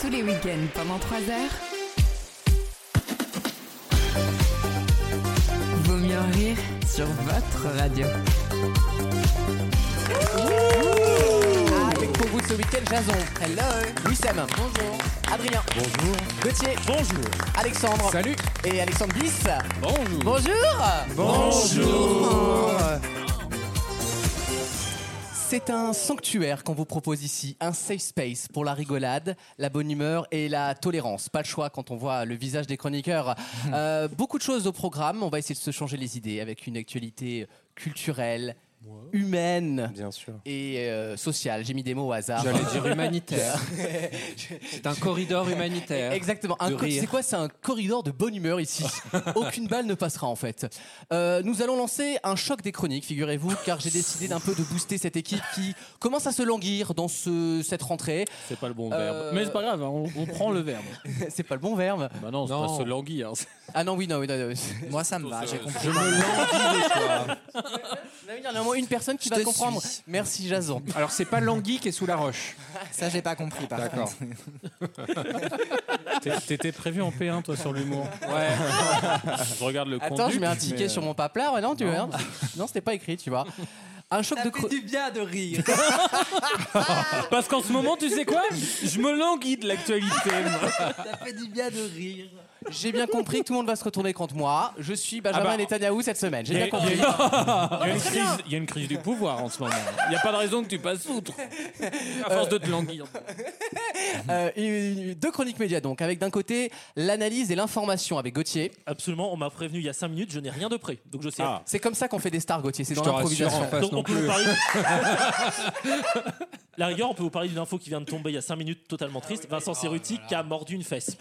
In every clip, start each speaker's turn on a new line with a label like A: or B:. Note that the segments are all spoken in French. A: tous les week-ends pendant 3 heures. Vaut mieux en rire sur votre radio.
B: Avec pour vous ce week-end, Jason. Hello. Wissem. Bonjour. Adrien. Bonjour. Gauthier. Bonjour. Alexandre. Salut. Et Alexandre Bis. Bonjour. Bonjour. Bonjour. C'est un sanctuaire qu'on vous propose ici, un safe space pour la rigolade, la bonne humeur et la tolérance. Pas le choix quand on voit le visage des chroniqueurs.
C: Mhm.
B: Euh, beaucoup de choses au programme, on va essayer de se changer les idées avec une actualité culturelle, humaine,
D: Bien sûr.
B: et euh, social. J'ai mis des mots au hasard.
C: J'allais dire humanitaire. C'est un corridor humanitaire.
B: Exactement. Un
C: De
B: co-
C: rire.
B: C'est quoi C'est un corridor de bonne humeur ici. Aucune balle ne passera en fait. Euh, nous allons lancer un choc des chroniques, figurez-vous, car j'ai décidé d'un peu de booster cette équipe qui commence à se languir dans ce, cette rentrée.
E: C'est pas le bon
B: Euh,
E: verbe. Mais c'est pas grave, hein, on, on prend le verbe.
B: C'est pas le bon verbe.
E: Bah non, c'est
C: Non.
E: pas se languir. hein.
B: Ah non, oui, non, oui, non. non.
F: Moi, ça me va, j'ai compris.
B: Il y en a au moins une personne qui
F: Je
B: va
F: te
B: comprendre. Merci Jason.
C: Alors, c'est pas Langui qui est sous la roche.
F: Ça, j'ai pas compris, par
C: D'accord.
F: contre.
B: Euh.
E: T'é- T'étais prévu en P1, toi, sur l'humour.
C: Ouais.
E: Je regarde le
B: Attends, je
E: conduit,
B: mets un ticket
E: mais- euh,
B: sur mon paplard. Ouais, non, tu vois. Non, c'était pas écrit, tu vois. Un choc de chroniques.
F: bien de rire.
E: Parce qu'en ce moment, tu sais quoi Je me languis de l'actualité. moi.
F: Ça fait du bien de rire.
B: J'ai bien compris que tout le monde va se retourner contre moi. Je suis Benjamin
E: Ah bah-
B: Netanyahu cette semaine. J'ai
E: Il y, a-
B: bien compris. Oh,
E: il y a-
F: Oh,
E: il y a une crise- il y a une crise du pouvoir en ce moment. Il n'y a pas de raison que tu passes outre. À force de te languir.
B: Euh, une- une- deux chroniques médias donc, avec d'un côté l'analyse et l'information avec Gauthier.
G: Absolument, on m'a prévenu il y a 5 minutes, je n'ai rien de prêt. Donc je sais.
C: Ah.
B: C'est comme ça qu'on fait des stars, Gauthier, c'est dans
C: te rassure,
B: l'improvisation.
C: en fait. passe
G: Donc
C: non
G: on peut vous parler. La rigueur, on peut vous parler d'une info qui vient de tomber il y a 5 minutes, totalement triste. Vincent Cerruti qui a mordu une fesse.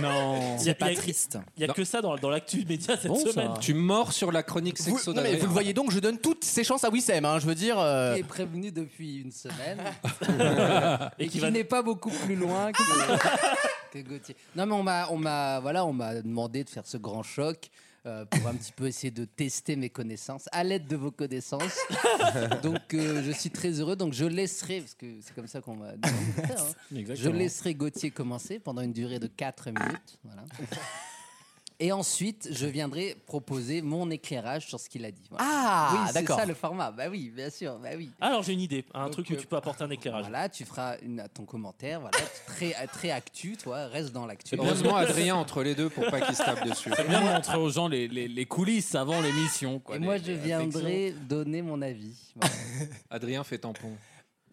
C: Non.
G: Il y a,
F: Pas
G: il y a-
F: triste.
G: il y a que ça dans, dans l'actu média cette
E: Bon, ça.
G: semaine.
C: Tu mords sur la chronique
B: Vous,
C: sexo
B: non, mais
C: d'Adrien.
B: vous le voyez donc, je donne toutes ces chances à Wissem. hein, je veux dire, euh,
H: qui est prévenu depuis une semaine
G: Et
H: et
G: qui
H: qui
G: va-
H: n'est pas beaucoup plus loin que, que Gauthier. Non mais on m'a on m'a voilà on m'a demandé de faire ce grand choc euh, pour un petit peu essayer de tester mes connaissances à l'aide de vos connaissances. donc euh, je suis très heureux donc je laisserai parce que c'est comme ça qu'on m'a demandé de faire, hein. Je laisserai Gauthier commencer pendant une durée de 4 minutes. voilà. Et ensuite, je viendrai proposer mon éclairage sur ce qu'il a dit. Voilà.
B: Ah,
H: oui,
B: d'accord.
H: C'est ça le format. Bah oui, bien sûr. Bah oui.
G: Alors j'ai une idée, un
H: Donc,
G: truc où
H: euh,
G: tu peux apporter un éclairage.
H: Voilà, tu feras une- ton commentaire, voilà, très, très actu, toi, reste dans l'actu.
C: Heureusement, Adrien entre les deux pour pas qu'il se tape dessus.
E: C'est bien de montrer aux gens les, les- les coulisses avant l'émission. quoi,
H: Et
E: les-
H: moi, je
E: les
H: viendrai donner mon avis. Oh, Voilà.
C: Adrien fait tampon.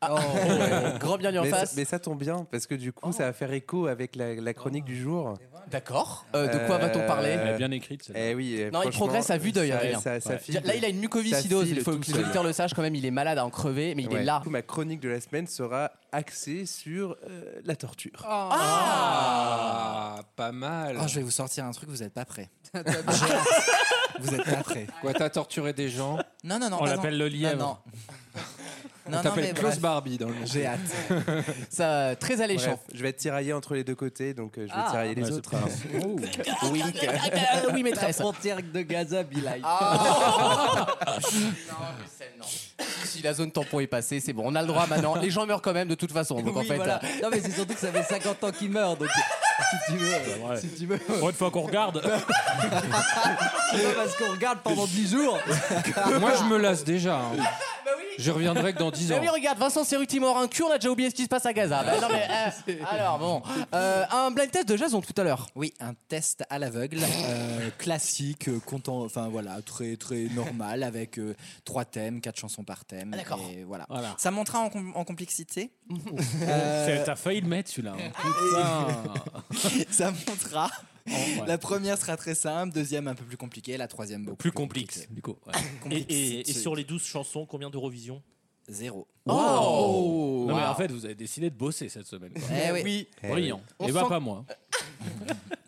E: Ah.
B: grand bien lui en
D: Oh, Mais ça,
B: face. Oh.
D: mais ça tombe bien, parce que du coup, ça va faire écho avec la, la chronique du jour.
B: D'accord. Euh, de quoi va-t-on parler
E: Elle est bien écrite. celle-là.
D: Eh oui, eh,
B: Non, il
D: franchement,
B: progresse à vue d'œil,
D: ça-
B: Adrien.
D: ça- ça file.
B: Là, il a une mucoviscidose.
D: file
B: Il faut
D: tout
B: que les
D: seul.
B: auditeurs le sachent quand même. Il est malade à en crever, mais il
D: Ouais.
B: est là.
D: Du coup, ma chronique de la semaine sera axée sur euh, la torture.
C: Ah, pas mal.
F: Oh, je vais vous sortir un truc, vous êtes pas prêts. J'ai- vous êtes pas prêts.
C: Quoi, t'as torturé des gens
F: Non, non, non.
E: On
F: pas
E: l'appelle
F: non.
E: le lièvre.
F: Non, non.
C: On
F: non, non mais
C: t'appelle Klaus
F: bref,
C: Barbie dans le
F: j'ai hâte.
B: Ça, euh, très
D: Bref,
B: alléchant.
D: je vais être tiraillé entre les deux côtés, donc euh, je vais
H: Ah.
D: tirailler les
E: Ouais, c'est
D: autres.
E: pas grave.
C: Oh.
D: Wink.
B: Euh, oui,
H: La
B: maîtresse.
H: frontière de Gaza, Bilal.
E: Ah.
B: Si la zone tampon est passée, c'est bon. On a le droit maintenant. Les gens meurent quand même de toute façon. Donc en fait,
H: voilà.
B: euh,
H: Non, mais c'est surtout que ça fait 50 ans qu'il meurt, donc si tu veux,
E: vrai.
H: si tu veux,
E: Pour une fois qu'on regarde,
H: c'est pas parce qu'on regarde pendant 10 jours.
C: Moi, je me lasse déjà. hein.
F: Bah
C: Je reviendrai que dans 10
B: Mais
C: ans.
B: oui, regarde, Vincent Cerruti mort un cul, on a déjà oublié ce qui se passe à Gaza. Bah, non, mais, euh, alors bon, Euh, un blind test de Jason tout à l'heure.
F: Oui, un test à l'aveugle, euh, classique, euh, content, enfin voilà, très très normal, avec euh, trois thèmes, quatre chansons par thème.
B: Ah, d'accord.
F: Et voilà.
E: Voilà.
F: Ça montera en, com- en complexité. Euh,
E: C'est- t'as failli le mettre celui-là. hein. Putain.
F: Ah, Ça montera.
E: Oh, ouais.
F: La première sera très simple, deuxième un peu plus compliquée, la troisième beaucoup
E: Plus complexe, du coup. ouais.
G: Et, et- et sur les 12 chansons, combien d'Eurovision
F: Zéro.
B: Oh,
E: Non, mais en fait, vous avez décidé de bosser cette semaine. quoi.
F: Eh oui.
D: Eh
E: Brillant.
B: On
E: Et bah,
B: sent-
E: pas moi.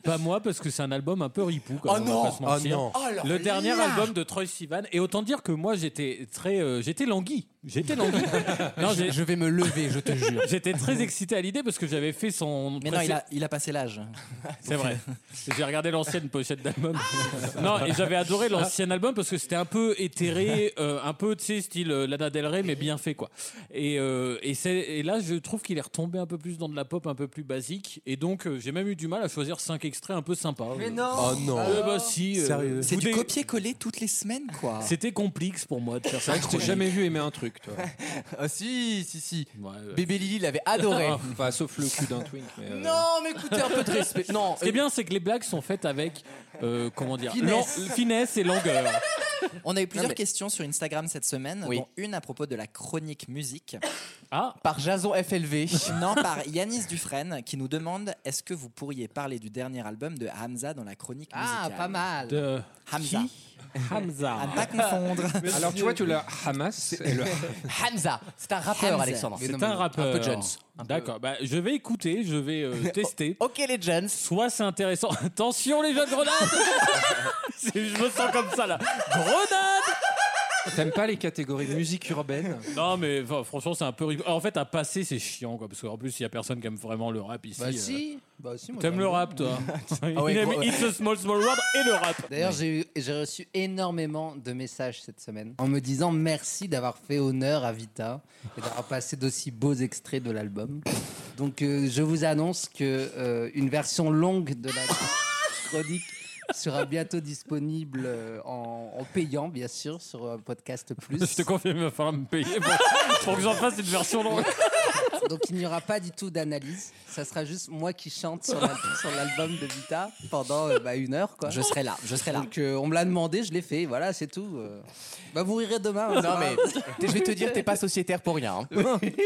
E: pas moi, parce que c'est un album un peu ripou. Quand
B: Oh
E: même, on va
B: non,
E: pas se
D: Oh
E: mentir.
D: non
E: Le dernier album de Troy Sivan. Et autant dire que moi, j'étais très. euh, j'étais langui J'étais dans le doute. Non, j'ai-
B: Je vais me lever, je te jure.
E: J'étais très excité à l'idée parce que j'avais fait son.
F: Mais non, il a, il a passé l'âge.
E: C'est vrai. J'ai regardé l'ancienne pochette d'album. euh, non, et j'avais adoré l'ancien album parce que c'était un peu éthéré, euh, un peu, tu sais, style euh, Lana Del Rey, mais bien fait, quoi. Et, euh, et, c'est- et là, je trouve qu'il est retombé un peu plus dans de la pop un peu plus basique. Et donc, euh, j'ai même eu du mal à choisir cinq extraits un peu sympas. Mais non
D: Oh non.
E: bah si. euh,
D: Sérieux.
F: C'est
E: vous
F: du
E: dé-
F: copier-coller toutes les semaines, quoi.
E: C'était complexe pour moi de faire ça.
C: Je t'ai jamais vu aimer un truc, toi.
B: Ah si, si, si.
E: Ouais,
C: Euh,
E: ouais.
B: Bébé Lily l'avait adoré.
E: Ah.
C: Enfin, Ah, sauf le cul d'un twink. Mais euh,
B: Non, mais écoutez, un peu de respect. Non,
E: euh, Ce qui est bien, c'est que les blagues sont faites avec, euh, comment dire,
B: Finesse.
E: lan- finesse et longueur.
F: On a eu plusieurs questions sur Instagram cette semaine,
B: Oui.
F: dont une à propos de la chronique musique.
E: Ah,
B: par Jason FLV.
F: non, par Yanis Dufresne, qui nous demande est-ce que vous pourriez parler du dernier album de Hamza dans la chronique
H: Ah,
F: musicale
H: pas mal.
E: de
F: Hamza. À
E: Hamza.
F: ne pas confondre.
C: Alors, tu vois, tu l'as Hamas et le
B: Hamza, c'est un rappeur,
F: Hamza.
B: Alexandre.
E: C'est un rappeur.
B: Un peu Jones.
E: D'accord. Bah, je vais écouter, je vais euh, tester.
B: Ok, les Jones.
E: Soit c'est intéressant. Attention les jeunes grenades C'est- Je me sens comme ça là. Grenade
C: T'aimes pas les catégories de musique urbaine
E: Non mais enfin, franchement c'est un peu rigolo. En fait à passer c'est chiant quoi, parce qu'en plus il y a personne qui aime vraiment le rap ici.
H: Bah
E: euh.
H: si, bah si. moi,
E: T'aimes
H: j'aime
E: le
H: bien. Ah
E: rap toi Il
B: Ah ouais,
E: aime
B: gros, ouais.
E: It's a Small Small World et le rap.
H: D'ailleurs, j'ai eu- j'ai reçu énormément de messages cette semaine en me disant merci d'avoir fait honneur à Vita et d'avoir passé d'aussi beaux extraits de l'album. Donc, euh, je vous annonce que euh, une version longue de la chronique sera bientôt disponible euh, en, en payant, bien sûr, sur euh, Podcast
E: Je te
H: Plus.
E: confirme, il va falloir me payer pour, pour que j'en fasse une version longue.
H: Donc, il n'y aura pas du tout d'analyse. Ça sera juste moi qui chante sur la- sur l'album de Vita pendant euh, bah, une heure, quoi.
F: Je serai là, je serai là.
H: Donc euh, on me l'a demandé, je l'ai fait, voilà, c'est tout. euh. Bah vous rirez demain. hein, c'est
B: Non,
H: pas
B: mais
H: grave.
B: je vais te dire, t'es pas sociétaire pour rien. hein.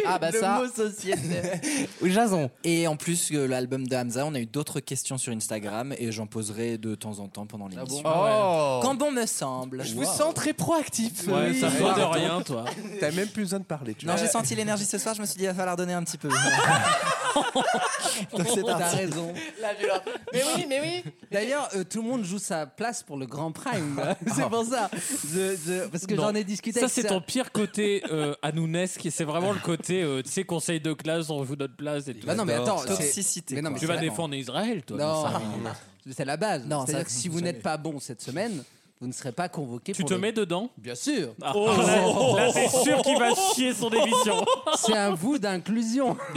B: Ah, bah
H: Le
B: ça.
H: mot sociétaire.
B: Jason.
F: Et en plus, euh, l'album de Hamza, on a eu d'autres questions sur Instagram et j'en poserai de temps en temps pendant
H: Ah
F: l'émission.
B: Oh.
F: Quand bon me semble.
B: Je vous sens très proactif.
E: Ouais,
B: Oui.
E: ça fait de rien toi.
D: T'as même plus besoin de parler. Tu
F: Non,
D: vois.
F: j'ai senti l'énergie ce soir, je me suis dit, il va falloir donner un petit peu. Donc c'est
H: T'as
F: parti.
H: raison.
B: Mais oui, mais oui.
H: D'ailleurs, euh, tout le monde joue sa place pour le Grand Prime.
B: Ah.
H: c'est pour ça. Je- je- Parce que
E: Non.
H: j'en ai discuté
E: Ça,
H: avec
E: c'est ton pire côté euh, qui C'est vraiment le côté, euh, tu sais, conseil de classe, on joue notre place et tout.
H: Bah non, mais attends, c'est-
F: Toxicité.
H: Mais non,
F: quoi.
H: mais
E: tu vas
H: vraiment.
E: défendre Israël, toi. dans
H: Non,
E: ça.
H: c'est la base.
F: Non,
H: C'est-à-dire
F: ça-
H: que si vous n'êtes pas bon cette semaine, vous ne serez pas convoqué
E: Tu
H: pour
E: te
H: le-
E: mets dedans
H: Bien sûr. Oh.
E: Ah, Là, là, c'est sûr qu'il va chier son émission.
H: C'est un vous d'inclusion.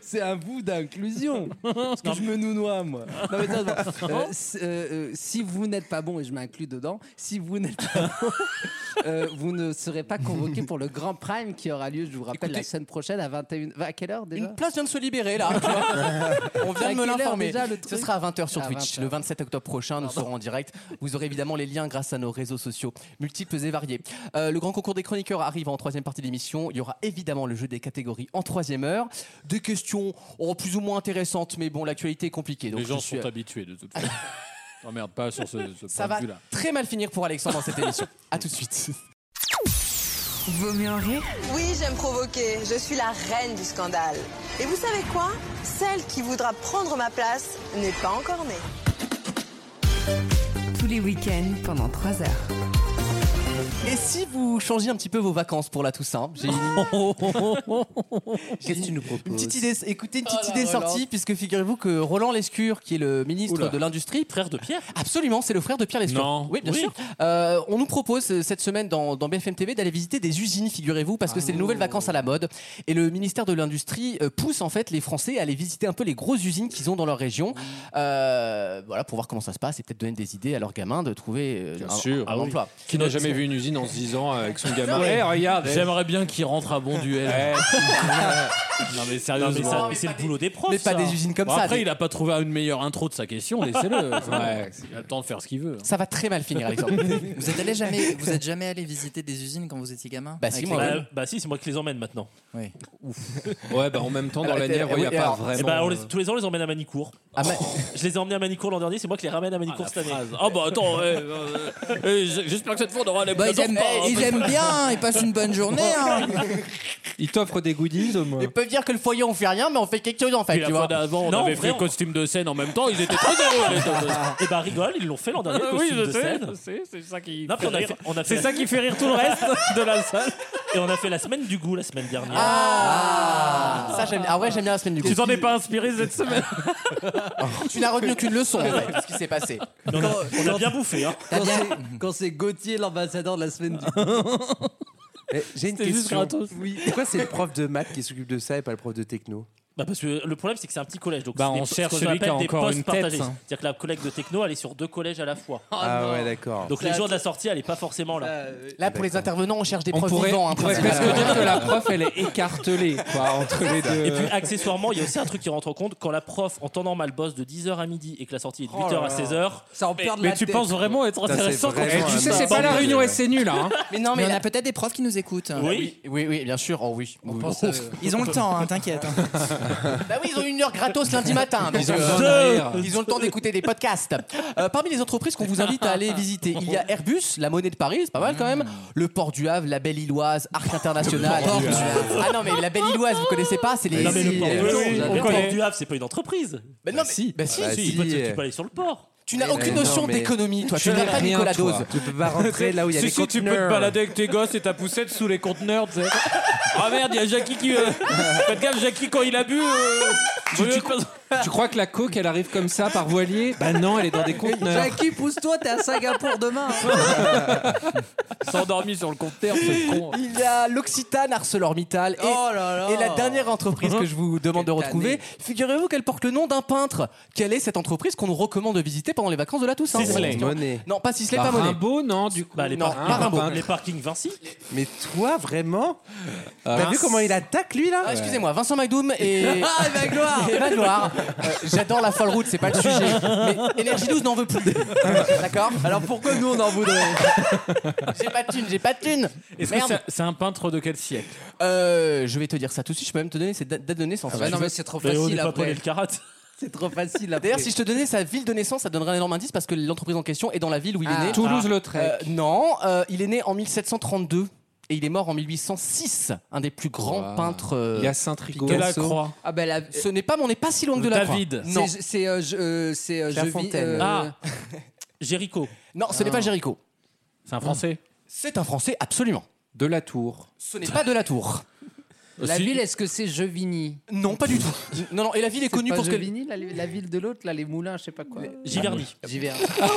H: c'est un vous d'inclusion. Parce que je me nounoie, moi. Non, mais attends, attends. Euh, c- euh, euh, si vous n'êtes pas bon, et je m'inclus dedans, si vous n'êtes pas bon, euh, vous ne serez pas convoqué pour le grand prime qui aura lieu, je vous rappelle, la semaine prochaine à 21 vingt- À quelle heure déjà
B: Une place vient de se libérer là. tu vois. On vient
H: À
B: de me
H: quelle heure
B: l'informer.
H: déjà, le
B: Ce
H: truc
B: sera à 20h sur
H: À
B: Twitch
H: 20h.
B: le 27 octobre prochain. Nous serons en direct. Vous aurez évidemment les liens grâce à nos réseaux sociaux multiples et variés. Euh, le grand concours des chroniqueurs arrive en troisième partie de l'émission. Il y aura évidemment le jeu des catégories en troisième heure. Des questions oh, plus ou moins intéressantes, mais bon, l'actualité est compliquée. Donc
E: Les gens
B: je suis-
E: sont habitués de toute façon. T'emmerdes pas sur ce, ce
B: Ça
E: point
B: va
E: de vue-là.
B: très mal finir pour Alexandre dans cette émission. À tout de suite.
I: Vaut mieux en rire
A: Oui, j'aime provoquer. Je suis la reine du scandale. Et vous savez quoi Celle qui voudra prendre ma place n'est pas encore née.
I: tous les week-ends pendant 3 heures.
B: Et si vous changez un petit peu vos vacances pour la Toussaint, j'ai une,
H: Qu'est-ce que tu nous
B: une
H: proposes
B: petite idée, écoutez une petite
H: Oh là,
B: idée
H: Roland.
B: sortie, puisque figurez-vous que Roland Lescure, qui est le ministre
E: Oula.
B: de l'Industrie,
E: Frère de Pierre
B: Absolument, c'est le frère de Pierre Lescure.
E: Non.
B: Oui, bien
E: Oui.
B: sûr. Euh, on nous propose euh, cette semaine dans, dans BFM TV d'aller visiter des usines, figurez-vous, parce que
H: Ah
B: c'est les nouvelles vacances à la mode. Et le ministère de l'Industrie euh, pousse en fait les Français à aller visiter un peu les grosses usines qu'ils ont dans leur région. Euh, voilà, pour voir comment ça se passe et peut-être donner des idées à leurs gamins de trouver euh,
C: Bien
B: un,
C: sûr.
B: un
C: Ah oui.
B: emploi. Euh,
C: Qui n'a jamais vu une usine en se disant euh, avec
H: Ah,
C: son gamin. Eh, regarde eh.
E: J'aimerais bien qu'il rentre à bon duel.
C: Eh,
E: non, mais
G: Non, mais
E: sérieusement.
G: ça, mais c'est le boulot des profs.
B: Mais pas
G: ça.
B: des usines comme
E: Bon,
B: ça.
E: après,
B: des-
E: il a pas trouvé une meilleure intro de sa question, laissez-le.
C: Ouais.
E: Il a le temps de faire ce qu'il veut.
B: Ça va très mal finir, Alexandre.
F: Vous êtes allé jamais, vous êtes jamais allé visiter des usines quand vous étiez gamin
B: Bah si,
F: Avec
B: moi,
F: les-
G: Bah, bah si, c'est moi qui les emmène maintenant.
C: Ouais, bah en même temps, dans la
B: Arrêtez,
C: Nièvre, il n'y a
B: oui,
C: pas
B: alors,
C: vraiment.
G: Et bah, on les-
C: euh,
G: tous les ans, on les emmène à Manicourt.
B: Ah, mais-
G: Je les ai emmenés à Manicourt l'an dernier, c'est moi qui les ramène à Manicourt cette année.
E: Ah bah attends, eh, euh, eh, j- j'espère que cette fois on aura les
F: Bah, ils, aiment,
E: pas, hein.
F: ils aiment bien, hein, ils passent une bonne journée. hein.
C: Ils t'offrent des goodies au moins.
B: Et pas peuvent dire que le foyer, on fait rien, mais on fait quelque chose en fait.
E: Puis la
B: tu
E: fois
B: vois.
E: d'avant, on
J: Non,
E: avait
J: vrai,
E: fait le
J: on-
E: costume de scène en même temps, ils étaient très heureux. les deux.
J: Et bah rigole, ils l'ont fait l'an dernier. le
E: oui,
J: costume
E: je
J: de
E: sais,
J: scène.
E: je sais, c'est ça qui.
J: Non, puis on a fait- on a fait
E: C'est
J: la-
E: ça qui fait rire tout le reste de la salle.
J: Et on a fait la semaine du goût la semaine dernière.
B: Ah, ça, j'aime, ah ouais, j'aime bien la semaine du
E: Tu
B: coup.
E: t'en es pas inspiré cette semaine
B: Tu n'as retenu qu'une leçon en fait, de ce qui s'est passé.
J: Mais on, a, on a bien bouffé. Hein.
H: T'as bien- Quand c'est Gauthier l'ambassadeur de la semaine du
D: Eh, J'ai une
E: C'était juste
D: question.
E: gratos.
D: Pourquoi c'est le prof de maths qui s'occupe de ça et pas le prof de techno
J: Bah parce que le problème c'est que c'est un petit collège donc
E: Bah,
J: c'est des-
E: on
J: ce
E: cherche
J: qu'on
E: celui qui a
J: appelle des
E: encore
J: postes
E: une tête,
J: partagés.
E: hein.
J: C'est-à-dire que la collègue de techno elle est sur deux collèges à la fois.
D: Ah ouais, d'accord.
J: Donc les jours de la sortie elle est pas forcément là.
H: euh,
B: Là, pour les intervenants, on cherche des
K: On
B: preuves
K: pourrait,
B: vivants. hein,
K: on pourrait
B: principalement.
K: presque dire que la prof, elle est écartelée quoi, entre les deux.
J: Et puis accessoirement il y a aussi un truc qui rentre en compte quand la prof en temps normal bosse de 10h à midi et que la sortie est de 8h à 16h.
H: Oh Ça en perd de la
E: Mais tu
H: tête.
E: penses vraiment être
D: Putain, c'est
E: intéressant quand
D: vraiment
E: tu
D: un
K: tu sais,
D: bordel.
K: c'est pas la réunion SNU là. hein.
L: Mais non, mais,
F: Mais on
L: la-
F: a peut-être des profs qui nous écoutent.
J: Oui.
B: Oui, oui, bien sûr. Oh oui.
H: On
B: Oui.
H: pense, euh,
F: Ils ont le temps, hein, t'inquiète. hein.
B: Bah oui, ils ont une heure gratos lundi matin. donc,
K: Ils ont
B: euh,
K: le temps de rire.
B: Ils ont le temps d'écouter des podcasts. Euh, parmi les entreprises qu'on vous invite à aller visiter, il y a Airbus, la monnaie de Paris, c'est pas mal quand même.
K: Mm.
B: Le port du Havre, la Belle Illoise, Arc International. ah non, mais la Belle Illoise, vous connaissez pas C'est les.
J: Ah Non mais le port,
B: euh,
J: du-
B: vous avez-
J: le port
E: connaît.
J: du Havre c'est pas une entreprise.
B: Bah non, mais- bah si,
D: Bah
B: si.
D: si.
J: Tu peux, tu peux pas aller sur le port.
B: Tu n'as aucune
D: mais non,
B: notion
D: mais-
B: d'économie, toi.
K: Tu
B: Tu n'as
K: n'as
B: pas
K: rien,
B: Nicolas
K: toi.
B: Dose.
D: Tu peux pas rentrer là où il y a
E: Si,
D: les
E: si, tu peux te
D: conteneurs.
E: balader avec tes gosses et ta poussette sous les conteneurs, tu sais. Ah merde, il y a Jackie qui. euh, Faites gaffe, Jackie, quand il a bu. euh, au lieu de pas-
K: Tu crois que la coke, elle arrive comme ça par voilier Bah non, elle est dans des conteneurs.
H: Jackie, pousse-toi, t'es à Singapour demain. hein.
E: S'endormi sur le conteneur, c'est con.
B: Il y a l'Occitane ArcelorMittal et,
D: Oh
B: et la dernière entreprise que je vous demande de
H: Quelle
B: retrouver, figurez-vous qu'elle porte le nom d'un peintre. Quelle est cette entreprise qu'on nous recommande de visiter pendant les vacances de la Toussaint
J: Sisley.
D: Monnaie.
B: Non, pas Sisley,
K: Bah,
B: pas Monet.
K: Rimbaud, non, du coup.
J: Bah, les,
B: Non,
J: parkings-
B: pas Rimbaud.
J: les parkings Vinci.
D: Mais toi, vraiment T'as vu comment il attaque lui
B: Ah,
D: là
B: excusez-moi, Vincent Magdoum et. Ah, Eva Gloire J'adore la folle route, c'est pas le sujet. Mais Energy 12 n'en veut plus. D'accord Alors pourquoi nous on en voudrait J'ai pas de thune, j'ai pas de thune
E: Est-ce que
B: Merde.
E: c'est- c'est un peintre de quel siècle
B: Euh, je vais te dire ça tout de suite, je peux même te donner cette date date de naissance.
H: Bah non, mais c'est trop
J: Mais on n'est
H: facile
J: pas polé le
H: après.
J: karat.
H: C'est trop facile après.
B: D'ailleurs, si je te donnais sa ville de naissance, ça te donnerait un énorme indice parce que l'entreprise en question est dans la ville où il
H: Ah.
B: est né.
K: Toulouse-Lautrec.
B: Euh, non, euh, il est né en 1732 et il est mort en 1806, un des plus grands
K: Wow.
B: peintres. euh,
K: Il y a Saint-Rigaud.
E: la croix
H: Ah ben la-
B: Ce n'est pas, mais on n'est pas si loin que de la
E: David.
B: Croix. Non,
H: C'est c'est euh, je- euh, c'est euh,
D: Claire
H: je vis-
D: Fontaine.
H: euh,
E: Ah Jéricho. Ah.
B: non, ce n'est pas Géricault.
E: C'est un français
B: C'est un Français, absolument.
K: De la Tour.
B: Ce n'est pas de la Tour.
H: La
E: Aussi.
H: ville, est-ce que c'est Jevigny
B: Non, pas du tout. Non, non, et la ville est,
H: C'est
B: connue
H: pas
B: pour ce qu'elle.
H: Jevigny, la, la ville de l'autre, là, les moulins, je sais pas quoi.
J: Giverny.
H: J'y vais. hein.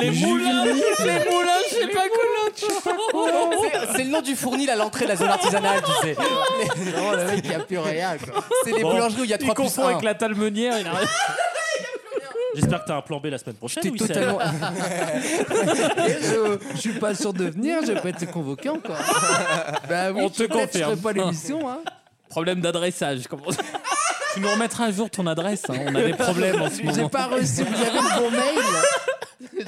E: Les moulins Les moulins, je sais pas
B: C'est- C'est le nom du fournil à l'entrée de la zone artisanale, tu sais.
H: Vraiment, le mec, il n'y a plus rien. quoi.
B: C'est les
J: Bon,
B: boulangeries où il y a
E: Il
B: 3 plus
E: confond
B: 1.
E: avec la talmenière. il a-
J: J'espère que t'as un plan B la semaine prochaine.
B: T'es
J: Wissem.
B: totalement.
H: Je, je suis pas sûr de venir, je vais pas être convoqué encore.
B: Ah
H: Bah oui,
E: On te
H: peut-être je ferai
E: confirme.
H: pas l'émission. Hein.
E: Problème d'adressage. comment- Tu nous remettras un jour ton adresse. hein, On a des problèmes en ce
H: J'ai
E: moment.
H: pas reçu, vous avez le bon mail.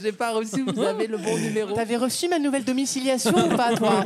H: J'ai pas reçu, vous avez le bon numéro.
B: T'avais reçu ma nouvelle domiciliation ou pas, toi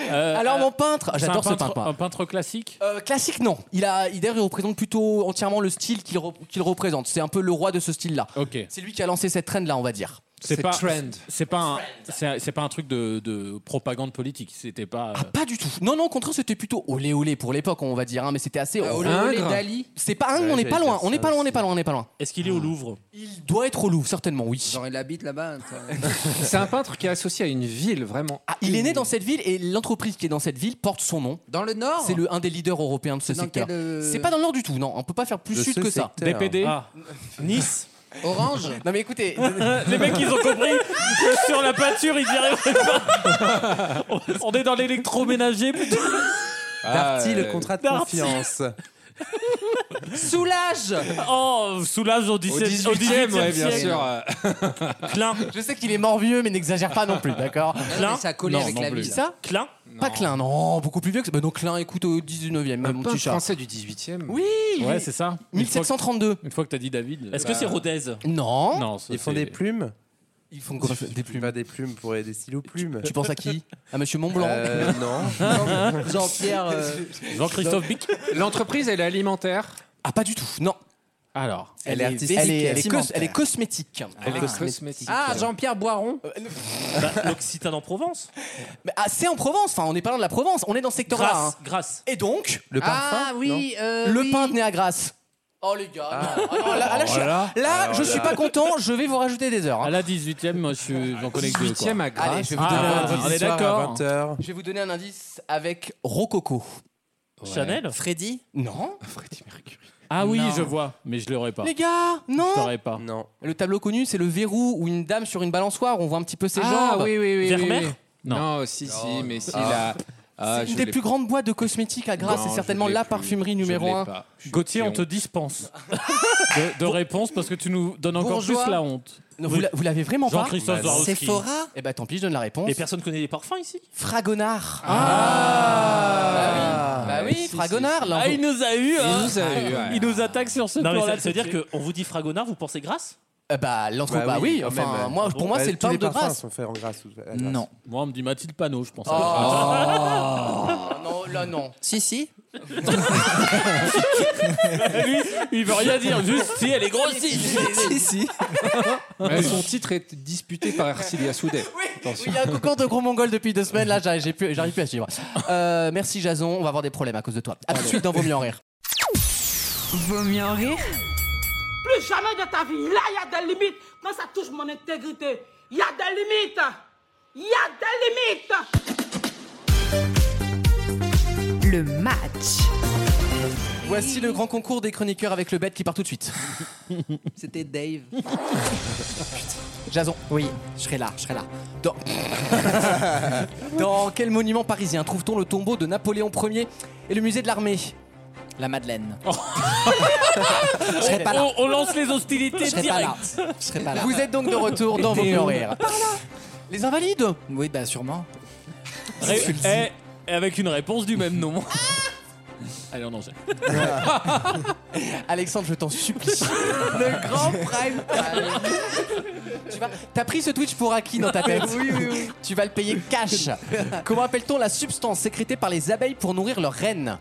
E: Euh,
B: Alors, mon peintre.
E: c'est un
B: J'adore ce peintre. moi.
E: Un peintre classique
B: Euh, classique, non. Il a, il, d'ailleurs, il représente plutôt entièrement le style qu'il rep- qu'il représente. C'est un peu le roi de ce style-là.
E: Ok.
B: C'est lui qui a lancé cette trend-là, on va dire.
E: C'est pas.
K: Trend.
E: C'est pas un. C'est c'est pas un truc de, de propagande politique. C'était pas. euh,
B: Pas du tout. Non, non, au contraire, c'était plutôt olé olé pour l'époque, on va dire. hein, mais c'était assez.
H: Ah, Olé
K: Ingres.
H: olé Dali.
B: C'est pas
D: Ouais,
B: un, on n'est
D: j'allais
B: pas
D: dire
B: loin. On
D: ça
B: n'est pas loin, on n'est
D: aussi.
B: pas loin, on n'est pas loin.
J: Est-ce qu'il est au Louvre
B: Il doit être au Louvre, certainement, oui.
H: Genre, il habite là-bas. hein, attends.
K: C'est un peintre qui est associé à une ville, vraiment.
B: Ah, il est né dans cette ville et l'entreprise qui est dans cette ville porte son nom.
H: Dans le Nord
B: C'est le un des leaders européens de ce
H: Dans
B: secteur.
H: quel, euh,
B: C'est pas dans le nord du tout, non. On peut pas faire plus
D: De
B: sud
D: ce
B: que ça.
D: secteur.
J: Ah. Nice
H: Orange
B: Non mais écoutez,
E: euh, Les mecs, ils ont compris que sur la peinture, ils y arriveraient pas. On- On est dans l'électroménager plutôt.
D: Darty, le contrat de
E: Ah, Darty.
D: confiance.
H: Soulage
E: Oh, soulage au
K: Au
E: 17
K: 18e,
E: au 18e
K: ouais, bien
E: siècle.
K: sûr. euh,
J: Klein
B: je sais qu'il est mort vieux, mais n'exagère pas non plus, d'accord
H: Non, mais Ça collait
E: Non,
H: avec
E: non
H: la
E: plus.
H: ville.
B: Ça
J: Klein
B: Pas Klein, non, beaucoup plus vieux que ça. Bah non, Klein, écoute, au 19e,
K: Un
B: mon
K: peintre
B: petit chat.
K: français du 18e.
B: Oui,
E: Ouais, c'est ça. Une fois que-
B: 1732.
E: Une fois que t'as dit David. bah,
J: Est-ce que c'est Rodez
B: Non.
E: Non, ça,
D: Ils font
E: c'est-
D: des plumes
B: Ils font quoi des
D: Tu fais
B: plumes.
D: Pas des plumes pour des stylos plumes.
B: Tu penses à qui À Monsieur Montblanc.
D: Euh, non.
H: Jean-Pierre. euh,
E: Jean-Christophe Bic.
K: L'entreprise, elle est alimentaire.
B: Ah pas du tout. Non.
E: Alors,
B: Elle est artistique. Elle est- elle est cos- elle est cosmétique.
E: Elle est
B: Ah.
E: cosmétique. Bah,
B: Ah, Jean-Pierre Boiron
J: L'Occitane en Provence
B: Mais, ah, c'est en Provence, enfin on n'est pas loin de la Provence, on est dans ce secteur là.
J: Grasse, Grasse.
B: Et donc
J: Le parfum,
B: Ah oui,
J: non
B: euh, le pain de nez à Grasse. Oh les gars, non. Ah, non, là, là, je suis,
E: Voilà.
B: là,
E: Alors
B: je suis
E: là.
B: pas content, je vais vous rajouter des heures.
E: À la 18e, moi je suis- j'en connais que deux. quoi.
B: 18e à Grasse. Allez, je vais vous
E: Ah,
B: donner un
E: voilà,
B: indice.
E: On est
B: Soir à
E: d'accord.
B: 20h. Je vais vous donner un indice avec Rococo.
E: Chanel
F: Freddy
B: Non.
E: Ah oui,
B: Non.
E: je vois, mais je l'aurais pas.
B: Les gars, non.
E: Je l'aurais pas.
D: Non.
B: Le tableau connu, c'est le verrou ou une dame sur une balançoire. On voit un petit peu ses
E: Ah,
B: jambes.
E: oui, oui, oui,
B: Vermeer
E: oui, oui.
K: Non, si, si, mais si,
B: Ah.
K: la- ah,
B: C'est
K: je
B: une des
K: l'ai
B: plus
K: pas.
B: grandes boîtes de cosmétiques à Grasse.
E: Non,
B: C'est
E: je
B: certainement
E: l'ai
B: la
E: plus.
B: parfumerie
E: Je
B: numéro
E: l'ai
B: 1.
E: pas. Ah, Je- Gauthier, on te dispense de, de réponse parce que tu nous donnes encore
B: Bourgeois.
E: plus la honte.
B: Non, vous la- vous l'avez vraiment pas
G: Bah,
E: Jean-Christophe Swarovski.
B: Eh ben tant pis, je donne la réponse.
J: Et personne connaît les parfums ici
B: Fragonard.
E: Ah,
B: Bah oui, Fragonard. là, on
E: Ah,
B: vous-
E: il nous a eu. hein.
J: nous a
B: Ah,
J: eu, ouais.
E: Il nous attaque sur ce
J: Non, mais
E: plan-là.
J: ça, ça veut
E: tout
J: dire
E: de suite.
J: qu'on vous dit Fragonard, vous pensez Grasse
B: Euh, bah, l'entre bah, oui,
D: quand
B: enfin,
D: même.
B: moi,
D: Ah
B: pour
D: bon
B: moi,
D: Bah,
B: c'est le
D: tous
B: pain
D: les
B: de
D: parfums
B: Grasse.
D: sont faits en Grasse. ou- à Grasse.
E: Non. Moi, on me dit Mathilde Panot, je pense. Ah.
B: Oh. non, là, non.
F: Si, si.
E: Lui, il veut rien dire. Juste, si, elle est grossie.
F: si, si.
K: Mais Son titre est disputé par Arcilia Soudet.
B: Il y a un concours de gros mongol depuis deux semaines, là, j'ai- j'ai plus- j'arrive plus à suivre. Euh, merci, Jason, on va avoir des problèmes à cause de toi. À tout de suite dans Vaut mieux en rire.
L: Vaut mieux en rire
M: Plus jamais de ta vie. Là, il y a des limites. Quand ça touche mon intégrité, il y a des limites. Il y a des limites.
L: Le match.
B: Voici le grand concours des chroniqueurs avec le bête qui part tout de suite.
H: C'était Dave.
B: Jason.
F: Oui, je serai là, je serai là.
B: Dans... Dans quel monument parisien trouve-t-on le tombeau de Napoléon Ier et le musée de l'armée
F: La Madeleine. Je serai pas là.
E: On, on lance les hostilités
F: Je serai pas là.
E: direct.
F: Je serai pas là.
B: Vous êtes donc de retour dans Vaut mieux en rire. Les invalides
F: Oui, bah sûrement.
E: Ré- eh, et avec une réponse du même nom. Allez, on enchaîne.
B: Alexandre, je t'en supplie. le grand prime time. Tu vas- T'as pris ce Twitch pour acquis dans ta tête. oui, oui, oui. Tu vas le payer cash. Comment appelle-t-on la substance sécrétée par les abeilles pour nourrir leur reine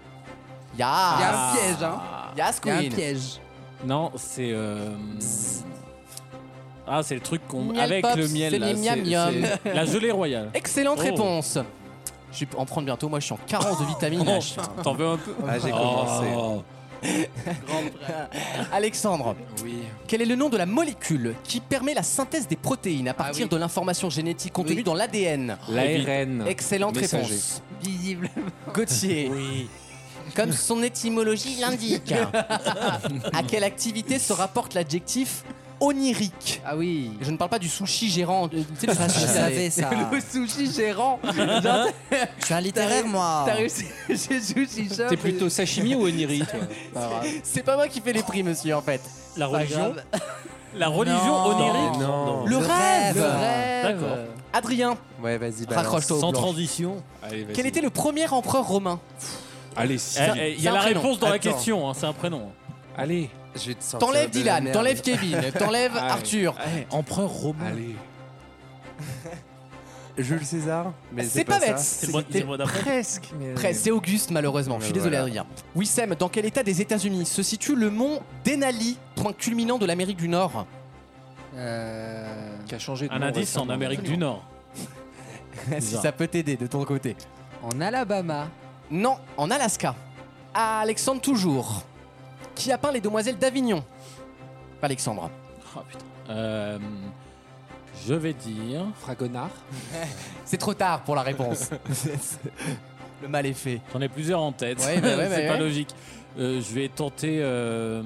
B: Yas.
H: Il y a un piège, hein.
B: Yas
H: Il y a un
B: Queen.
H: piège.
E: Non, c'est. euh, Ah, c'est le truc qu'on.
B: Miel
E: Avec
B: Pops,
E: le
B: c'est
E: miel. là,
B: les miam miam.
E: c'est- La gelée royale.
B: Excellente
E: Oh.
B: réponse. Je vais en prendre bientôt. Moi, je suis en carence de vitamine.
E: Oh, T'en veux un peu
D: Ah, j'ai commencé.
E: Oh.
B: Alexandre,
K: Oui.
B: quel est le nom de la molécule qui permet la synthèse des protéines à
E: Ah
B: partir de l'information génétique contenue
H: Oui.
B: dans l'ADN
K: L'ARN.
B: Excellente
K: Messager.
B: réponse.
H: Visible.
B: Gauthier. Comme son étymologie l'indique. à quelle activité se rapporte l'adjectif onirique
H: Ah oui.
B: Je ne parle pas du sushi gérant. euh, Tu sais, le
F: Ah, Je
B: sushi là,
F: savais ça.
H: Le sushi gérant.
F: Je suis un littéraire, moi.
H: T'as réussi chez Sushi Shop.
K: T'es plutôt sashimi ou oniri, toi
B: C'est pas moi qui fais les prix, monsieur, en fait.
J: La
H: Pas
J: religion
H: grave.
J: La religion
F: Non.
J: onirique
D: Non.
B: Le, rêve.
F: rêve. Le
J: D'accord.
B: Adrien,
D: Ouais, vas-y, balance.
B: raccroche-toi. au
E: Sans
B: blanc.
E: transition.
K: Allez, vas-y.
B: Quel était le premier empereur romain
K: Allez, si.
E: Eh, eh, Il y
B: C'est
E: a
B: un
E: la
B: prénom.
E: réponse dans la
B: Attends.
E: question, hein, c'est un prénom.
K: Allez.
D: Je vais te sortir
B: T'enlèves
D: de la
B: Dylan,
D: merde.
B: t'enlèves Kevin, t'enlèves
K: Ah oui.
B: Arthur.
E: Empereur romain.
K: Allez.
D: Jules César Mais
B: C'est pas
D: ça.
B: bête.
J: C'est le mois- c'est le mois d'après.
B: Presque. Presque. C'est Auguste, malheureusement. Je suis
D: Mais
B: désolé,
D: voilà.
B: Adrien. Wissem, dans quel état des États-Unis se situe le mont Denali, point culminant de l'Amérique du Nord
H: Euh,
K: Qui a changé de
E: Un
K: nom
E: indice en
K: récemment.
E: Amérique du Nord.
B: Si ça peut t'aider de ton côté.
H: en Alabama.
B: Non, en Alaska. À Alexandre, toujours. Qui a peint les demoiselles d'Avignon Pas Alexandre.
E: Oh, putain. Euh, je vais dire.
K: Fragonard.
B: C'est trop tard pour la réponse. le mal est fait.
E: J'en ai plusieurs en tête.
B: Ouais, bah ouais,
E: c'est
B: bah
E: pas
B: ouais.
E: logique. Euh, je vais tenter. euh,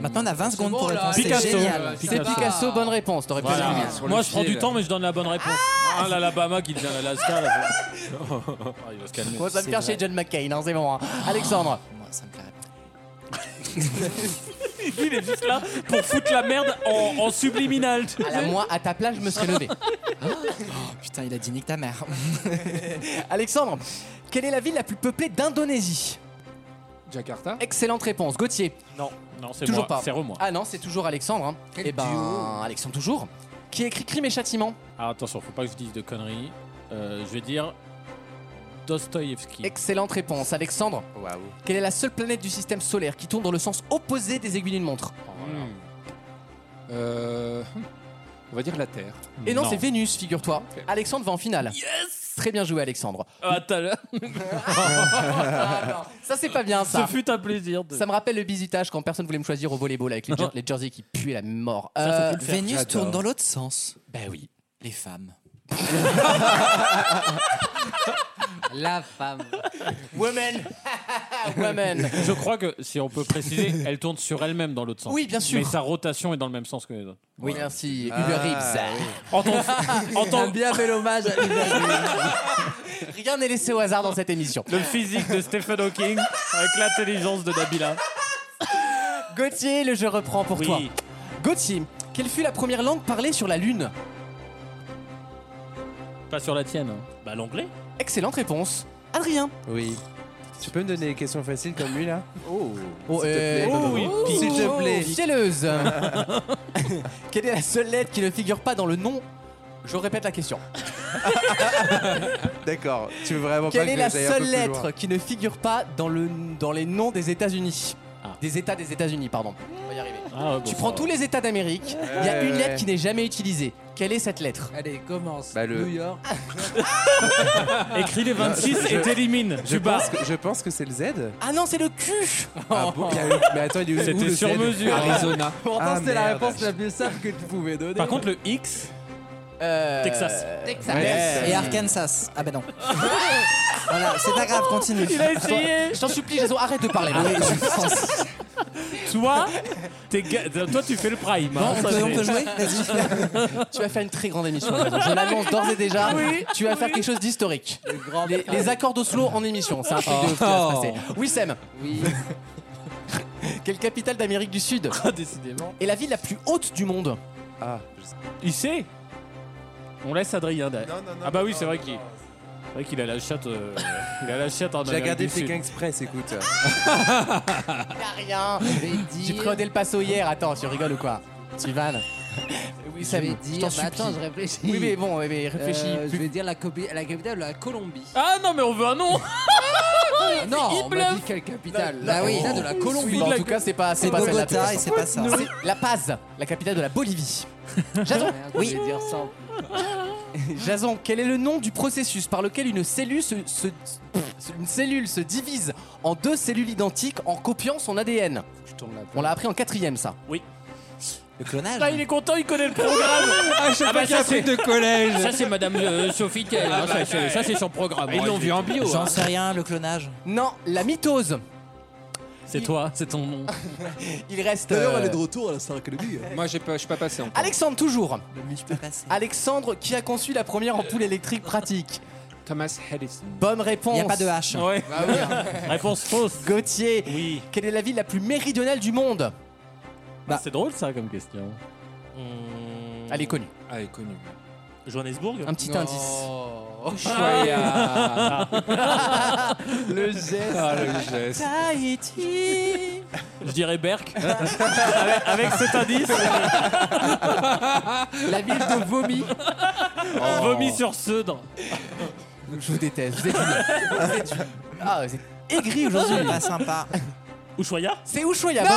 F: Maintenant, on a 20 secondes
H: bon,
F: pour
H: là,
F: répondre. C'est
E: Picasso.
F: génial.
B: C'est
E: Picasso.
B: Picasso, bonne réponse. T'aurais pu
E: Voilà.
B: l'aimer.
K: Sur le
E: Moi, je prends
K: pied,
E: du
K: là.
E: temps, mais je donne la bonne réponse. Ah, l'Alabama qui devient l'Alaska. là. Ah, il va se calmer.
B: Moi, ça me
F: C'est
B: faire chez
F: vrai.
B: John McCain, hein, c'est bon. hein. Alexandre,
F: Ah, Moi, ça me plairait pas.
E: Il est juste là pour foutre la merde en, en subliminal.
F: Ah,
B: à, la moi, à ta place, je me serais levé.
F: Oh, Putain, il a dit nique ta mère.
B: Alexandre, quelle est la ville la plus peuplée d'Indonésie
K: Jakarta.
B: Excellente réponse. Gauthier,
J: Non.
E: Non, c'est
B: toujours
E: moi.
B: pas.
E: C'est re moi.
B: Ah non, c'est toujours Alexandre. Hein. Eh ben, Alexandre, toujours. Qui écrit Crime et Châtiment
E: Ah, attention, faut pas que je dise de conneries. Euh, je vais dire Dostoïevski.
B: Excellente réponse. Alexandre, quelle est la seule planète du système solaire qui tourne dans le sens opposé des aiguilles d'une montre
K: oh, Euh, on va dire la Terre.
B: Et non, c'est Vénus, figure-toi. Alexandre va en finale. Yes Très bien joué, Alexandre.
J: À tout à l'heure.
B: Ah, non. ça, c'est pas bien, ça.
J: Ce fut un plaisir. de-
B: Ça me rappelle le bisutage quand personne voulait me choisir au volleyball avec les, jer- les jerseys qui puaient la mort.
F: Euh,
B: Euh,
N: Ça, faut plus le faire.
B: Vénus
N: J'adore.
B: tourne dans l'autre sens.
F: Bah
B: Ben oui.
N: Les femmes.
H: La femme.
B: Women Women
E: Je crois que si on peut préciser, elle tourne sur elle-même dans l'autre sens.
B: Oui, bien sûr.
E: Mais sa rotation est dans le même sens que les autres.
B: Oui, merci. Uber
E: Ah,
B: Eats.
E: oui.
B: En bien bel hommage à Uber Eats. Rien n'est laissé au hasard dans cette émission.
E: Le physique de Stephen Hawking avec l'intelligence de Nabila.
B: Gauthier, le jeu reprend pour toi. Gauthier, quelle fut la première langue parlée sur la Lune
E: Pas sur la tienne.
G: hein.
J: Bah l'anglais.
B: Excellente réponse. Adrien.
D: Oui. Tu peux me donner des questions faciles comme lui là Oh, S'il
B: Oh,
D: te
B: euh,
D: plaît.
B: oh, oui, pique.
D: S'il te
B: Oh,
D: plaît.
B: fielleuse. Quelle est la seule lettre qui ne figure pas dans le nom Je répète la question.
D: D'accord, tu veux vraiment pas
B: Quelle
D: que
B: est la
D: j'aille un peu
B: seule
D: plus loin
B: lettre qui ne figure pas dans, le, dans les noms des États-Unis
E: Ah.
B: Des États des États-Unis, pardon. On va y arriver. tu prends tous les États d'Amérique, il y a
D: Ouais,
B: une
D: ouais.
B: lettre qui n'est jamais utilisée. Quelle est cette lettre
H: Allez, commence.
D: Bah, le-
H: New York.
B: Ah,
E: Écris les 26
D: Je-
E: et t'élimines.
D: Je
E: Tu bats. Oh.
D: pense, que, je pense que c'est le Z.
B: Ah non, c'est le cul
D: Ah bon Il y a eu- Mais attends, il y a eu où,
E: C'était
D: le
E: sur
D: Z
E: mesure. Arizona.
B: Pourtant,
D: Ah,
B: c'était la
D: merde.
B: réponse la plus simple que tu pouvais donner.
E: Par contre, le X.
B: Euh,
E: Texas.
H: Texas.
F: Et Arkansas. Ah ben non. voilà, c'est pas grave, continue.
B: Je t'en supplie, Jason, arrête de parler. là.
E: Toi, t'es ga- toi, tu fais le prime. hein,
F: on,
E: ça,
F: peut, on
E: c'est-
F: peut jouer Vas-y.
B: tu vas faire une très grande émission. Jason. Je l'annonce d'ores et déjà. tu vas faire quelque chose d'historique. Les, les accords d'Oslo en émission, c'est un truc de ouf qui va se passer. Oui, Sam.
H: Oui.
B: Quelle capitale d'Amérique du Sud
E: Décidément.
B: est la ville la plus haute du monde
D: Ah,
E: Il sait On laisse Adrien derrière.
D: non, non,
E: ah bah oui,
D: non,
E: c'est vrai
D: non,
E: qu'il
D: non.
E: c'est vrai qu'il a la chatte. euh, il a la chatte en
D: J'ai regardé
E: Amérique du
D: Pékin
E: Sud.
D: Express, écoute.
B: Rien.
H: Je vais
B: J'ai
H: dire.
B: pris au Del Paso hier. Attends, tu rigoles ou quoi Tu vannes Oui,
H: Je
B: Sam,
H: vais
B: je
H: dire.
B: t'en
H: Bah, attends,
B: supplie.
H: je réfléchis.
B: Oui, mais bon, oui, mais réfléchis.
H: Euh, je
B: plus.
H: vais dire la, copi- la capitale de la Colombie.
E: Ah non, mais on veut un nom
H: non, on m'a
E: bluffe.
H: dit quelle capitale
B: La-
H: La,
B: la-
H: capitale de la Colombie.
B: Bon, en tout cas, c'est pas, c'est
F: C'est
B: pas celle-là.
F: Bogota et c'est pas ça.
B: C'est La Paz, la capitale de la Bolivie. Jason,
H: Ah, Merde,
F: Oui.
H: Je vais dire ça.
B: Jason, quel est le nom du processus par lequel une cellule se, se- pff, une cellule se divise en deux cellules identiques en copiant son ADN
H: Je tourne la
B: On l'a appris en quatrième, ça.
F: Le clonage.
E: Là, il est content, il connaît le programme Ah,
K: Ah bah ça c'est de collège. Ah,
E: Ça, c'est Madame euh, Sophie Kell, hein, ça, c'est- ça, c'est son programme.
K: Ils l'ont vu en bio. hein.
E: hein.
F: J'en sais rien, le clonage.
B: Non, la mitose.
E: C'est toi, c'est ton nom.
B: Il reste. euh,
N: retour à la Star Academy. hein.
K: Moi j'ai pas, je suis pas passé encore.
B: Alexandre, toujours.
F: Je peux passer.
B: Alexandre qui a conçu la première ampoule électrique pratique.
K: Thomas Harrison.
B: Bonne réponse.
F: Il n'y a pas de H. hein.
E: Ouais. Réponse fausse.
B: Gauthier,
E: Oui. Ah,
B: quelle est la ville la plus méridionale du monde
F: Bah.
E: C'est drôle ça comme question.
G: Hmm.
J: Mmh.
B: Elle est connue.
K: Ah, il est connu.
J: Johannesburg.
B: Un petit indice.
G: Oh.
K: Choya.
B: Le geste.
K: Ah, le geste.
B: Tahiti.
E: Je dirais Berck. avec, avec cet indice,
B: La ville de vomi.
K: Oh.
E: on vomit sur Seudre.
B: Je vous déteste. Vous êtes nuls. Vous êtes nuls. Ah, vous êtes aigris aujourd'hui.
F: C'est pas sympa.
J: Ushuaia.
B: C'est Ushuaïa.
D: non,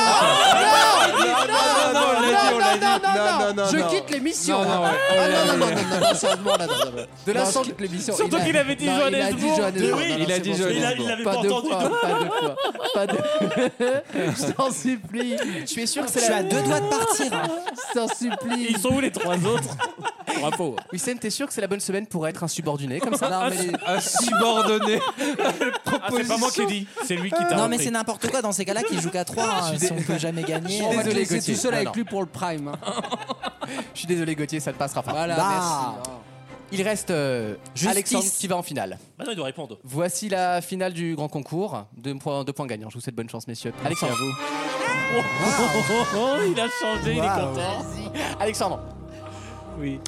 D: on l'a dit, on l'a dit. Non, non, non, non.
B: Je quitte l'émission.
K: Non, non, ouais.
H: Ah non, non, non, non, non, non, sérieusement, là, non, non, non.
B: De la
H: Non, je
B: santé-
H: quitte l'émission.
E: Surtout
H: Il a-
E: qu'il avait dit
H: Non, il a dit
E: Johannesburg.
H: Johannesburg.
E: Oui,
H: Non, non,
K: il a
H: c'est
K: dit
H: bon, c'est bon.
K: Johannesburg.
J: Il l'avait
B: Pas
J: pas
B: de
J: entendu.
B: fois, pas de fois, pas de. Je t'en supplie. Je t'en sûr que
F: Je
B: c'est
F: suis à
B: la.
F: deux doigts de partir.
B: Je t'en supplie.
E: Ils sont où les trois autres Bravo.
B: Wissem, t'es sûr que c'est la bonne semaine pour être insubordonné comme ça
H: Non, mais les-
K: Un subordonné.
E: Ah, c'est pas moi qui l'ai dit, c'est lui qui t'a
F: Non, mais
E: repris.
F: c'est n'importe quoi. Dans ces cas-là, qui joue qu'à 3, si on peut jamais gagner.
H: On va te
B: Désolé,
H: laisser
B: Gauthier.
H: tout seul
B: Non,
H: avec
B: non.
H: lui pour le prime. hein.
B: Je suis désolé, Gauthier, ça ne passera pas.
H: Voilà,
F: Bah.
H: merci.
B: hein. Il reste euh,
F: Justice.
B: Alexandre qui va en finale.
J: Bah non, il doit répondre.
B: Voici la finale du grand concours. Deux points, deux points gagnants. Je vous souhaite bonne chance, messieurs. Alexandre.
J: Oh, il a changé, il est
F: Waouh.
J: content.
B: Alexandre.
J: Oui.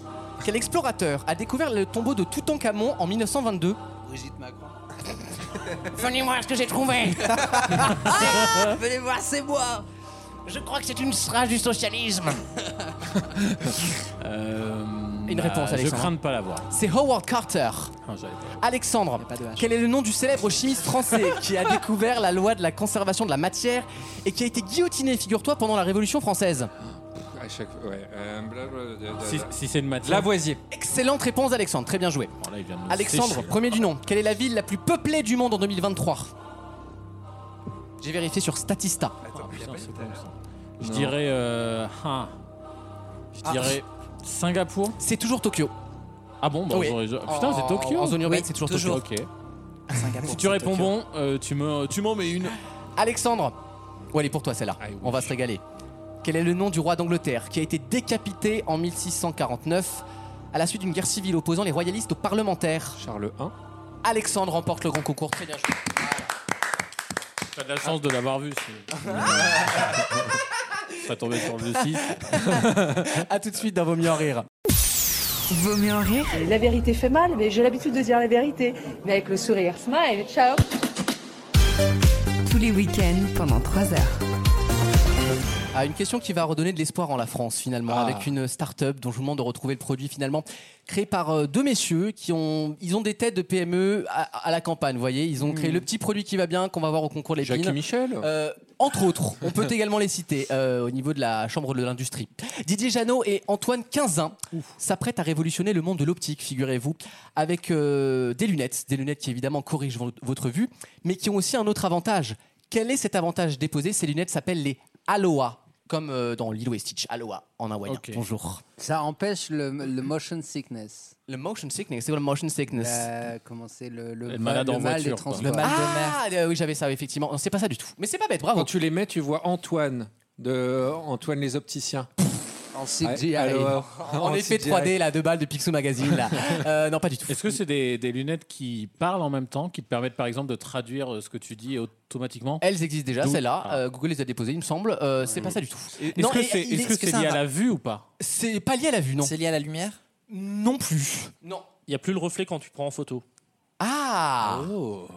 B: Quel explorateur a découvert le tombeau de Toutankhamon en 1922
H: Brigitte Macron.
B: Venez voir ce que j'ai trouvé Ah,
H: Venez voir, c'est moi.
B: Je crois que c'est une strasse du socialisme
E: Euh,
B: une
E: Bah,
B: réponse,
E: je
B: Alexandre.
E: crains de pas l'avoir.
B: C'est Howard Carter. Alexandre, quel est le nom du célèbre chimiste français qui a découvert la loi de la conservation de la matière et qui a été guillotiné, figure-toi, pendant la Révolution française
C: À chaque fois, ouais. euh, blablabla, blablabla.
E: Si, si c'est une matière.
C: Lavoisier.
B: Excellente réponse, Alexandre. Très bien joué.
E: Bon, Oh, là, il vient de nous
B: Alexandre,
E: sécher, là.
B: premier du nom. Quelle est la ville la plus peuplée du monde en 2023 J'ai vérifié sur Statista.
E: Je dirais. euh, ah. Je
B: Ah.
E: dirais Singapour.
B: C'est toujours Tokyo.
E: Ah bon bah,
B: Oui.
E: j'aurais- Putain,
B: En-
E: c'est Tokyo.
B: en zone urbaine, Oui, c'est toujours toujours. Tokyo.
E: Ok. Si tu réponds bon, euh, tu me- tu m'en mets une. Ah,
B: Alexandre Ouais, elle est pour toi celle-là. On va se régaler. Quel est le nom du roi d'Angleterre qui a été décapité en 1649 à la suite d'une guerre civile opposant les royalistes aux parlementaires
E: Charles I.
B: Alexandre remporte le grand concours. Très bien joué.
E: T'as de la chance de l'avoir vu. si- Ça tombé sur le 6.
B: A tout de suite dans Vaut mieux en rire.
L: Vaut mieux en rire
O: La vérité fait mal, mais j'ai l'habitude de dire la vérité. Mais avec le sourire, smile, ciao
L: tous les week-ends pendant 3 heures.
B: Ah, une question qui va redonner de l'espoir en la France finalement,
L: Ah.
B: avec une start-up dont je vous demande de retrouver le produit finalement, créé par euh, deux messieurs qui ont, ils ont des têtes de PME à, à la campagne, vous voyez, ils ont créé
E: Hmm.
B: le petit produit qui va bien, qu'on va voir au concours les
E: Jacques et Michel
B: Euh, Entre autres, on peut également les citer euh, au niveau de la Chambre de l'Industrie. Didier Jeannot et Antoine Quinzin s'apprêtent à révolutionner le monde de l'optique, figurez-vous, avec euh, des lunettes, des lunettes qui évidemment corrigent vo- votre vue, mais qui ont aussi un autre avantage. Quel est cet avantage déposé Ces lunettes s'appellent les Aloha, comme euh, dans Lilo et Stitch. Aloha en hawaïen. Bonjour.
H: Ça empêche le, le motion sickness.
B: Le motion sickness, c'est quoi le motion sickness
H: Euh, Comment c'est le, le,
B: Le
H: vol-
B: malade
H: le
B: en
H: mal
B: voiture,
H: des
B: quoi.
H: transports.
B: Le mal de mer. Ah, oui, j'avais ça, effectivement. Non, C'est pas ça du tout. Mais c'est pas bête, bravo.
C: Quand tu les mets, tu vois Antoine, de Antoine les opticiens.
H: En
B: CGI. E.
H: Oh,
B: En effet
H: E.
B: 3D, là, deux balles de Picsou Magazine, là. Euh, non, pas du tout.
E: Est-ce que c'est des, des lunettes qui parlent en même temps, qui te permettent par exemple de traduire euh, ce que tu dis automatiquement
B: Elles existent déjà,
E: D'où- Ah.
B: celles-là. Euh, Google les a déposées, il me semble. Euh, c'est pas ça du tout.
E: Est-ce
B: Non,
E: que
B: et-
E: c'est
B: il
E: est-ce que c'est
B: ça
E: lié à
B: va
E: la vue ou pas
B: C'est pas lié à la vue, non.
F: C'est lié à la lumière
B: Non plus.
J: Non. Il n'y a plus le reflet quand tu prends en photo.
B: Ah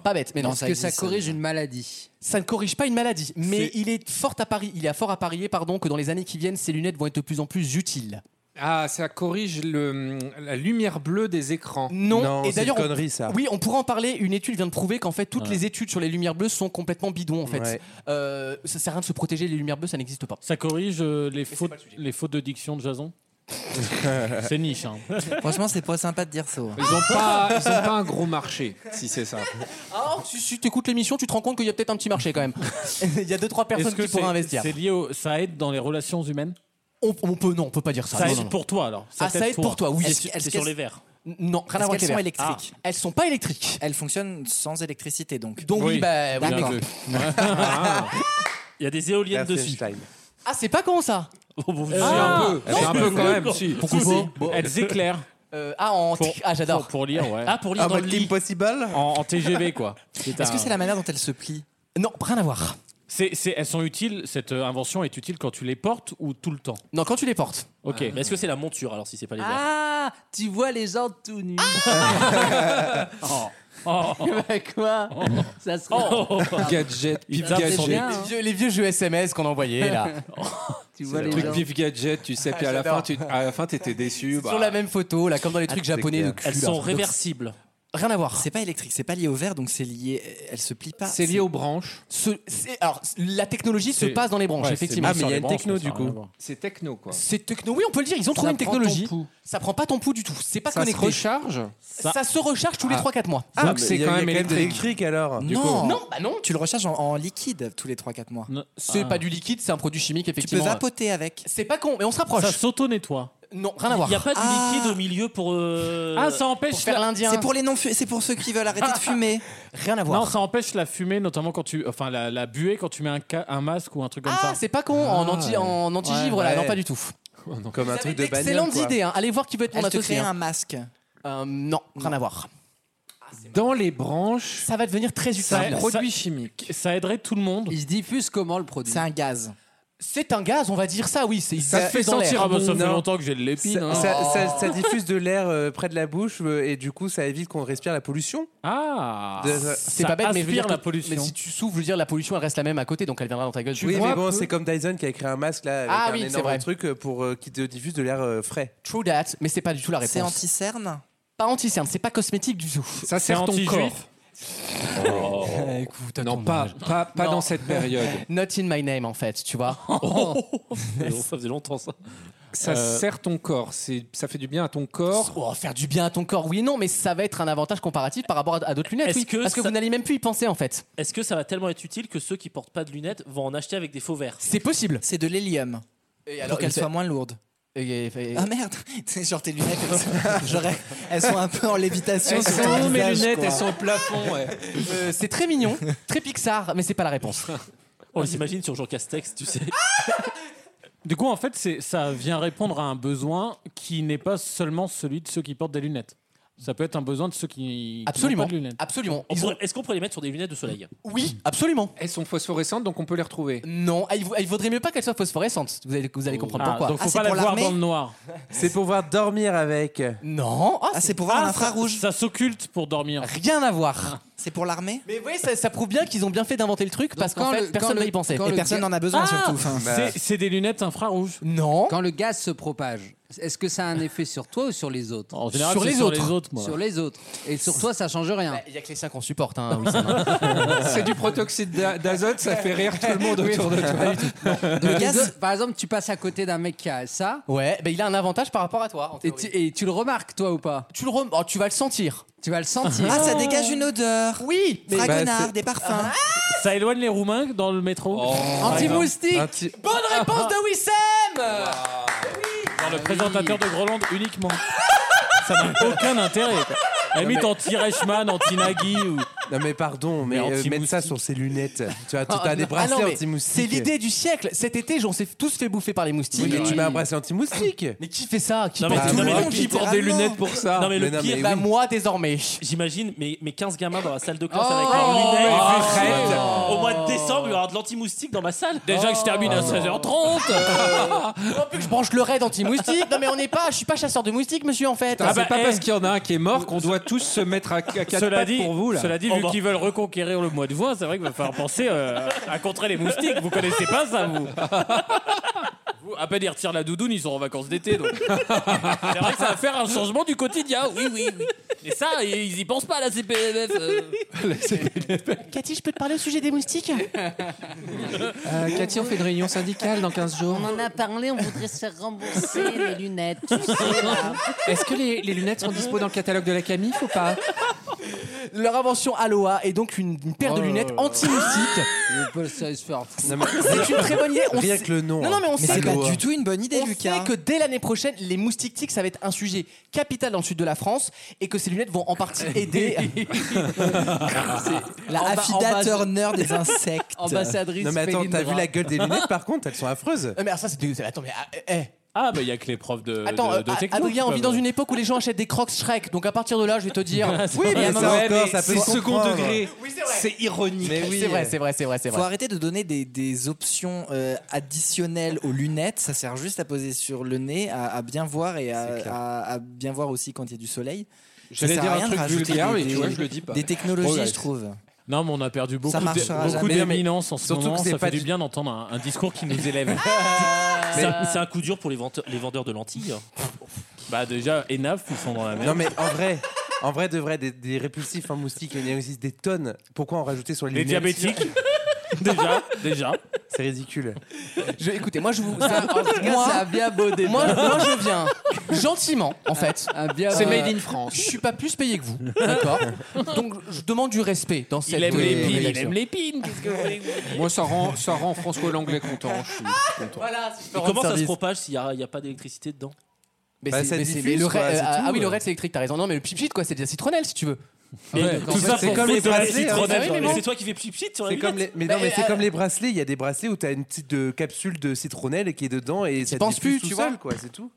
B: Pas bête, mais non.
J: Est-ce que ça corrige
B: une maladie Ça ne corrige pas une maladie, mais il est fort à pari- il est fort à parier pardon, que dans les années qui viennent, ces lunettes vont être de plus en plus utiles.
C: Ah, ça corrige le, la lumière bleue des écrans.
B: Non, et d'ailleurs, on- Oui, on pourrait en parler. Une étude vient de prouver qu'en fait, toutes les études sur les lumières bleues sont complètement bidons. En fait,
E: Ouais.
B: Euh, ça sert à rien de se protéger. Les lumières bleues, ça n'existe pas.
E: Ça corrige euh, les, fautes, les fautes de diction de Jason
B: euh.
E: C'est niche. Hein.
F: Franchement, c'est pas sympa de dire ça.
C: Ils ont pas, ils ont pas un gros marché, si c'est ça.
B: Ah, si, si tu écoutes l'émission, tu te rends compte qu'il y a peut-être un petit marché quand même. il y a deux trois personnes
E: Est-ce que
B: qui pourraient
E: c'est-
B: investir.
E: C'est lié au- ça aide dans les relations humaines
B: On, on peut non, on peut pas dire ça.
E: Ça
B: Non,
E: aide
B: non, non.
E: pour toi alors.
B: Ah, ça aide pour toi, oui.
E: C'est
B: Est-ce-
E: c'est
B: est-ce-
E: sur les verres.
B: N- Non, rien à
F: Est-ce
B: voir
F: qu'elles
B: avec les
F: sont
B: verres. Ah.
F: électriques
B: Elles sont pas électriques.
F: Elles fonctionnent sans électricité, donc.
B: Donc oui, bah, oui,
F: d'accord.
B: bien
J: Il y a des éoliennes
F: Raphaël
J: dessus.
B: Ah, c'est pas con ça.
J: si,
B: Ah,
J: un peu.
B: non,
J: Si, un peu quand même, si.
B: Pourquoi
J: Si,
B: pas
J: si. Elles éclairent.
B: Euh, ah, en
J: Pour-
B: tri- ah, j'adore.
E: Pour, pour lire, ouais.
B: Ah, pour lire Ah, dans bah, le lit.
E: Impossible en, en TGV, quoi.
F: Est-ce que c'est la manière dont elles se plient
B: Non, rien à voir.
E: C'est, c'est- elles sont utiles, cette euh, invention est utile quand tu les portes ou tout le temps
B: Non, quand tu les portes.
E: Ok.
J: Mais est-ce que c'est la monture alors si c'est pas les verres
H: Ah, tu vois les gens tout nus.
B: Ah.
J: Oh.
H: Bah quoi Ça se
J: Oh.
C: Gadget,
B: Ils
C: pif gadget.
B: inventent les, les vieux, les vieux jeux SMS qu'on envoyait là.
H: tu
C: vois les trucs pif gadget, tu sais, puis à la fin,
B: J'adore.
C: tu à la fin, t'étais déçu. bah.
B: Sur la même photo, là, comme dans les trucs japonais de cul. là. Donc, Rien à voir.
F: C'est pas électrique, c'est pas lié au verre, donc c'est lié. Elles se plient pas.
C: C'est lié aux branches.
B: Ce- c'est- alors, la technologie se passe dans les branches, effectivement.
C: Ah, mais il y a une techno du coup. C'est techno quoi.
B: C'est techno, oui, on peut le dire. Ils ont trouvé
C: Ça
B: une
C: prend
B: technologie.
C: ton pouls.
B: Ça prend pas ton pouls du tout. C'est pas
C: Ça se
B: connecté.
C: recharge
B: Ça... se recharge tous les
C: Ah.
B: 3-4 mois.
C: Ah, Donc mais c'est il y a- quand il y a même quand même de électrique.
D: Cric alors
B: du
F: non,
B: coup. Non, bah non.
F: Tu le recharges en, en liquide tous les 3-4 mois.
B: C'est
C: Ah.
B: pas du liquide, c'est un produit chimique, effectivement.
F: vapoter avec.
B: C'est pas con, mais on se rapproche.
E: Ça s'auto-nettoie.
B: Non, rien à
J: Il
B: voir. Ah.
J: n'y a pas de liquide au milieu pour. euh,
B: pour faire l'Indien.
F: C'est pour les non C'est pour ceux qui veulent arrêter
B: Ah.
F: de fumer.
B: Rien à
E: Non, ça empêche la fumée, notamment quand tu. Enfin, la, la buée quand tu mets un, ca- un masque ou un truc comme ça.
B: Ah, c'est pas con, en anti- en anti-givre, là. Non, pas du tout.
D: Comme un
B: Vous avez
D: truc de bagnole.
B: d'excellentes
D: quoi.
B: idées, hein. allez voir qui peut être mon
F: Elles te
B: associé.
F: créent
B: hein.
F: un masque.
B: Euh, non, rien à voir.
C: Dans les branches.
B: Ça va devenir très
C: C'est un
B: utile.
C: produit chimique.
E: Ça aiderait tout le monde.
H: Il se diffuse comment le produit
F: C'est un gaz.
B: C'est un gaz, on va dire ça, oui. c'est-
D: Ça
B: se
D: fait
B: dans
C: ah,
B: l'air. Oh.
D: sentir un
C: bah,
D: peu,
E: ça fait
D: Non.
E: longtemps que j'ai de l'épine.
D: Ça,
E: hein.
D: ça- ça- ça diffuse de l'air euh, près de la bouche euh, et du coup, ça évite qu'on respire la pollution.
E: Ah
D: De-
B: C'est pas bête, mais, je veux dire que- mais si tu souffles, je veux dire, la pollution elle reste la même à côté, donc elle viendra dans ta gueule. Tu
D: Oui,
B: vois
D: mais bon,
B: peu-
D: c'est comme Dyson qui a créé un masque là avec
B: Ah
D: un
B: oui, c'est
D: énorme
B: vrai.
D: truc euh, pour euh, qui te diffuse de l'air euh, frais.
B: True that, mais c'est pas du tout la réponse.
F: C'est anti-cerne
B: Pas anti-cerne, c'est pas cosmétique du tout.
F: Ça sert ton corps.
B: Écoute,
C: Non, pas- pas- pas dans cette période. Oh.
B: Not in my name, en fait, tu vois. Oh.
E: Oh.
J: Ça faisait longtemps ça.
C: Ça
B: Euh,
C: sert ton corps, c'est- ça fait du bien à ton corps.
B: Oh, faire du bien à ton corps, oui et non, mais ça va être un avantage comparatif par rapport à, à d'autres lunettes.
J: Est-ce
B: oui,
J: que
B: parce que
J: ça-
B: vous n'allez même plus y penser en fait.
J: Est-ce que ça va tellement être utile que ceux qui portent pas de lunettes vont en acheter avec des faux verres
B: C'est possible.
F: C'est de l'hélium.
J: alors,
F: pour qu'elle
J: il fait-
F: soit moins lourde.
B: Et- et-
F: Ah merde C'est genre tes lunettes, elles sont- genre, elles sont un peu en lévitation.
B: Elles
F: sur
B: sont
F: ton
B: où, mes
F: visage,
B: lunettes
F: quoi.
B: Elles sont au plafond, ouais. Euh, c'est très mignon, très Pixar, mais c'est pas la réponse.
J: On les imagine sur Jean Castex, tu sais.
B: Ah
E: Du coup, en fait, c'est- ça vient répondre à un besoin qui n'est pas seulement celui de ceux qui portent des lunettes. Ça peut être un besoin de ceux qui. qui
B: Absolument.
E: n'ont pas de lunettes.
B: Absolument.
J: On pourrait- Est-ce qu'on pourrait les mettre sur des lunettes de soleil
B: Oui, absolument.
C: Elles sont phosphorescentes, donc on peut les retrouver.
B: Non, ah, il, vaut- il vaudrait mieux pas qu'elle soit phosphorescente. Vous allez, vous allez comprendre
C: Ah,
B: pourquoi.
C: donc faut Ah, c'est pas la pour voir l'armée dans le
E: noir.
D: C'est pour voir dormir avec.
B: Non. Ah, c'est pour voir
E: l'infrarouge. Ça, ça s'occulte pour dormir.
B: Rien à voir.
F: C'est pour l'armée
B: Mais oui, ça, ça prouve bien qu'ils ont bien fait d'inventer le truc parce qu'en
F: quand
B: fait,
F: le-
B: personne
F: quand
B: n'a
F: le-
B: y pensé.
F: quand Et le- personne n'en a besoin,
B: Ah
F: surtout, enfin.
B: C'est-
E: C'est des lunettes infrarouges.
B: Non.
H: Quand le gaz se propage, est-ce que ça a un effet sur toi ou sur les autres
E: En général, Sur c'est les sur autres. les autres, moi.
H: Sur les autres. Et sur toi, ça change rien.
B: Il Bah, y a que les 5 qu'on supporte. Hein, oui, ça
C: C'est du protoxyde d'a- d'azote, ça fait rire tout le monde autour de toi.
H: Le gaz... Par exemple, tu passes à côté d'un mec qui a ça.
B: Ouais, ben il a un avantage par rapport à toi. en
H: Et
B: théorie.
H: tu, et tu le remarques, toi ou pas
B: Tu le rem- oh, tu vas le sentir.
H: Tu vas le sentir.
F: Ah, ça dégage une odeur.
B: Oui,
E: mais- Bah,
F: Fragonard,
E: c'est-
F: des parfums.
E: Ça éloigne les Roumains dans le métro.
B: Anti-moustique.
E: Anti-
B: Bonne réponse de Wissem
E: Dans le présentateur de Groland uniquement. ça n'a aucun intérêt. quoi. À la limite, anti-Reichmann, anti-Nagui. Ou...
D: Non mais pardon, mais, euh, mettre ça sur ses lunettes. tu as, tu
B: Ah,
D: as des
B: non. Ah, non,
D: bracelets
B: mais
D: anti-moustiques.
B: C'est l'idée du siècle. Cet été, on s'est tous fait bouffer par les moustiques.
D: Oui, mais tu mets un bracelet anti-moustique.
B: Mais qui fait ça Qui
J: Non, mais-
B: porte-
J: non, mais-
B: Tout le monde
J: qui porte des lunettes pour ça
B: Non mais le
J: Mais non,
B: pire,
J: mais
B: bah,
J: oui.
B: moi désormais.
J: J'imagine mes, mes 15 gamins dans la salle de classe
B: Oh,
J: avec leurs lunettes.
B: mais
J: Oh,
B: arrête.
J: ouais. Au mois de décembre, il y aura de l'anti-moustique dans ma salle. Oh
E: Déjà que je termine à 16h30.
B: En plus que je branche le raid anti-moustique. Non mais on n'est pas, je suis pas chasseur de moustiques, monsieur en fait.
J: Ah,
E: ah
C: Putain,
J: bah,
C: c'est
J: eh.
C: pas parce qu'il y en a un qui est mort qu'on doit tous se mettre à, à quatre
E: bah, eh. Cela
C: pattes
E: dit,
C: pour vous. Là. Oh, bah.
E: cela dit, vu qu'ils veulent reconquérir le mois de juin, c'est vrai qu'il va falloir penser euh, à contrer les moustiques. Vous connaissez pas ça, vous Vous, à peine ils retirent la doudoune, ils sont en vacances d'été. Donc, c'est vrai que ça va faire un changement du quotidien. Oui, oui, oui. Et ça, ils y pensent pas à la CPMF. euh.
B: Cathy, je peux te parler au sujet des moustiques
K: Euh, Cathy, on fait une réunion syndicale dans 15 jours.
P: On en a parlé, on voudrait se faire rembourser les lunettes. tu sais, là.
K: Est-ce que les, les lunettes sont dispo dans le catalogue de la Camif ou pas
B: Leur invention Aloha est donc une, une paire de
H: Oh là
B: lunettes
H: là.
B: anti-moustiques.
H: Je peux ça se faire foutre.
B: C'est une très bonne idée. On
D: Rien
B: sait-
D: que le nom.
B: Non, non, mais on
D: Mais
B: sait
D: c'est
B: que-
D: pas du
F: tout une bonne idée,
B: on
F: Lucas.
B: sait que dès l'année prochaine, les moustiques tiques, ça va être un sujet capital dans le sud de la France et que ces lunettes vont en partie aider. Ah,
F: La
B: En bas- en
F: Affida
B: bas-
F: Turner des insectes.
D: Non mais attends, t'as vu la gueule des lunettes par contre, elles sont affreuses.
B: Euh, mais alors ça c'est dégueulasse. Attends, mais ah, eh, eh.
E: Ah, bah, il y a que les profs de,
B: Attends,
E: de,
B: euh,
E: de
B: ah,
E: techno
B: Adrien,
E: qui
B: on vit
E: peuvent-
B: dans une époque où les gens achètent des crocs Shrek. Donc à partir de là, je vais te dire.
E: c'est vrai.
B: à un
E: Ça
B: moment-
E: encore, ça peut
B: c'est
E: se
B: second
E: comprendre.
B: degré.
E: Oui,
B: c'est vrai.
F: C'est ironique.
B: Mais oui. C'est vrai, c'est vrai, c'est vrai, c'est vrai.
F: Faut arrêter de donner des, des options euh, additionnelles aux lunettes. Ça sert juste à poser sur le nez, à, à bien voir et à, à- à bien voir aussi quand il y a du soleil. Ça
C: J'allais
F: sert
C: dire
F: à
C: un
F: rien de
C: truc
F: rajouter
C: vulgaire,
F: des-
C: mais tu vois, je
F: des-
C: le dis pas.
F: Des technologies,
C: Progrès.
F: je trouve.
E: Non, mais on a perdu beaucoup,
F: marchera
E: de- beaucoup
F: jamais.
E: d'éminence en ce
F: Surtout que
E: moment.
F: c'est
E: Ça
F: pas
E: fait du Ah.
F: du-
E: bien d'entendre un, un discours qui nous élève.
J: C'est un- c'est un coup dur pour les vendeurs, les vendeurs de lentilles.
E: bah, déjà, ENAF, ils sont dans la merde.
D: Non mais en vrai, en vrai de vrai, des, des répulsifs en moustiques, il y en a aussi des tonnes. Pourquoi en rajouter sur les,
E: Les
D: lunettes
E: diabétiques, déjà, déjà.
D: C'est ridicule.
B: Je- écoutez, moi je vous. ça- en tout cas,
H: Moi,
B: ça-
H: ça a bien beau débat.
B: Moi, moi, je viens gentiment, en fait.
H: Un bien-
B: Euh,
H: euh,
B: Je suis pas plus payé que vous, d'accord Donc je demande du respect dans cette.
E: Il aime
B: euh,
E: l'épine, il
B: rédaction.
E: aime l'épine. Qu'est-ce que vous voulez que vous dise
C: Moi, ça rend, ça rend François Langlais content. Je suis,
E: Ah,
C: je suis content.
B: Voilà, c'est
J: Et comment ça se propage s'il n'y a, il y a pas d'électricité dedans
B: Mais
C: Bah,
B: c'est-
C: ça
B: mais c'est-
C: diffuse,
B: mais le
C: quoi,
B: raid-
C: c'est
B: euh, ah
C: tout,
B: oui, le
C: ouais.
B: raid, c'est électrique, t'as raison. Non, mais le pipchit, quoi, c'est de la citronnelle si tu veux.
J: Mais
B: Ouais,
J: tout ça
D: c'est
J: pour
D: comme
J: foutre
D: les
J: de la
D: bracelets,
G: euh,
B: euh,
J: citronnelle.
D: ouais,
J: Mais
D: mais bon.
J: c'est toi qui fais pchit pchit sur la
D: C'est comme les,
J: lunette.
B: Bah,
D: mais non, mais c'est comme les bracelets. Il y a des bracelets où t'as une petite euh, capsule de euh, citronnelle qui est dedans et ça
B: penses
D: diffuse tout
B: plus, tu
D: seul,
B: vois.
D: quoi, c'est tout.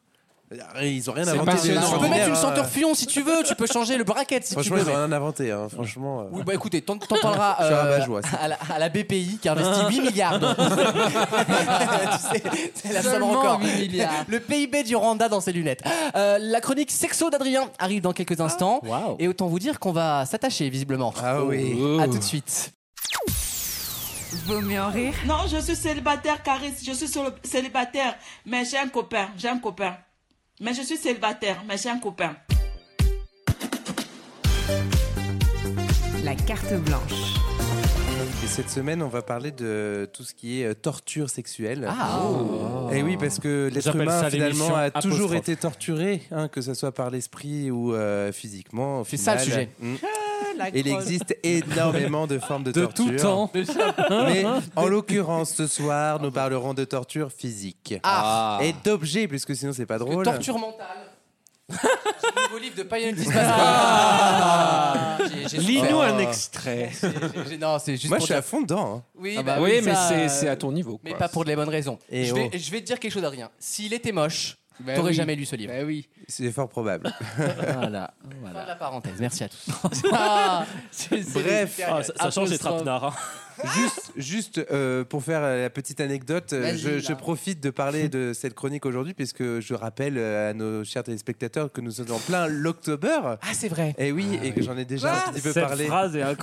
D: Ils ont rien
B: C'est
D: inventé.
B: passionnant. Tu peux mettre une senteur
D: fusion
B: fion si tu veux, tu peux changer le bracket si tu
D: hein. Franchement,
B: veux.
D: ils ont rien inventé. hein, Franchement. euh.
B: Oui, bah écoutez, t'en t'en parleras
D: Je suis
B: euh,
D: rabat-joie, c'est
B: à, la, à la BPI qui a investi 8 milliards. Tu sais, c'est la somme
H: Seulement
B: record.
H: 8 milliards.
B: Le PIB du Rwanda dans ses lunettes. Euh, la chronique sexo d'Adrien arrive dans quelques instants. Et autant vous dire qu'on va s'attacher visiblement. Ah
D: Ah. oui. Oh.
B: À tout de suite.
M: Vaut mieux en rire. Non, je suis célibataire, Caris. Je suis sur le- célibataire. Mais j'ai un copain. J'ai un copain. Mais je suis célibataire. Mais j'ai un copain.
L: La carte blanche.
D: Et cette semaine, on va parler de tout ce qui est euh, torture sexuelle.
L: Ah. Oh.
D: Et Eh oui, parce que l'être
E: J'appelle
D: humain
E: ça
D: finalement
E: l'émission
D: a toujours
E: apostrophe.
D: été torturé, hein, que ce soit par l'esprit ou euh, physiquement. au
B: C'est ça, le
D: final.
B: sujet. Ah,
D: Mm.
B: la
D: Il
B: grosse.
D: existe énormément de formes de,
E: De
D: torture.
E: tout temps.
D: Mais en l'occurrence, ce soir, nous parlerons de torture physique
B: Ah.
D: et d'objets, puisque sinon c'est pas drôle.
B: Torture mentale. C'est le nouveau livre de Payel
D: Ah.
C: Lis-nous un extrait.
B: Non, c'est juste
D: Moi,
B: pour
D: je suis
B: dire-
D: à fond dedans. hein.
B: Oui,
C: Ah
B: bah
C: bah oui, mais
B: ça,
C: c'est-
B: euh,
C: c'est à ton niveau,
B: Mais
C: quoi.
B: pas pour les bonnes raisons.
D: Et
B: je,
D: oh.
B: vais, je vais te dire quelque chose, Adrien. S'il était moche,
C: Ben
B: t'aurais
D: oui.
B: jamais lu ce livre. Bah oui.
D: C'est fort probable.
B: Voilà. Fin de la parenthèse. Ah, Merci à tous. Ah,
D: Bref,
J: ça change les trapenards. hein.
D: Juste, juste euh, pour faire euh, la petite anecdote, euh,
J: Vas-y,
D: je,
J: là.
D: je profite de parler de cette chronique aujourd'hui puisque je rappelle euh, à nos chers téléspectateurs que nous sommes en plein l'October.
B: Ah, c'est vrai.
D: Et oui, et que j'en ai déjà
E: Ah,
D: un petit peu parlé.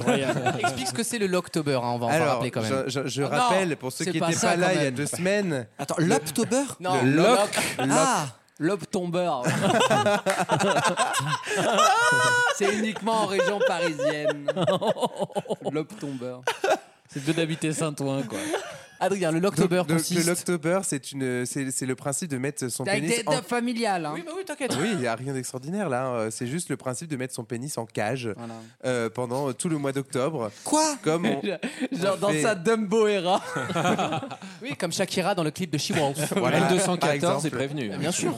B: Explique ce que c'est le Locktober. hein, on va en
D: Alors,
B: rappeler quand même.
D: je, je- je
B: Ah, non,
D: rappelle pour ceux
B: c'est
D: qui n'étaient pas,
B: ça, quand
D: là il y a
B: même.
D: deux semaines.
F: Attends, l'October
B: Non,
D: Le
B: le
D: lock.
B: lock.
D: Lock.
B: Ah, l'obtombeur.
H: C'est uniquement en région parisienne. L'obtombeur.
E: C'est de d'habiter Saint-Ouen, quoi.
B: Adrien, le Locktober
D: Donc, le-
B: consiste.
D: Le Locktober, c'est une, c'est c'est le principe de mettre son
H: T'as
D: pénis
H: été
D: en
H: top familial. Hein.
B: Oui, bah oui, t'inquiète.
D: Oui, Ah il n'y a rien d'extraordinaire là. Euh, C'est juste le principe de mettre son pénis en cage euh, pendant tout le mois d'octobre.
B: Quoi
D: Comme on-
B: Genre
D: on
B: dans
D: fait-
B: sa Dumbo era. oui, comme Shakira dans le clip de She-Wolf.
D: Voilà, par exemple.
B: Bien sûr.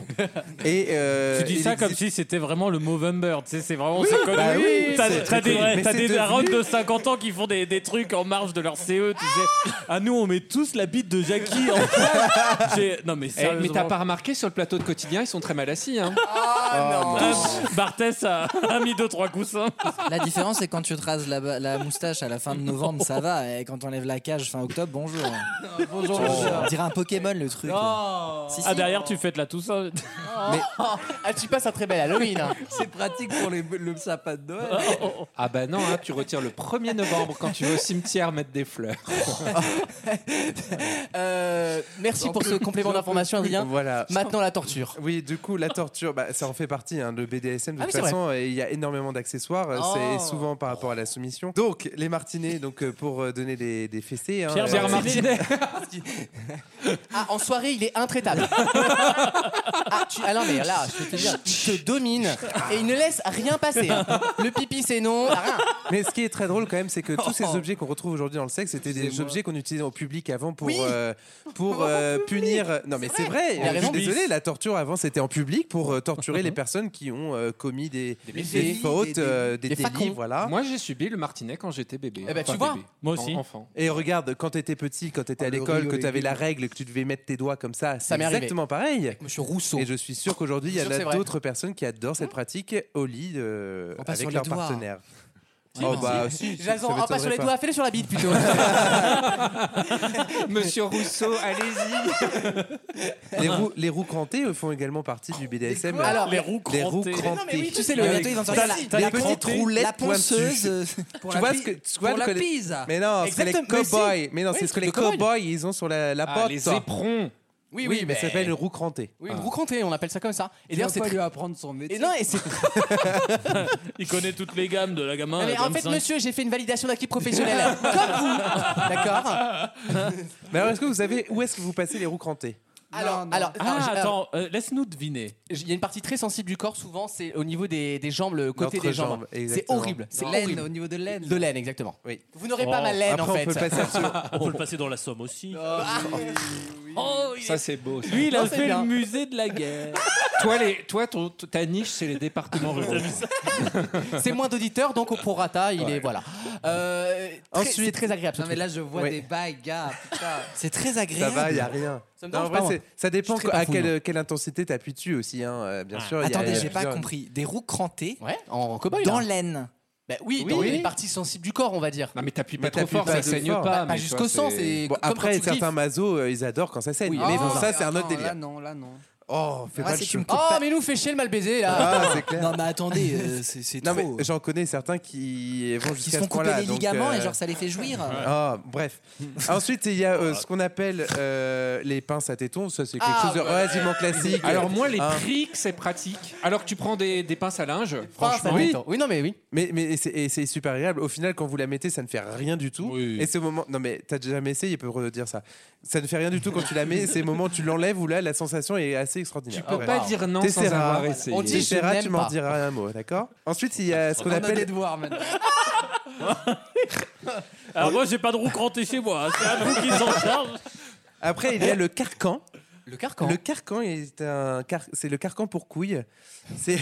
D: Et euh,
E: Tu dis
D: il
E: ça comme
D: existe-
E: si c'était vraiment le Movember, tu sais, c'est vraiment
D: Oui,
E: ces conneries.
D: bah oui,
E: T'as
D: c'est-
E: t'as des,
D: mais
E: t'as
D: c'est
E: des
D: devenu-
E: darons de 50 ans qui font des, des trucs en marge de leur CE, tu sais. Ah, nous, on met tous la bite de Jackie en place. J'ai- Non, mais
C: Eh, mais t'as
E: sérieusement.
C: pas remarqué sur le plateau de quotidien, ils sont très mal assis. Hein.
E: Ah, Tous, Barthès a, a mis deux trois coussins.
F: La différence, c'est quand tu te rases la, ba- la moustache à la fin de novembre, ça va. Et quand on lève la cage fin octobre, bonjour.
E: bonjour,
B: Oh.
F: On
B: Ah,
F: dirait un Pokémon le truc.
C: Oh.
F: Si, si.
C: bah,
E: Ah, derrière, tu fais de la Toussaint.
B: Ah, tu passes un très bel Halloween. hein. Oh,
H: C'est pratique pour les- le sapin de Noël.
C: Ah bah non, hein, tu retires le 1er novembre quand tu vas au cimetière mettre des fleurs.
B: Euh, merci pour ce complément d'information, Adrien.
D: Voilà.
B: Maintenant, la torture.
D: Oui, du coup, la torture, bah, ça en fait partie, hein, le BDSM. De
B: Ah oui,
D: toute
B: c'est
D: façon, et il y a énormément d'accessoires. euh,
B: Oh.
D: C'est souvent par rapport à la soumission. Donc, les martinets, donc, euh, pour euh, donner des, des fessées. hein,
E: Pierre
D: euh,
E: Martinet.
B: Ah, en soirée, il est intraitable. ah, tu... ah non, mais là, je peux te dire, il te domine et il ne laisse rien passer. hein. Le pipi, c'est non, rien.
D: Mais ce qui est très drôle quand même, c'est que tous ces
B: Oh.
D: objets qu'on retrouve aujourd'hui dans le sexe, c'était des
B: Excusez-moi.
D: objets qu'on utilisait au public avant pour,
B: Oui.
D: euh, pour euh, punir. Non, mais c'est vrai.
B: Il a
D: Je
B: raison.
D: suis désolé, la torture avant, c'était en public pour euh, torturer les personnes qui ont euh, commis des, des
C: méfaits.
D: fautes,
C: Des-
D: euh, des,
C: des
D: délits,
C: facons.
D: voilà.
C: Moi, j'ai subi le martinet quand j'étais bébé. hein,
D: Eh ben, tu
C: Enfin,
D: vois.
C: bébé.
E: Moi
C: En-
E: aussi.
C: Enfant.
D: Et regarde, quand t'étais petit, quand
B: Ah,
D: t'étais à
C: le
D: l'école,
C: Rio
D: que t'avais
C: Olympique.
D: la règle, que tu devais mettre tes doigts comme ça, c'est
B: m'est arrivé.
D: exactement pareil.
B: Monsieur Rousseau.
D: Et je suis sûr qu'aujourd'hui, il y
B: Je suis sûr que c'est
D: en a
B: vrai.
D: d'autres personnes qui adorent cette pratique au lit euh,
B: On passe sur
D: avec
B: les
D: leur
B: doigts.
D: partenaire.
B: Si,
D: Oh,
B: bah,
D: bah,
B: si.
D: si, ça
B: Jason, oh, pas sur
D: m'étonnerait
B: les
D: pas.
B: doigts, fais-le sur la bite plutôt.
C: Monsieur Rousseau, allez-y.
D: Les roues, les roues crantées euh, font également partie du BDSM.
B: quoi
D: euh,
B: Alors, les
E: roues
D: les roues
E: crantées.
D: crantées.
B: Mais non, mais oui, tu sais, le-
D: Avec-
F: Bientôt, ils vont
D: t'as
F: sortir
D: la-
F: la-
D: t'as
F: la
D: les petites
F: crantée,
D: roulettes
F: la ponceuse, euh,
D: pointues.
F: pour
D: Tu
F: la
D: vois
F: pi-
D: ce que tu
F: pour
D: vois
F: la
D: que les-
F: pizza.
D: Mais non, ce que les
B: Exactement, mais si.
D: cow-boys. Mais non,
B: Oui,
D: c'est ce que
B: de
D: les
B: cow-boys.
D: cow-boys ils ont sur la la
C: Ah,
D: porte.
C: les éperons.
B: Oui,
D: Oui, mais ça s'appelle roue crantée.
B: Oui, une roue crantée, on appelle ça comme ça. Et
H: Il
B: d'ailleurs,
H: va
B: c'est.
H: pas
B: très-
H: lui apprendre son métier.
B: Et non, et c'est.
E: Il connaît toutes les gammes de la gamin.
B: Ah, mais
E: la
B: en fait,
E: 25.
B: monsieur, j'ai fait une validation d'acquis professionnel. comme vous. D'accord
D: Mais alors, est-ce que vous savez où est-ce que vous passez les roues crantées
B: Alors, alors,
E: Ah,
B: je- alors,
E: attends, euh, laisse-nous deviner.
B: Il y a une partie très sensible du corps, souvent, c'est au niveau des, des jambes, le côté des jambes.
D: L'entrejambe,
B: C'est
D: exactement.
B: horrible. C'est
H: Laine,
B: horrible.
H: au niveau de laine.
B: De laine, exactement.
D: Oui.
B: Vous n'aurez pas
E: Oh.
B: ma laine,
D: Après,
B: en
D: on
B: fait.
D: peut le passer absolument.
J: On peut le passer dans la somme aussi.
E: Oh, il est-
C: Ça, c'est beau. ça.
E: Lui, il a
B: Non, c'est
E: fait
B: bien.
E: le musée de la guerre.
C: Toi, les, toi ton- ta niche, c'est les
B: Oh,
C: départements ruraux.
B: C'est moins d'auditeurs, donc au prorata, il est. Voilà. Euh, très-
H: Ensuite-
B: c'est très agréable. ce
H: Non, mais
B: truc.
H: là, je vois
B: Ouais.
H: des bails, gars. Putain.
F: C'est très
D: Ça va, il n'y a rien.
H: Ça me
D: Non, en
H: dérange
D: vrai,
H: pas, moi.
D: c'est- ça dépend
H: Je suis
D: à
H: très pas fou,
D: quelle, quelle intensité tu appuies dessus aussi, hein, euh, bien sûr. il y a-
F: Attendez,
D: il y a
F: j'ai pas
D: plusieurs-
F: compris. Des roues crantées
B: en cow-boy,
F: dans
B: là.
F: l'aine.
B: Bah oui, dans les parties sensibles du corps, on va dire.
C: Non, mais t'appuies
D: Mais t'appuies pas assez fort.
B: Bah, Pas jusqu'au sang, c'est.
D: Bon,
B: comme quand
D: après,
B: tu griffes.
D: certains masos, euh, ils adorent quand ça saigne.
B: Oui,
D: mais
B: ah,
D: bon, ça, c'est un
H: Attends,
D: autre délire.
H: Là, non, là, non.
D: Oh, fais
H: Ah,
D: pas
H: si
D: le
H: tu
D: chou.
H: me
B: Oh, mais nous fait chier le mal baiser là
D: Ah, c'est clair.
F: Non, mais attendez, euh, c'est c'est
D: Non,
F: trop.
D: mais j'en connais certains qui vont
F: Ils
D: jusqu'à
F: se
D: ce
F: font couper
D: point-là.
F: les
D: donc,
F: ligaments et
D: euh,
F: genre ça les fait jouir.
D: Ah, bref. Ensuite, il y a euh, ce qu'on appelle euh, les pinces à tétons. Ça, c'est quelque
C: Ah,
D: chose de
C: ouais.
D: relativement classique.
C: Alors moi, les
D: Hein.
C: tricks, c'est pratique. Alors que tu prends des, des pinces à linge, franchement,
D: oui.
B: non, mais oui.
D: Mais, mais c'est- et c'est super agréable. Au final, quand vous la mettez, ça ne fait rien du tout. Et c'est au moment. Non, mais t'as déjà essayé, il peut redire ça. Ça ne fait rien du tout quand tu la mets. C'est au moment où tu l'enlèves où là, la sensation est assez extraordinaire. Ah
C: Tu peux pas dire non sans
D: T'essaieras.
C: avoir essayé.
D: On dit T'essaieras,
C: je n'aime
D: tu m'en
C: pas.
D: diras un mot, d'accord Ensuite, il y a ce qu'on
H: On a des
D: appelle.
H: devoirs maintenant.
E: Alors moi, j'ai pas de roue crantée chez moi. hein. C'est à vous qui s'en charge.
D: Après, il y a le carcan.
B: Le carcan.
D: Le carcan est un car... c'est le carcan pour couilles. C'est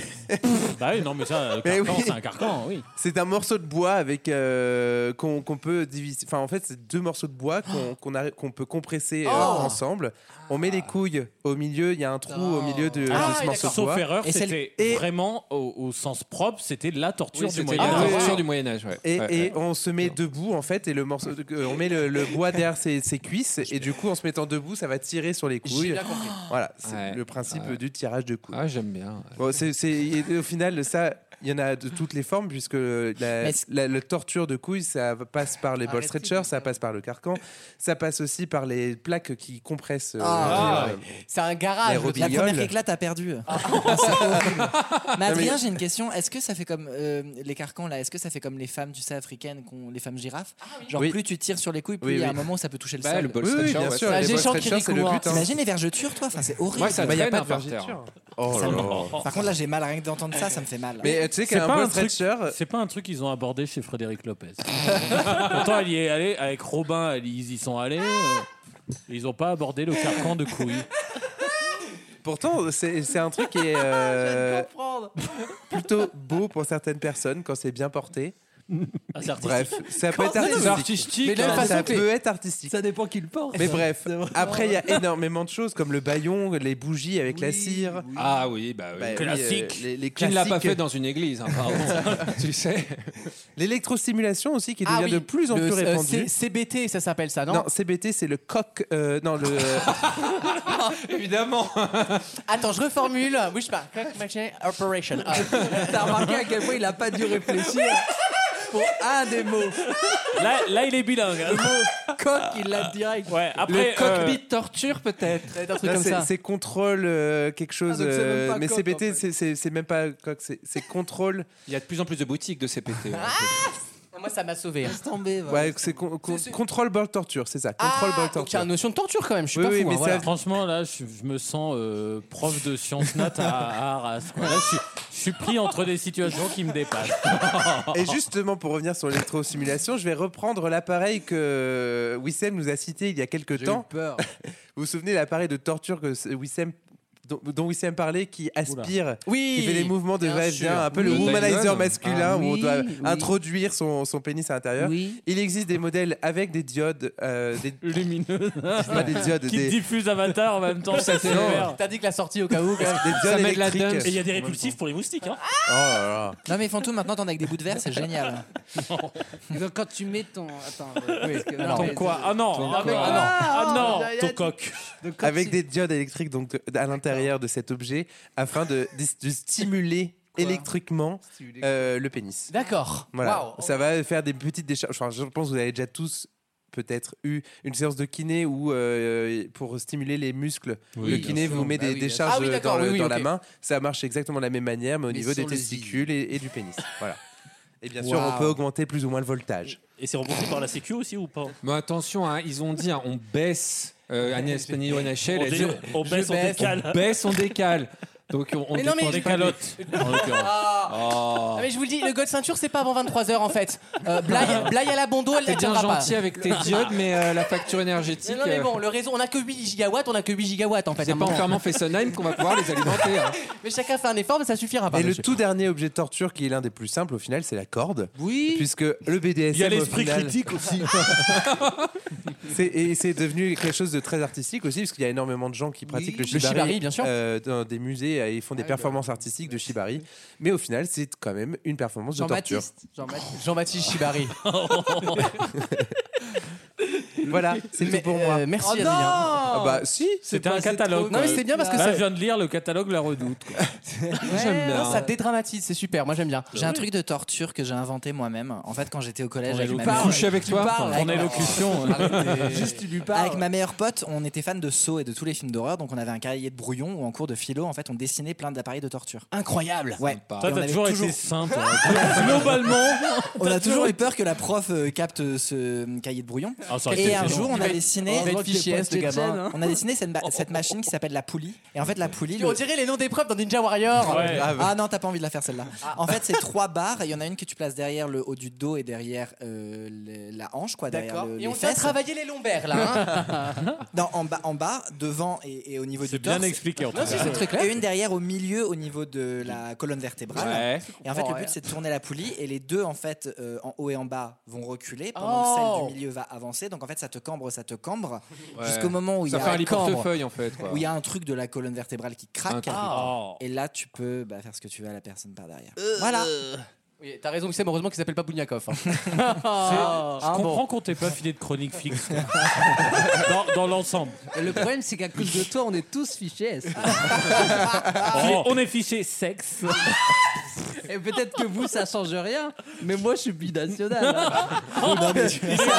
E: Bah oui, non, mais ça, le
D: Mais
E: carcan,
D: oui.
E: c'est un carcan, oui.
D: c'est un morceau de bois avec euh, qu'on qu'on peut diviser. Enfin, en fait, c'est deux morceaux de bois qu'on qu'on arri- qu'on peut compresser euh,
E: Oh.
D: ensemble. On met les couilles au milieu. Il y a un trou au milieu de, de ce morceau de bois.
E: Ah, Sauf erreur,
D: Et c'est le-
E: c'était vraiment au, au sens propre, c'était la torture
D: Oui,
E: du
D: c'était
E: Moyen
D: la
E: Âge.
D: torture du
C: Moyen Âge. Ouais.
D: Et,
C: Ouais,
D: et
C: ouais.
D: on se met debout en fait et le morceau de- euh, on met le, le bois derrière ses, ses cuisses et du coup en se mettant debout ça va tirer sur les couilles.
B: bien compris.
D: Voilà, c'est
C: Ouais.
D: le principe
C: Ouais.
D: du tirage de couilles.
C: Ah, j'aime bien.
D: Bon, c'est- c'est- et au final ça il y en a de toutes les formes puisque la,
C: Mais c-
D: la- la torture de couilles ça passe par les
F: Ah,
D: ball
C: Arrêtez,
D: stretchers, ça passe par le carcan, ça passe aussi par les plaques qui compressent. euh, les-
F: Ah. Ah.
B: C'est un
D: les
B: garage.
F: La
D: robignoles.
F: première éclate t'as perdu.
H: Ah.
F: C'est horrible. Mais
D: Non,
F: Adrien,
D: mais-
F: j'ai une question. Est-ce que ça fait comme euh, les carcans là Est-ce que ça fait comme les femmes, tu sais, africaines, qu'on- les femmes girafes
H: Ah
F: Genre
D: Oui.
F: plus tu tires sur les couilles, plus
D: Oui,
F: il y a
D: oui.
F: un moment où ça peut toucher le
D: Bah,
F: sol.
D: le ball Oui, oui, stretcher, bien ouais,
B: Bah,
D: sûr, ça- les ball stretchers, c'est le but, hein.
F: T'imagines les vergetures, toi Enfin, c'est horrible.
D: Moi, ça Bah, y a traîne pas de un vergeture. vergeture. Oh là là.
F: Par contre, là, j'ai mal rien que d'entendre ça, ça me fait mal.
D: euh,
E: C'est pas un truc- C'est pas un truc qu'ils ont abordé chez Frédéric Lopez. Pourtant, elle y est allée, avec Robin, elle- ils y sont allés. euh, ils ont pas abordé le carcan de couilles.
D: Pourtant, c'est c'est un truc qui est euh, plutôt beau pour certaines personnes quand c'est bien porté.
C: Ah,
E: c'est artistique.
D: Bref, ça peut
E: Quand-
D: être
E: Non,
D: artistique.
E: non, mais artistique,
D: Mais de la
E: hein.
D: même façon ça
E: que les-
D: peut être artistique.
H: Ça dépend qui le porte.
D: Mais bref, après il y a énormément de choses comme le baillon, les bougies avec la cire.
C: Ah oui, bah oui.
D: Bah oui, euh, les- les
C: tu ne l'as pas
D: classiques.
C: fait dans une église, hein, pardon. tu sais.
D: L'électrostimulation aussi qui devient
B: Ah oui,
D: de plus en
B: le-
D: plus
B: euh,
D: répandue.
B: C- CBT, ça s'appelle ça, non,
D: non, CBT c'est le coq. euh, non, le.
C: Évidemment.
B: Attends, je reformule. Bouge pas. Cock machine Operation. Ah.
H: T'as remarqué à quel point il a pas dû réfléchir pour un des mots.
E: Là, là, il est bilingue. hein.
H: Le mot coq, il l'a direct.
E: Ouais, après, euh,
C: torture peut-être.
H: Un truc
D: Là,
H: comme
D: c'est-
H: ça.
D: C'est contrôle euh, quelque chose.
H: Ah, donc c'est même
D: euh,
H: pas
D: mais
H: coq,
D: CBT, c'est- c'est c'est même pas coq, c'est c'est contrôle.
C: Il y a de plus en plus de boutiques de CPT. hein.
B: Moi, ça m'a sauvé. hein.
H: Tombé, va.
D: Ouais, c'est con- con- contrôle ball torture, c'est ça. Contrôle ball torture.
B: Ah, Donc, il y a une notion de torture quand même. Je suis
D: Oui,
B: pas
D: oui,
B: fou.
D: mais
B: hein,
D: ça-
B: voilà.
E: Franchement, là, je, je me sens euh, prof de sciences nat à, à Arras. quoi. Là, je, suis- je suis pris entre des situations qui me dépassent.
D: Et justement, pour revenir sur l'électrosimulation, je vais reprendre l'appareil que Wissem nous a cité il y a quelques
H: J'ai eu
D: temps.
H: peur.
D: Vous vous souvenez de l'appareil de torture que ce- Wissem dont, dont Wissem parlait, qui aspire,
B: Oui,
D: qui fait des mouvements de
B: bien
D: va-et-vient,
B: sûr.
D: un peu le
B: Oui.
D: womanizer
B: Dyson.
D: masculin
B: Ah,
D: où on
B: oui,
D: doit
B: oui.
D: introduire son, son pénis à l'intérieur.
B: Oui.
D: Il existe des modèles avec des diodes euh, des...
E: lumineuses,
D: pas des diodes,
E: qui
D: des-
E: diffuse Avatar en même temps. Ça, c'est
D: Non.
E: vert.
B: T'as dit que la sortie au cas où. quand même. Ah.
D: des diodes électriques.
E: Et il y a des répulsifs pour les moustiques. Hein.
D: Oh là là.
F: Non, mais Fantôme, maintenant, t'en as avec des bouts de verre, c'est génial.
H: Donc, quand tu mets ton. Attends. euh, parce que-
E: Ton
H: mais-
E: quoi Ah non
H: Ton
E: Ah
H: quoi.
E: non
H: Ah,
E: Ah non,
H: il y a-
E: Ton coq
H: Donc, quand
D: avec
H: tu-
D: des diodes électriques donc de- à l'intérieur de cet objet afin de, de- de stimuler électriquement euh, le pénis.
B: D'accord.
D: Voilà,
B: Waouh.
D: ça va faire des petites décharges. Enfin, je pense que vous avez déjà tous peut-être eu une séance de kiné où euh, pour stimuler les muscles,
E: Oui,
D: le
E: bien
D: kiné
H: sûr.
D: vous met
H: Bah
D: des
H: oui, bien
D: décharges
B: sûr. Ah oui,
D: dans,
B: d'accord,
D: le-
B: oui, oui,
D: dans la
B: ok.
D: main. Ça marche exactement de la même manière, mais au
H: Mais
D: niveau des
H: sur le
D: testicules et, et du pénis. Voilà. Et bien sûr,
C: Waouh.
D: on peut augmenter plus ou moins le voltage.
E: Et c'est remboursé par la Sécu aussi ou pas
C: Mais attention, hein, ils ont dit hein, on baisse. euh, Agnès Pannier-Runacher,
E: On
C: elle a
E: dé-
C: dit,
E: on baisse,
C: je
E: on décale.
C: On baisse, on décale.
K: Donc on, on
B: Mais non, mais
K: dépend
B: j'ai
K: des
B: pas
K: calottes. en l'occurrence.
C: Oh.
B: Ah, mais je vous le dis, le god ceinture, c'est pas avant 23h en fait. Euh, blague, blague à la bondo, elle
C: Ah, T'es bien
B: n'attendra pas.
C: gentil avec tes diodes, mais euh, la facture énergétique.
B: Mais non, mais
C: euh,
B: bon, le réseau, on a que 8 gigawatts, on a que 8 gigawatts en fait.
C: c'est
B: à un
C: pas en
B: moment.
C: fermant Fessenheim qu'on va pouvoir les alimenter. hein.
B: Mais chacun fait un effort, mais ça suffira pas.
D: Et le
B: monsieur.
D: tout dernier objet de torture qui est l'un des plus simples au final, c'est la corde.
B: Oui.
D: Puisque le BDSM.
B: Il y a l'esprit
D: au final-
B: critique aussi.
D: C'est- et c'est devenu quelque chose de très artistique aussi, parce qu'il y a énormément de gens qui pratiquent le
B: Le
D: shibari,
B: shibari, bien sûr. Ah, bah,
D: euh, dans des musées euh, ils font des performances artistiques de shibari. Mais au final, c'est quand même une performance de torture.
B: Jean-Baptiste. Jean-Baptiste. Jean-Baptiste Chibari.
D: voilà, c'est tout pour moi.
B: merci, Oh Adrien. non
D: euh, Ah bah si,
E: C'était un
B: pas- c'est
E: catalogue.
B: trop- Non, mais
E: quoi.
B: c'est bien parce que
E: Là,
B: ça-
E: je viens de lire le catalogue de la Redoute. quoi.
B: Ouais, non, Ça dédramatise, c'est super. Moi j'aime bien.
F: J'ai un truc de torture que j'ai inventé moi-même. En fait, quand j'étais au collège,
B: Ton
F: avec ma
B: élocution.
F: meilleure-
B: Coucher avec
F: Tu
B: toi
F: parles,
B: Ton
F: avec ma-
B: élocution. Arrêtez. Juste, tu lui parles.
F: Avec ma meilleure pote, on était fan de Saw et de tous les films d'horreur, donc on avait un cahier de brouillon où en cours de philo, en fait, on dessinait plein d'appareils de torture.
B: Incroyable.
F: Ouais.
E: Toi,
F: Et on
E: t'as
F: avait
E: toujours été sain, toi. Globalement.
F: on a toujours eu peur que la prof euh, capte ce euh, cahier de brouillon.
E: Ah, ça aurait été
F: et un
E: gênant.
F: jour, on
E: Il va
F: a
E: être-
F: dessiné.
E: il va être fichier S de gamin, hein.
F: On a dessiné cette, ma- cette machine qui s'appelle la poulie. Et en fait, la poulie.
B: On dirait les noms d'épreuves dans Ninja Warrior.
F: Ouais. Ah non, t'as pas envie de la faire celle-là.
B: Ah.
F: En fait, c'est trois barres. Il y en a une que tu places derrière le haut du dos et derrière euh, le- la hanche, quoi. derrière
B: D'accord.
F: le-
B: Et on
F: les
B: fait
F: fesses.
B: travailler les lombaires là. hein.
F: non, en bas, en bas, devant et, et au niveau du
E: bien
F: torse.
E: expliqué, en tout Non, cas. si, c'est très clair.
F: Et une derrière au milieu, au niveau de la colonne vertébrale.
E: Ouais.
F: Et en fait, le
E: Ouais.
F: but c'est de tourner la poulie et les deux en fait euh, en haut et en bas vont reculer pendant que
B: Oh.
F: celle du milieu va avancer. Donc en fait, ça te cambre, ça te cambre
C: Ouais.
F: jusqu'au moment où il y
C: Ça
F: a
C: fait un
F: un
C: lit
F: cambre,
C: portefeuille, en fait, quoi.
F: Où il y a un truc de la colonne vertébrale qui
C: Un
F: craque.
C: truc. Oh.
F: Et là, tu peux bah, faire ce que tu veux à la personne par derrière.
B: Voilà. Euh. Oui, t'as raison, Wissem, heureusement qu'il s'appelle pas Bougnakov. hein.
E: Je
B: Ah, bon.
E: comprends qu'on t'ait pas filé de chronique fixe. quoi. dans dans l'ensemble.
H: Le problème, c'est qu'à cause de toi, on est tous fichés. S.
E: Filé- On est fiché sexe.
H: Et peut-être que vous, ça change rien, mais moi, je suis binational. hein. Ah,
E: Il est quoi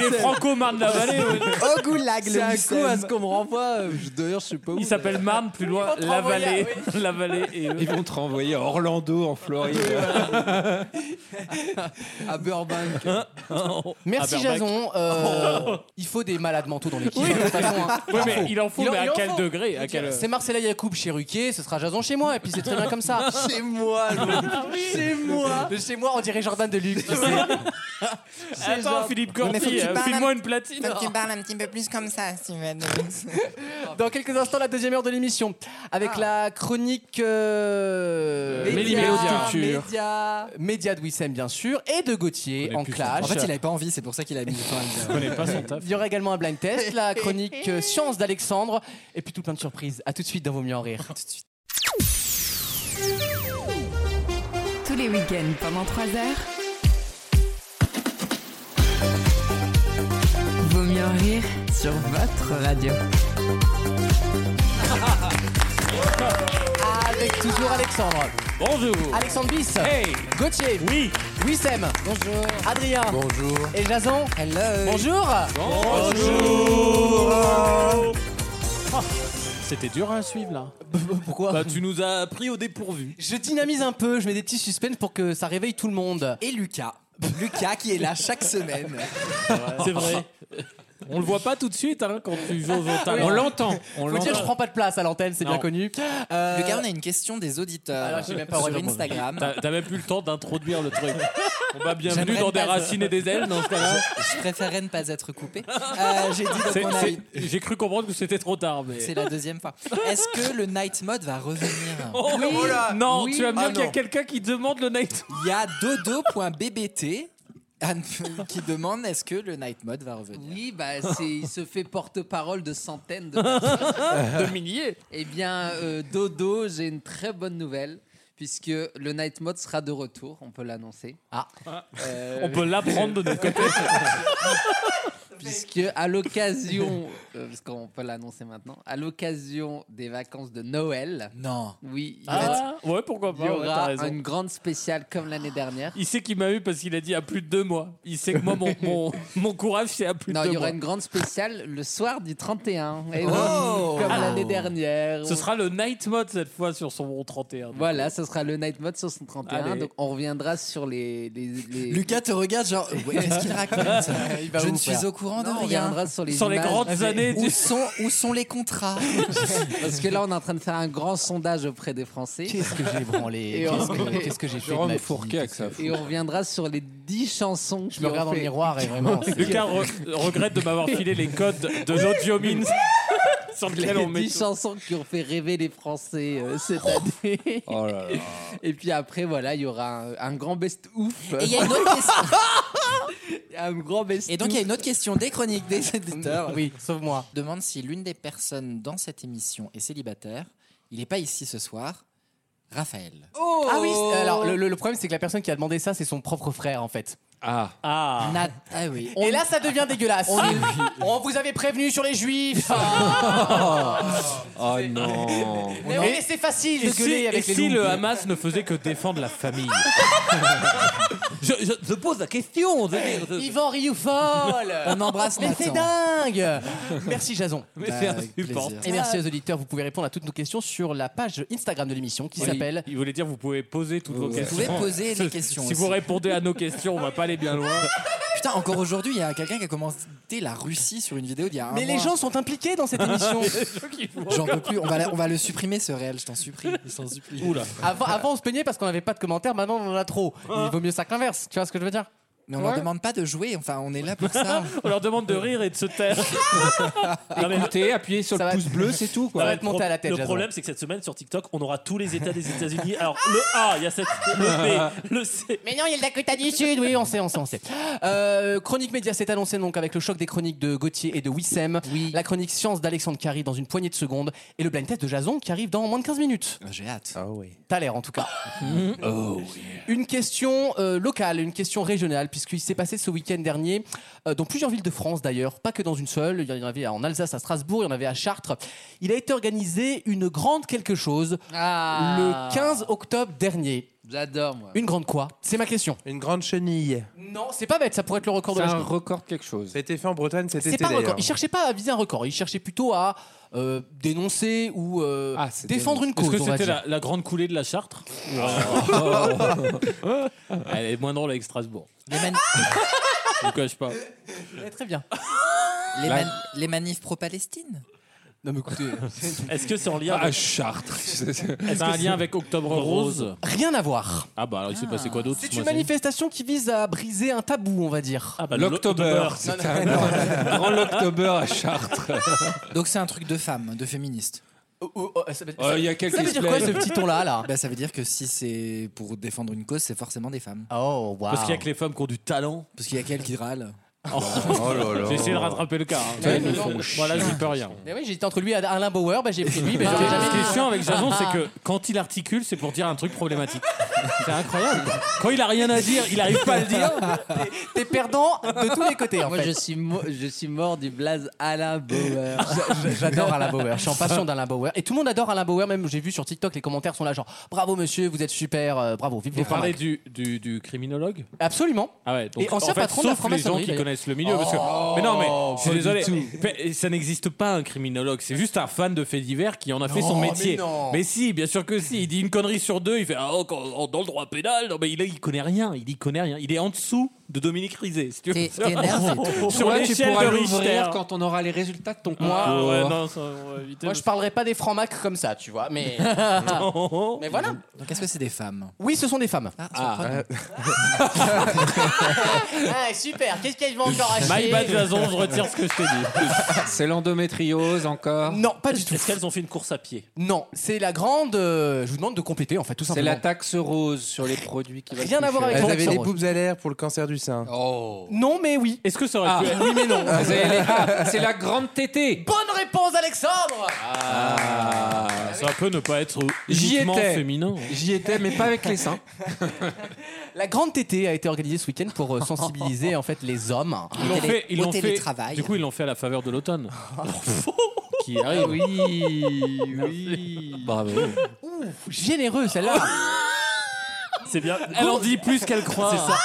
E: Il est franco Marne-la-Vallée. ouais.
F: Ah, Au goulag, le
H: C'est un coup
F: Wissem.
H: à ce qu'on me renvoie. euh, je- D'ailleurs, je sais pas où.
E: Il s'appelle Marne, plus loin,
H: Ils vont te
E: la vallée,
H: renvoyer,
E: la vallée et
C: Ils vont te renvoyer à Orlando, en Floride.
H: à Burbank.
B: Merci Jason. Euh, il faut des malades mentaux dans l'équipe.
E: Oui.
B: hein, de toute façon, hein.
E: Oui, mais il en faut, mais à
B: il en
E: quel
B: faut.
E: degré, à
B: Je veux dire,
E: quel-
B: C'est Marcella Yacoub chez Ruquier, ce sera Jason chez moi, et puis c'est très bien comme ça.
H: Chez moi, chez moi.
B: De chez moi, on dirait Jordan Deluxe. tu sais.
E: Attends, Philippe
F: Ouais, mais faut que
E: Corti,
F: tu
E: euh,
F: parles
E: file-moi
F: un-
E: une platine.
F: faut que tu parles un petit peu plus comme ça, si tu veux.
B: Dans quelques instants, la deuxième heure de l'émission. Avec
F: Ah.
B: la chronique. euh,
C: Média,
B: Média,
C: culture.
B: Média. Média de Wissem, bien sûr, et de Gauthier en clash.
F: En fait, il avait pas envie, c'est pour ça qu'il a mis du temps à le dire.
B: Il y aura également un blind test, la chronique euh, science d'Alexandre, et puis tout plein de surprises. À tout de suite dans Vos Mieux en Rire.
L: Tous les week-ends pendant 3 heures. Vaut mieux en rire sur votre radio.
B: Avec toujours Alexandre.
E: Bonjour.
B: Alexandre Bis.
E: Hey.
B: Gauthier.
E: Oui.
B: Wissem. Bonjour. Adrien.
D: Bonjour.
B: Et Jason.
F: Hello.
B: Bonjour.
E: Bonjour. Ah, C'était dur à suivre là.
B: Pourquoi
E: Bah, tu nous as pris au dépourvu.
B: Je dynamise un peu, je mets des petits suspens pour que ça réveille tout le monde.
F: Et Lucas. Lucas qui est là chaque semaine.
E: C'est vrai. On le voit pas tout de suite hein, quand tu joues au talent.
C: On l'entend. On
B: Faut dire, je
C: l'entend.
B: prends pas de place à l'antenne, c'est
E: Non.
B: bien connu. Euh,
F: Lucas, on a une question des auditeurs
B: Alors, j'ai même pas
F: sur
B: envie de
F: Instagram.
E: T'as t'as même plus le temps d'introduire le truc. On va bienvenue
F: J'aimerais
E: dans des
F: pas-
E: racines et des ailes dans ce cas-là.
F: Je préférais ne pas être coupé.
H: Ah,
F: Euh, J'ai dit donc
E: C'est-
F: on a
E: c'est-
F: une-
E: J'ai cru comprendre que c'était trop tard, mais.
F: C'est la deuxième fois. Est-ce que le night mode va revenir
E: Oh, non,
F: Oui.
E: tu vas me
F: Ah,
E: dire qu'il y a
F: non.
E: quelqu'un qui demande le night.
F: Il y a dodo.bbt Anne qui demande est-ce que le night mode va revenir
H: Oui, bah, c'est- il se fait porte-parole de centaines de personnes.
E: de milliers.
H: Eh bien, euh, Dodo, j'ai une très bonne nouvelle. Puisque le night mode sera de retour, on peut l'annoncer.
B: Ah,
H: Euh,
E: On peut l'apprendre de notre côté.
H: puisque à l'occasion, euh, parce qu'on peut l'annoncer maintenant, à l'occasion des vacances de Noël,
F: Non.
H: oui, il y,
E: Ah,
H: a-
E: ouais, pourquoi
H: il y
E: pas, ouais, t'as
H: aura
E: raison.
H: une grande spéciale comme l'année dernière.
E: Il sait qu'il m'a eu parce qu'il a dit à plus de deux mois. Il sait que moi, mon, mon, mon courage, c'est à plus
H: Non,
E: de
H: il y
E: deux
H: aura
E: mois.
H: une grande spéciale le soir du 31, et oui,
E: Oh.
H: comme
E: Ah.
H: l'année dernière.
E: Ce sera le night mode cette fois sur son 31.
H: Voilà, ce sera le night mode sur son 31,
E: Allez.
H: donc on reviendra sur les... les, les-
F: Lucas te regarde genre ouais, qu'est-ce qu'il raconte
H: Il va
F: Je
H: où,
F: ne suis
H: frère
F: au courant de
H: Non, on
F: rien.
H: reviendra sur les Sur les images.
B: Ah,
H: grandes années
F: Où
H: du-
F: sont, où sont les contrats
H: Parce que là, on est en train de faire un grand sondage auprès des Français. Qu'est-ce
B: que j'ai branlé
H: Et
B: Qu'est-ce
H: on-
B: que- qu'est-ce que j'ai fait de ma vie
H: Et on reviendra sur les 10 chansons.
B: Je me regarde dans le miroir et vraiment, c'est-
E: Lucas re- regrette de m'avoir filé les codes de l'audiomine sur
H: Les
E: lequel on met
H: 10
E: tout.
H: chansons qui ont fait rêver les Français euh, cette année. Et puis après, voilà, il y aura un, un grand best-ouf.
F: Et il y a une autre
H: un grand best
F: Et donc il y a une autre question des chroniques des éditeurs.
H: Oui, sauf moi.
F: Demande si l'une des personnes dans cette émission est célibataire. Il n'est pas ici ce soir. Raphaël.
H: Oh
B: Ah oui, c'est- alors le, le- le problème c'est que la personne qui a demandé ça, c'est son propre frère en fait.
E: Ah.
B: Ah.
F: Nat- ah oui.
B: Et là, ça devient dégueulasse. On, vous avait prévenu sur les juifs.
E: Oh non.
B: Mais oui, mais c'est facile
E: Et
B: de
E: si,
B: gueuler avec
E: et
B: les
E: si
B: loups.
E: le Hamas ne faisait que défendre la famille je, je te pose la question. je veux dire, je-
B: Yvan Rioufol
E: On embrasse
B: Mais
E: Nathan.
B: c'est dingue Merci Jason.
E: Mais c'est Bah, avec insupportable. plaisir.
B: Et merci aux auditeurs. Vous pouvez répondre à toutes nos questions sur la page Instagram de l'émission qui
E: Oui,
B: s'appelle.
E: Il voulait dire, vous pouvez poser toutes vos
B: Vous
E: questions.
B: pouvez
F: poser
E: Si-
F: les questions
E: Si vous
F: aussi.
E: répondez à nos questions, on va pas aller bien loin.
F: Putain, encore aujourd'hui, il y a quelqu'un qui a commenté la Russie sur une vidéo d'il y a un
B: Mais les
F: mois.
B: gens sont impliqués dans cette émission.
F: J'en peux plus, on va, la- on va le supprimer ce réel, je t'en supplie. Je t'en supplie.
E: Oula.
B: Avant, avant, on se plaignait parce qu'on n'avait pas de commentaires. Maintenant, on en a trop. Il vaut mieux ça que l'inverse. Tu vois ce que je veux dire
F: Ah. Mais on leur
B: Ouais.
F: demande pas de jouer, enfin on est là pour ça.
E: on leur demande de rire et de se taire.
C: Écoutez, appuyez sur le pouce bleu, c'est tout. Quoi.
J: Non, mais le pro- Le problème, c'est que cette semaine sur TikTok, on aura tous les États des États-Unis. Alors, le A, il y a cette. Le B, le C.
B: Mais non, il y a le Dakota du Sud, oui, on sait, on sait, on sait. Euh, chronique média s'est annoncée donc avec le choc des chroniques de Gauthier et de Wissem, la chronique science d'Alexandre qui arrive dans une poignée de secondes et le blind test de Jason qui arrive dans moins de 15 minutes.
F: J'ai hâte.
B: Ah oui. T'as l'air en tout cas. Une question euh, locale, une question régionale, puisqu'il s'est passé ce week-end dernier euh, dans plusieurs villes de France d'ailleurs, pas que dans une seule. Il y en avait en Alsace, à Strasbourg, il y en avait à Chartres. Il a été organisé une grande quelque chose
H: Ah.
B: le 15 octobre dernier.
H: J'adore, moi.
B: Une grande quoi C'est ma question.
D: Une grande chenille.
B: Non, c'est pas bête, ça pourrait être le record de
D: C'est
B: la
D: un
B: chenille.
D: record de quelque chose. Ça a été fait en Bretagne hein. cet été.
B: C'est pas un record.
D: d'ailleurs.
B: Il cherchait pas à viser un record, il cherchait plutôt à euh, dénoncer ou euh, défendre une cause.
E: Est-ce
B: on
E: que
B: va
E: Ah, c'était
B: dire.
E: la, la grande coulée de la Chartre Elle est moins drôle avec Strasbourg. Je vous cache pas.
B: Eh, Très bien.
F: Les,
E: La-
F: man- les manifs pro-Palestine
B: Non mais écoutez.
E: Est-ce que c'est en lien
C: Ah,
E: avec-
C: Chartres.
E: Est-ce un lien avec Octobre Rose
B: Rien à voir.
E: Ah bah alors il s'est passé quoi d'autre
B: C'est
E: ce
B: une
E: mois-ci
B: manifestation qui vise à briser un tabou, on va dire.
E: Ah bah,
C: L'October, c'est un grand- grand October à Chartres.
F: Donc c'est un truc de femme, de féministe.
C: Oh, il y a quelqu'un
B: Ça veut dire quoi ce petit ton-là là
F: Bah, Ça veut dire que si c'est pour défendre une cause, c'est forcément des femmes.
B: Oh, waouh.
E: Parce qu'il y a que les femmes qui ont du talent.
F: Parce qu'il y a qu'elles qui râlent.
E: Oh là là. J'ai essayé de rattraper le cas, hein. Ouais, mais bon, voilà, j'y peux rien.
B: Mais Eh oui, j'étais entre lui et Alain Bauer, bah j'ai pris lui. Mais
E: Ah,
B: j'aurais
E: La
B: jamais-
E: question avec Jason, c'est que quand il articule, c'est pour dire un truc problématique. C'est incroyable. quoi. Quand il a rien à dire, il arrive pas à le dire.
B: T'es perdant de tous les côtés. En
H: Moi,
B: fait.
H: je suis, mo- je suis mort du blaze Alain Bauer.
B: J'adore Alain Bauer, je suis en passion d'Alain Bauer. Et tout le monde adore Alain Bauer, même j'ai vu sur TikTok, les commentaires sont là genre bravo monsieur, vous êtes super, euh, bravo, vive les
E: Vous parlez
B: Francs.
E: du, du, du criminologue
B: Absolument.
E: Ah ouais, donc
B: Et ancien
E: en fait,
B: patron de la
E: sauf les gens
B: franc-maçonnerie,
E: qui
B: d'ailleurs.
E: connaissent le milieu. parce que-
B: Oh,
E: mais non, mais je suis
B: pas du
E: désolé.
B: tout.
E: Pe- Ça n'existe pas un criminologue. C'est juste un fan de faits divers qui en a fait son
B: mais
E: métier.
B: non.
E: si, bien sûr que si. Il dit une connerie sur deux. Il fait ah, oh, quand- dans le droit pénal. Non, mais il, il connaît rien. Il y connaît rien. Il est en dessous de Dominique Rizet. Si tu veux.
C: T'es- t'es énervé, toi.
E: sur
C: Toi, tu
E: l'échelle
C: pourras
E: de
C: l'ouvrir
E: Richter.
C: quand on aura les résultats de ton
E: Moi,
C: concours.
E: Ah ouais, non, ça, on va éviter
B: euh, Moi
E: de-
B: je parlerai pas des francs macs comme ça, tu vois, mais mais voilà.
F: Donc est-ce que c'est des femmes
B: Oui, ce sont des femmes.
E: Ah.
F: surprenant.
E: Euh,
B: Ah, super, qu'est-ce qu'elles vont encore
C: My
B: acheter
C: bad,
E: Jason, je retire ce que je t'ai dit.
C: C'est l'endométriose encore
B: Non, pas du tout.
J: Est-ce qu'elles ont fait une course à pied
B: Non, c'est la grande. euh, je vous demande de compléter en fait, tout
C: C'est
B: simplement.
C: la taxe rose sur les produits qui va
B: Rien
C: te
B: à voir
C: toucher.
D: Elles
B: avec
D: avaient
B: Jackson
D: des
B: Rose.
D: boobs à l'air pour le cancer du sein. Oh.
B: Non, mais oui.
E: Est-ce que ça aurait
C: Ah.
E: pu être-
B: Oui, mais non.
C: Ah, c'est les- ah, C'est la grande tétée.
B: Bonne réponse, Alexandre
E: Ah, ça peut ne pas être
C: J'y
E: uniquement
C: étais.
E: féminin.
C: J'y étais, mais pas avec les seins.
B: La grande tétée a été organisée ce week-end pour euh, sensibiliser en fait les hommes.
E: Ils l'ont fait, ils l'ont fait. Du coup, ils l'ont fait à la faveur de l'automne. qui arrive.
C: Oui,
E: oui. Bravo.
B: Généreux celle-là.
J: C'est bien.
E: Elle en dit plus qu'elle croit.
J: C'est ça.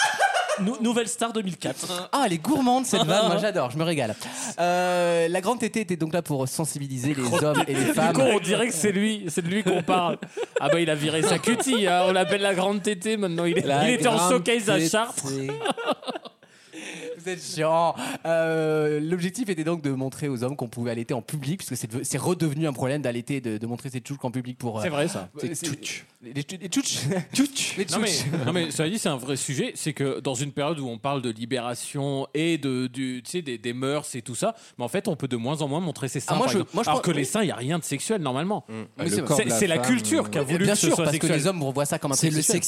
J: Nou- nouvelle star 2004.
B: Ah, elle est gourmande cette vanne, moi j'adore, je me régale. Euh, la grande tétée était donc là pour sensibiliser les hommes et les femmes.
E: Du coup, on dirait que c'est lui, c'est de lui qu'on parle. Ah bah il a viré sa cutie, hein. on l'appelle la grande tétée maintenant. Il, est-
C: La
E: il était en
C: grande
E: showcase à
C: tétée.
E: Chartres.
B: Vous êtes chiant. Euh, L'objectif était donc de montrer aux hommes qu'on pouvait allaiter en public, puisque c'est deve- c'est redevenu un problème d'allaiter, de, de montrer ses tchouches en public pour. euh,
E: C'est vrai, ça.
B: euh,
E: Tes
B: c'est-
E: tchouches.
B: Les tchou- les tchouches. Les
E: Non mais,
B: tchouches.
E: non mais ça dit c'est un vrai sujet, c'est que dans une période où on parle de libération et de du tu sais, des, des mœurs et tout ça, mais en fait on peut de moins en moins montrer ses seins.
B: Ah, moi,
E: par
B: je-
E: exemple.
B: moi, je
E: Alors
B: pense-
E: que les seins il y a rien de sexuel normalement. Euh,
B: Mais c'est-
E: C'est c'est la, euh, culture qui a voulu
B: Bien
E: que ce
B: sûr,
E: soit
B: parce que
E: sexuel.
B: les hommes voient ça comme un truc sexuel.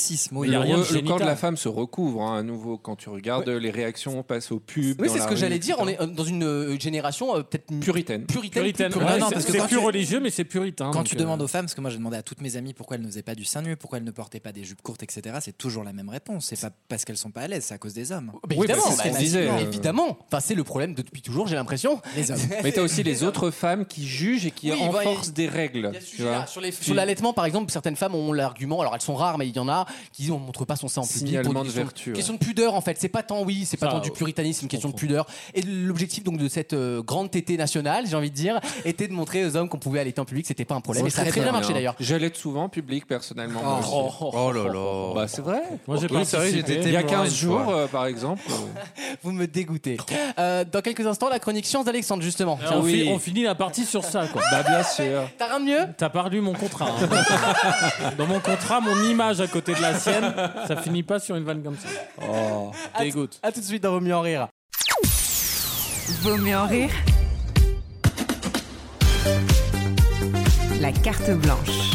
E: Il y
C: le,
E: a
C: re- le
E: rien de
C: corps de
E: génital.
C: la femme se recouvre hein, à nouveau quand tu regardes les réactions, on passe au pub.
B: Oui,
C: dans
B: c'est
C: la
B: ce que
C: rue,
B: j'allais
C: etc.
B: dire. On est euh, dans une euh, génération euh, peut-être m-
C: Puritaine.
B: Puritaine.
E: Puritaine.
B: plus
E: Ouais,
B: puritaine.
F: non, parce que
E: C'est
F: quand
E: plus
F: tu-
E: religieux mais c'est puritain.
F: Quand
E: donc,
F: tu
E: euh,
F: demandes aux femmes, parce que moi j'ai demandé à toutes mes amies pourquoi elles n'osaient pas du sein nu, pourquoi elles ne portaient pas des jupes courtes, etc., c'est toujours la même réponse. C'est pas parce qu'elles sont pas à l'aise, c'est à cause des hommes.
B: Mais évidemment, bah,
E: euh,
B: évidemment, évidemment. Enfin, c'est le problème de depuis toujours, j'ai l'impression.
F: euh. Les hommes.
C: Mais t'as aussi les autres femmes qui jugent et qui
B: Oui, bah,
C: enforcent
B: il-
C: des règles. tu vois.
B: Sur les-
C: Tu-
B: sur l'allaitement, par exemple, certaines femmes ont l'argument, alors elles sont rares, mais il y en a, qui disent on ne montre pas son sein en public.
C: Signalement
B: une
C: de
B: question,
C: vertu, ouais.
B: question de pudeur, en fait. C'est pas tant, oui, c'est pas tant du puritanisme, une question de pudeur. Et l'objectif donc de cette euh, grande tétée nationale, j'ai envie de dire, était de montrer aux hommes qu'on pouvait allaiter en public, c'était pas un problème. Et ça a très bien marché d'ailleurs.
C: J'allaite souvent en public personnellement. moi aussi.
B: Oh.
D: là là.
C: Bah, c'est vrai.
E: Moi, j'ai
C: Oui, c'est vrai,
E: participé.
C: j'étais
E: Il y a
C: témoin
E: 15
C: une
E: jours,
C: fois. euh, par exemple.
B: Vous me dégoûtez. Euh, dans quelques instants, la chronique science d'Alexandre, justement.
E: on, fi- on finit la partie sur ça quoi.
C: Bah bien sûr.
B: T'as rien de mieux
E: T'as perdu mon contrat. hein. Dans mon contrat, mon image à côté de la sienne, ça finit pas sur une vanne comme ça.
C: Oh.
E: Dégoûte.
B: A tout de suite dans Vaut mieux en rire.
L: Vaut mieux en rire. La carte blanche.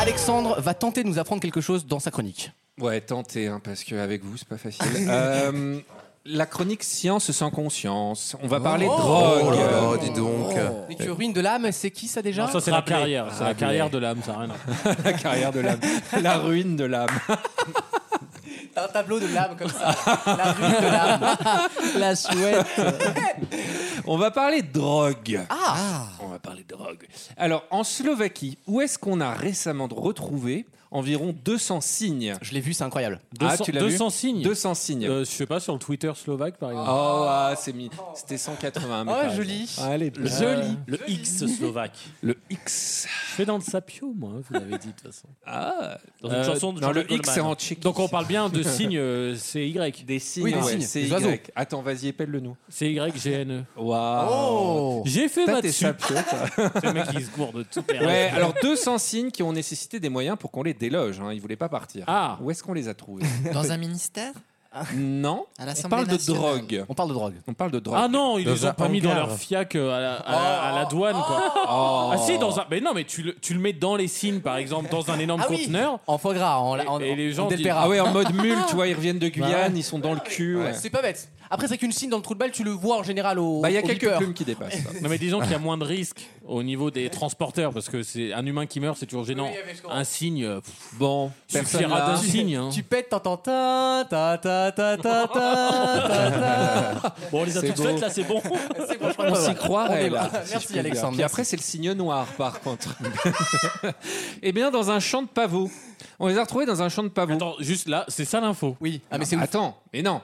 B: Alexandre va tenter de nous apprendre quelque chose dans sa chronique.
C: Ouais, tentez, hein, parce qu'avec vous, c'est pas facile. Euh, la chronique science sans conscience. On va parler
B: Oh.
C: drogue. Euh, Oh.
B: Oh là
D: là, dis donc.
B: Et tu ruines de l'âme, c'est qui ça déjà
E: Non, ça c'est la
C: Rappelez.
E: carrière, c'est la
C: Rappelez.
E: carrière de l'âme, ça a rien. à voir.
C: Ah, la carrière de l'âme. La ruine de l'âme.
B: T'as un tableau de l'âme comme ça. La rue de l'âme. La souhaite.
C: On va parler drogue.
B: Ah.
C: On va parler drogue. Alors, en Slovaquie, où est-ce qu'on a récemment retrouvé environ 200 signes
B: Je l'ai vu, c'est incroyable.
C: Ah,
E: 200
C: tu l'as vu
E: 200 signes.
C: 200 signes.
E: Euh, je sais pas, sur le Twitter slovaque par exemple.
C: Oh, ah, c'est mi- C'était 180. mais
E: Oh,
C: par exemple.
E: joli.
C: Ah, elle est
E: Le-
C: belle.
E: Joli.
J: Le X slovaque.
C: Le X.
E: Je fais dans le sapio, moi, hein, vous l'avez dit de toute façon. Euh,
C: Ah.
J: Dans une chanson de
C: non, le
J: Jean-Paul
C: X, c'est en
J: Goldman.
C: tchéquie.
E: Donc on parle bien de signes, euh, c'est Y.
C: Des signes,
E: Oui, des
C: ouais,
E: signes,
C: c'est
E: des
C: Y.
E: oiseaux.
C: Attends, vas-y, épelle-le nous.
E: C'est YGNE.
C: Waouh.
E: Oh. E. J'ai fait
C: T'as
E: ma
C: tes
E: dessus.
C: sapios, toi.
E: C'est le mec qui se gourde de tout.
C: Ouais, alors 200 signes qui ont nécessité des moyens pour qu'on les déloge. Hein. Ils voulaient pas partir.
E: Ah.
C: Où est-ce qu'on les a trouvés
F: Dans un ministère
C: Non.
F: À
C: on
F: l'Assemblée
C: parle de
F: nationale.
C: drogue.
B: On parle de drogue.
C: On parle de drogue.
E: Ah non, ils
C: Dans
E: les ont
C: un
E: pas mis dans
C: hangar.
E: leur fiac euh, à la, à la- à la douane quoi.
C: Oh.
E: Ah si, dans un. Mais non, mais tu le, tu le mets dans les signes par exemple, dans un énorme
B: Ah oui.
E: conteneur.
B: En foie gras, en,
E: Et-
B: en,
E: et les gens
B: en Delpera.
E: disent-
C: Ah ouais, en mode mule, tu vois, ils reviennent de Guyane, ils sont dans le cul. ouais.
B: C'est pas bête. Après, c'est qu'une signe dans le trou de balle, tu le vois en général au.
C: Bah, il y a
B: au
C: quelques
B: beaker.
C: plumes qui dépassent. là.
E: Non mais disons qu'il y a moins de risques au niveau des transporteurs parce que c'est un humain qui meurt c'est toujours gênant.
B: Oui, mais je comprends.
E: Un signe, euh, pff,
C: Bon, personne
E: suffira d'un
C: là.
E: signe. hein.
B: Tu pètes, t'entends ta ta ta ta ta ta ta. ta.
J: Bon, on les a
C: C'est
J: toutes
C: beau.
J: faites là, c'est bon.
B: C'est bon, je crois
C: On
B: que-
C: s'y croirait
B: est bon.
C: là. Ah si je puis
B: Merci
C: dire.
B: Alexandre.
C: Puis après, c'est le signe noir par contre. Eh bien, dans un champ de pavots. On les a retrouvés dans un champ de pavots.
E: Attends, juste là, c'est ça l'info.
B: Oui, ah, mais
C: Non,
B: c'est ouf.
C: Attends, mais non.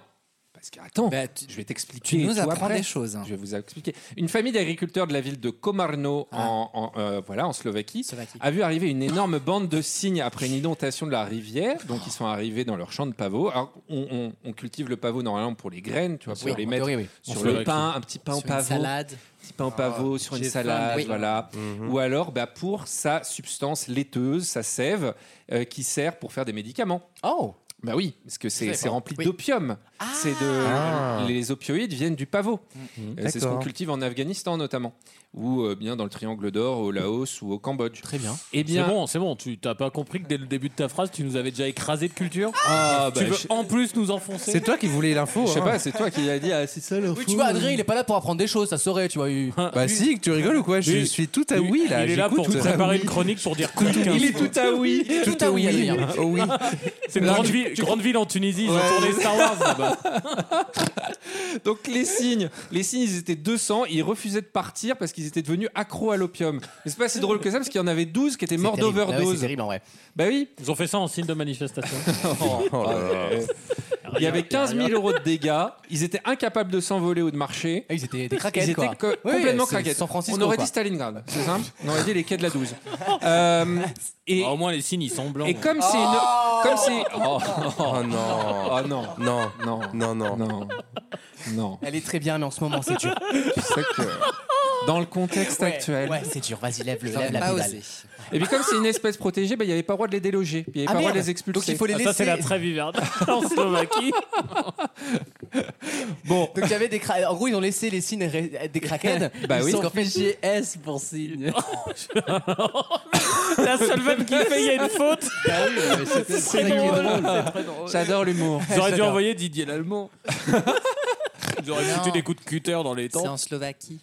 C: Parce que, attends,
F: Bah, tu-
C: je vais t'expliquer.
F: tu nous
C: tout
F: apprends
C: après.
F: des choses, hein.
C: Je vais vous expliquer. Une famille d'agriculteurs de la ville de Komarno, en, en, euh, voilà, en Slovaquie,
F: Slovaquie.
C: a vu arriver une énorme bande de cygnes après une inondation de la rivière. Donc, ils sont arrivés dans leur champ de pavots. Alors, on, on- on cultive le pavot normalement pour les graines, tu vois, pour
F: Oui,
C: les mettre
B: Oui, oui.
E: En
C: sur Ah, le
E: Slovaquie.
C: pain, un petit pain au
F: Sur une
C: pavot
F: salade.
C: petit pain au pavot sur une
F: Ah, j'ai faim, Mhm.
C: salade,
F: oui.
C: voilà. Ou alors bah, pour sa substance laiteuse, sa sève, euh, qui sert pour faire des médicaments.
B: Oh.
C: Bah oui, parce que c'est
B: savais
C: c'est
B: pas.
C: rempli
F: Oui.
C: d'opium. C'est de
D: Ah.
C: les opioïdes viennent du pavot.
E: Mhm.
C: Euh, c'est ce
D: D'accord.
C: qu'on cultive en Afghanistan notamment, ou euh, bien dans le Triangle d'Or, au Laos ou au Cambodge.
B: Très bien.
C: Eh
E: C'est
C: bien,
E: bon, c'est bon. Tu t'as pas compris que dès le début de ta phrase, tu nous avais déjà écrasé de culture.
C: ah, bah,
E: tu veux
C: je,
E: en plus nous
D: C'est
E: enfoncer
D: toi qui voulais l'info.
C: je sais
D: hein.
C: pas, c'est toi qui as dit ah, c'est ça l'info.
B: Oui, tu vois, Adrien, il est pas là pour apprendre des choses, ça saurait, tu vois. il-
D: Bah si, tu rigoles ou quoi Je
E: Lui-
D: suis tout à oui là.
E: Il est là
D: j'écoute
E: pour
D: tout à
E: préparer
D: oui.
E: une chronique pour dire quick.
C: Il est tout à oui.
B: Tout à oui, Adrien.
D: Oh oui.
E: C'est une
C: Là,
E: grande,
C: tu-
E: ville,
C: tu-
E: grande ville en Tunisie, ils ont
C: Ouais.
E: tourné Star Wars là-bas.
C: Donc les signes, les signes, ils étaient 200, ils refusaient de partir parce qu'ils étaient devenus accros à l'opium. Mais c'est pas si drôle que ça parce qu'il y en avait 12 qui étaient morts
B: C'est terrible. Ah ouais, C'est
C: d'overdose.
B: terrible en vrai.
C: bah oui. Oh,
E: Ils ont fait ça en signe de manifestation.
F: Oh
C: Il y avait 15 000 euros de dégâts, ils étaient incapables de s'envoler ou de marcher.
B: Ah, Ils étaient des
C: Ils
B: craquettes
C: étaient
B: quoi.
C: co-
B: Oui,
C: complètement
B: c'est
C: craquettes.
B: San Francisco.
C: on aurait
B: quoi.
C: dit Stalingrad, c'est simple. On aurait dit les quais de la 12. Euh, et,
E: Au moins les signes ils sont blancs.
C: et comme c'est une. Comme c'est. Oh,
D: Oh non.
C: oh non.
D: Non,
C: Non.
D: non, non.
C: Non. Non.
B: Elle est très bien, mais en ce moment, c'est dur.
C: Tu sais que dans le contexte
B: Ouais,
C: actuel.
B: Ouais, c'est dur. Vas-y, lève, le,
C: J'aurais
B: lève la
C: pas
B: pédale.
C: osé. Et puis comme c'est une espèce protégée, bah, il n'y avait pas le droit de les déloger, puis il n'y avait
B: Ah
C: pas le droit
B: merde.
C: de les expulser.
B: Donc il faut les Ah, ça,
J: Ça, c'est la trêve hivernale en Slovaquie.
B: Bon. Donc il y avait des cra- En gros, ils ont laissé les signes ré- des kraken.
C: Bah
B: ils
C: oui.
B: ont fait GS pour signe.
J: La seule vanne qui fait, il y a une faute.
B: Bah
C: Bah
B: c'est
J: C'est
B: ça qui est
J: drôle. Eh, C'est
B: drôle.
J: très drôle.
C: J'adore l'humour.
E: Ils auraient dû
C: J'adore.
E: envoyer Didier l'Allemand. Ils auraient
C: Non.
E: foutu des coups de cutter dans les temps.
C: C'est en
E: Slovaquie.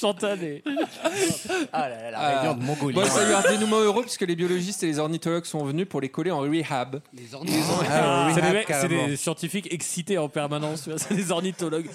J: Chantal est.
B: Ah là là, la réunion de Mongolie.
C: Bon, ça y a eu un dénouement heureux puisque les biologistes et les ornithologues sont venus pour les coller en rehab. Les ornithologues.
J: Ah, c'est des, mecs- c'est des scientifiques excités en permanence, tu vois, c'est des ornithologues.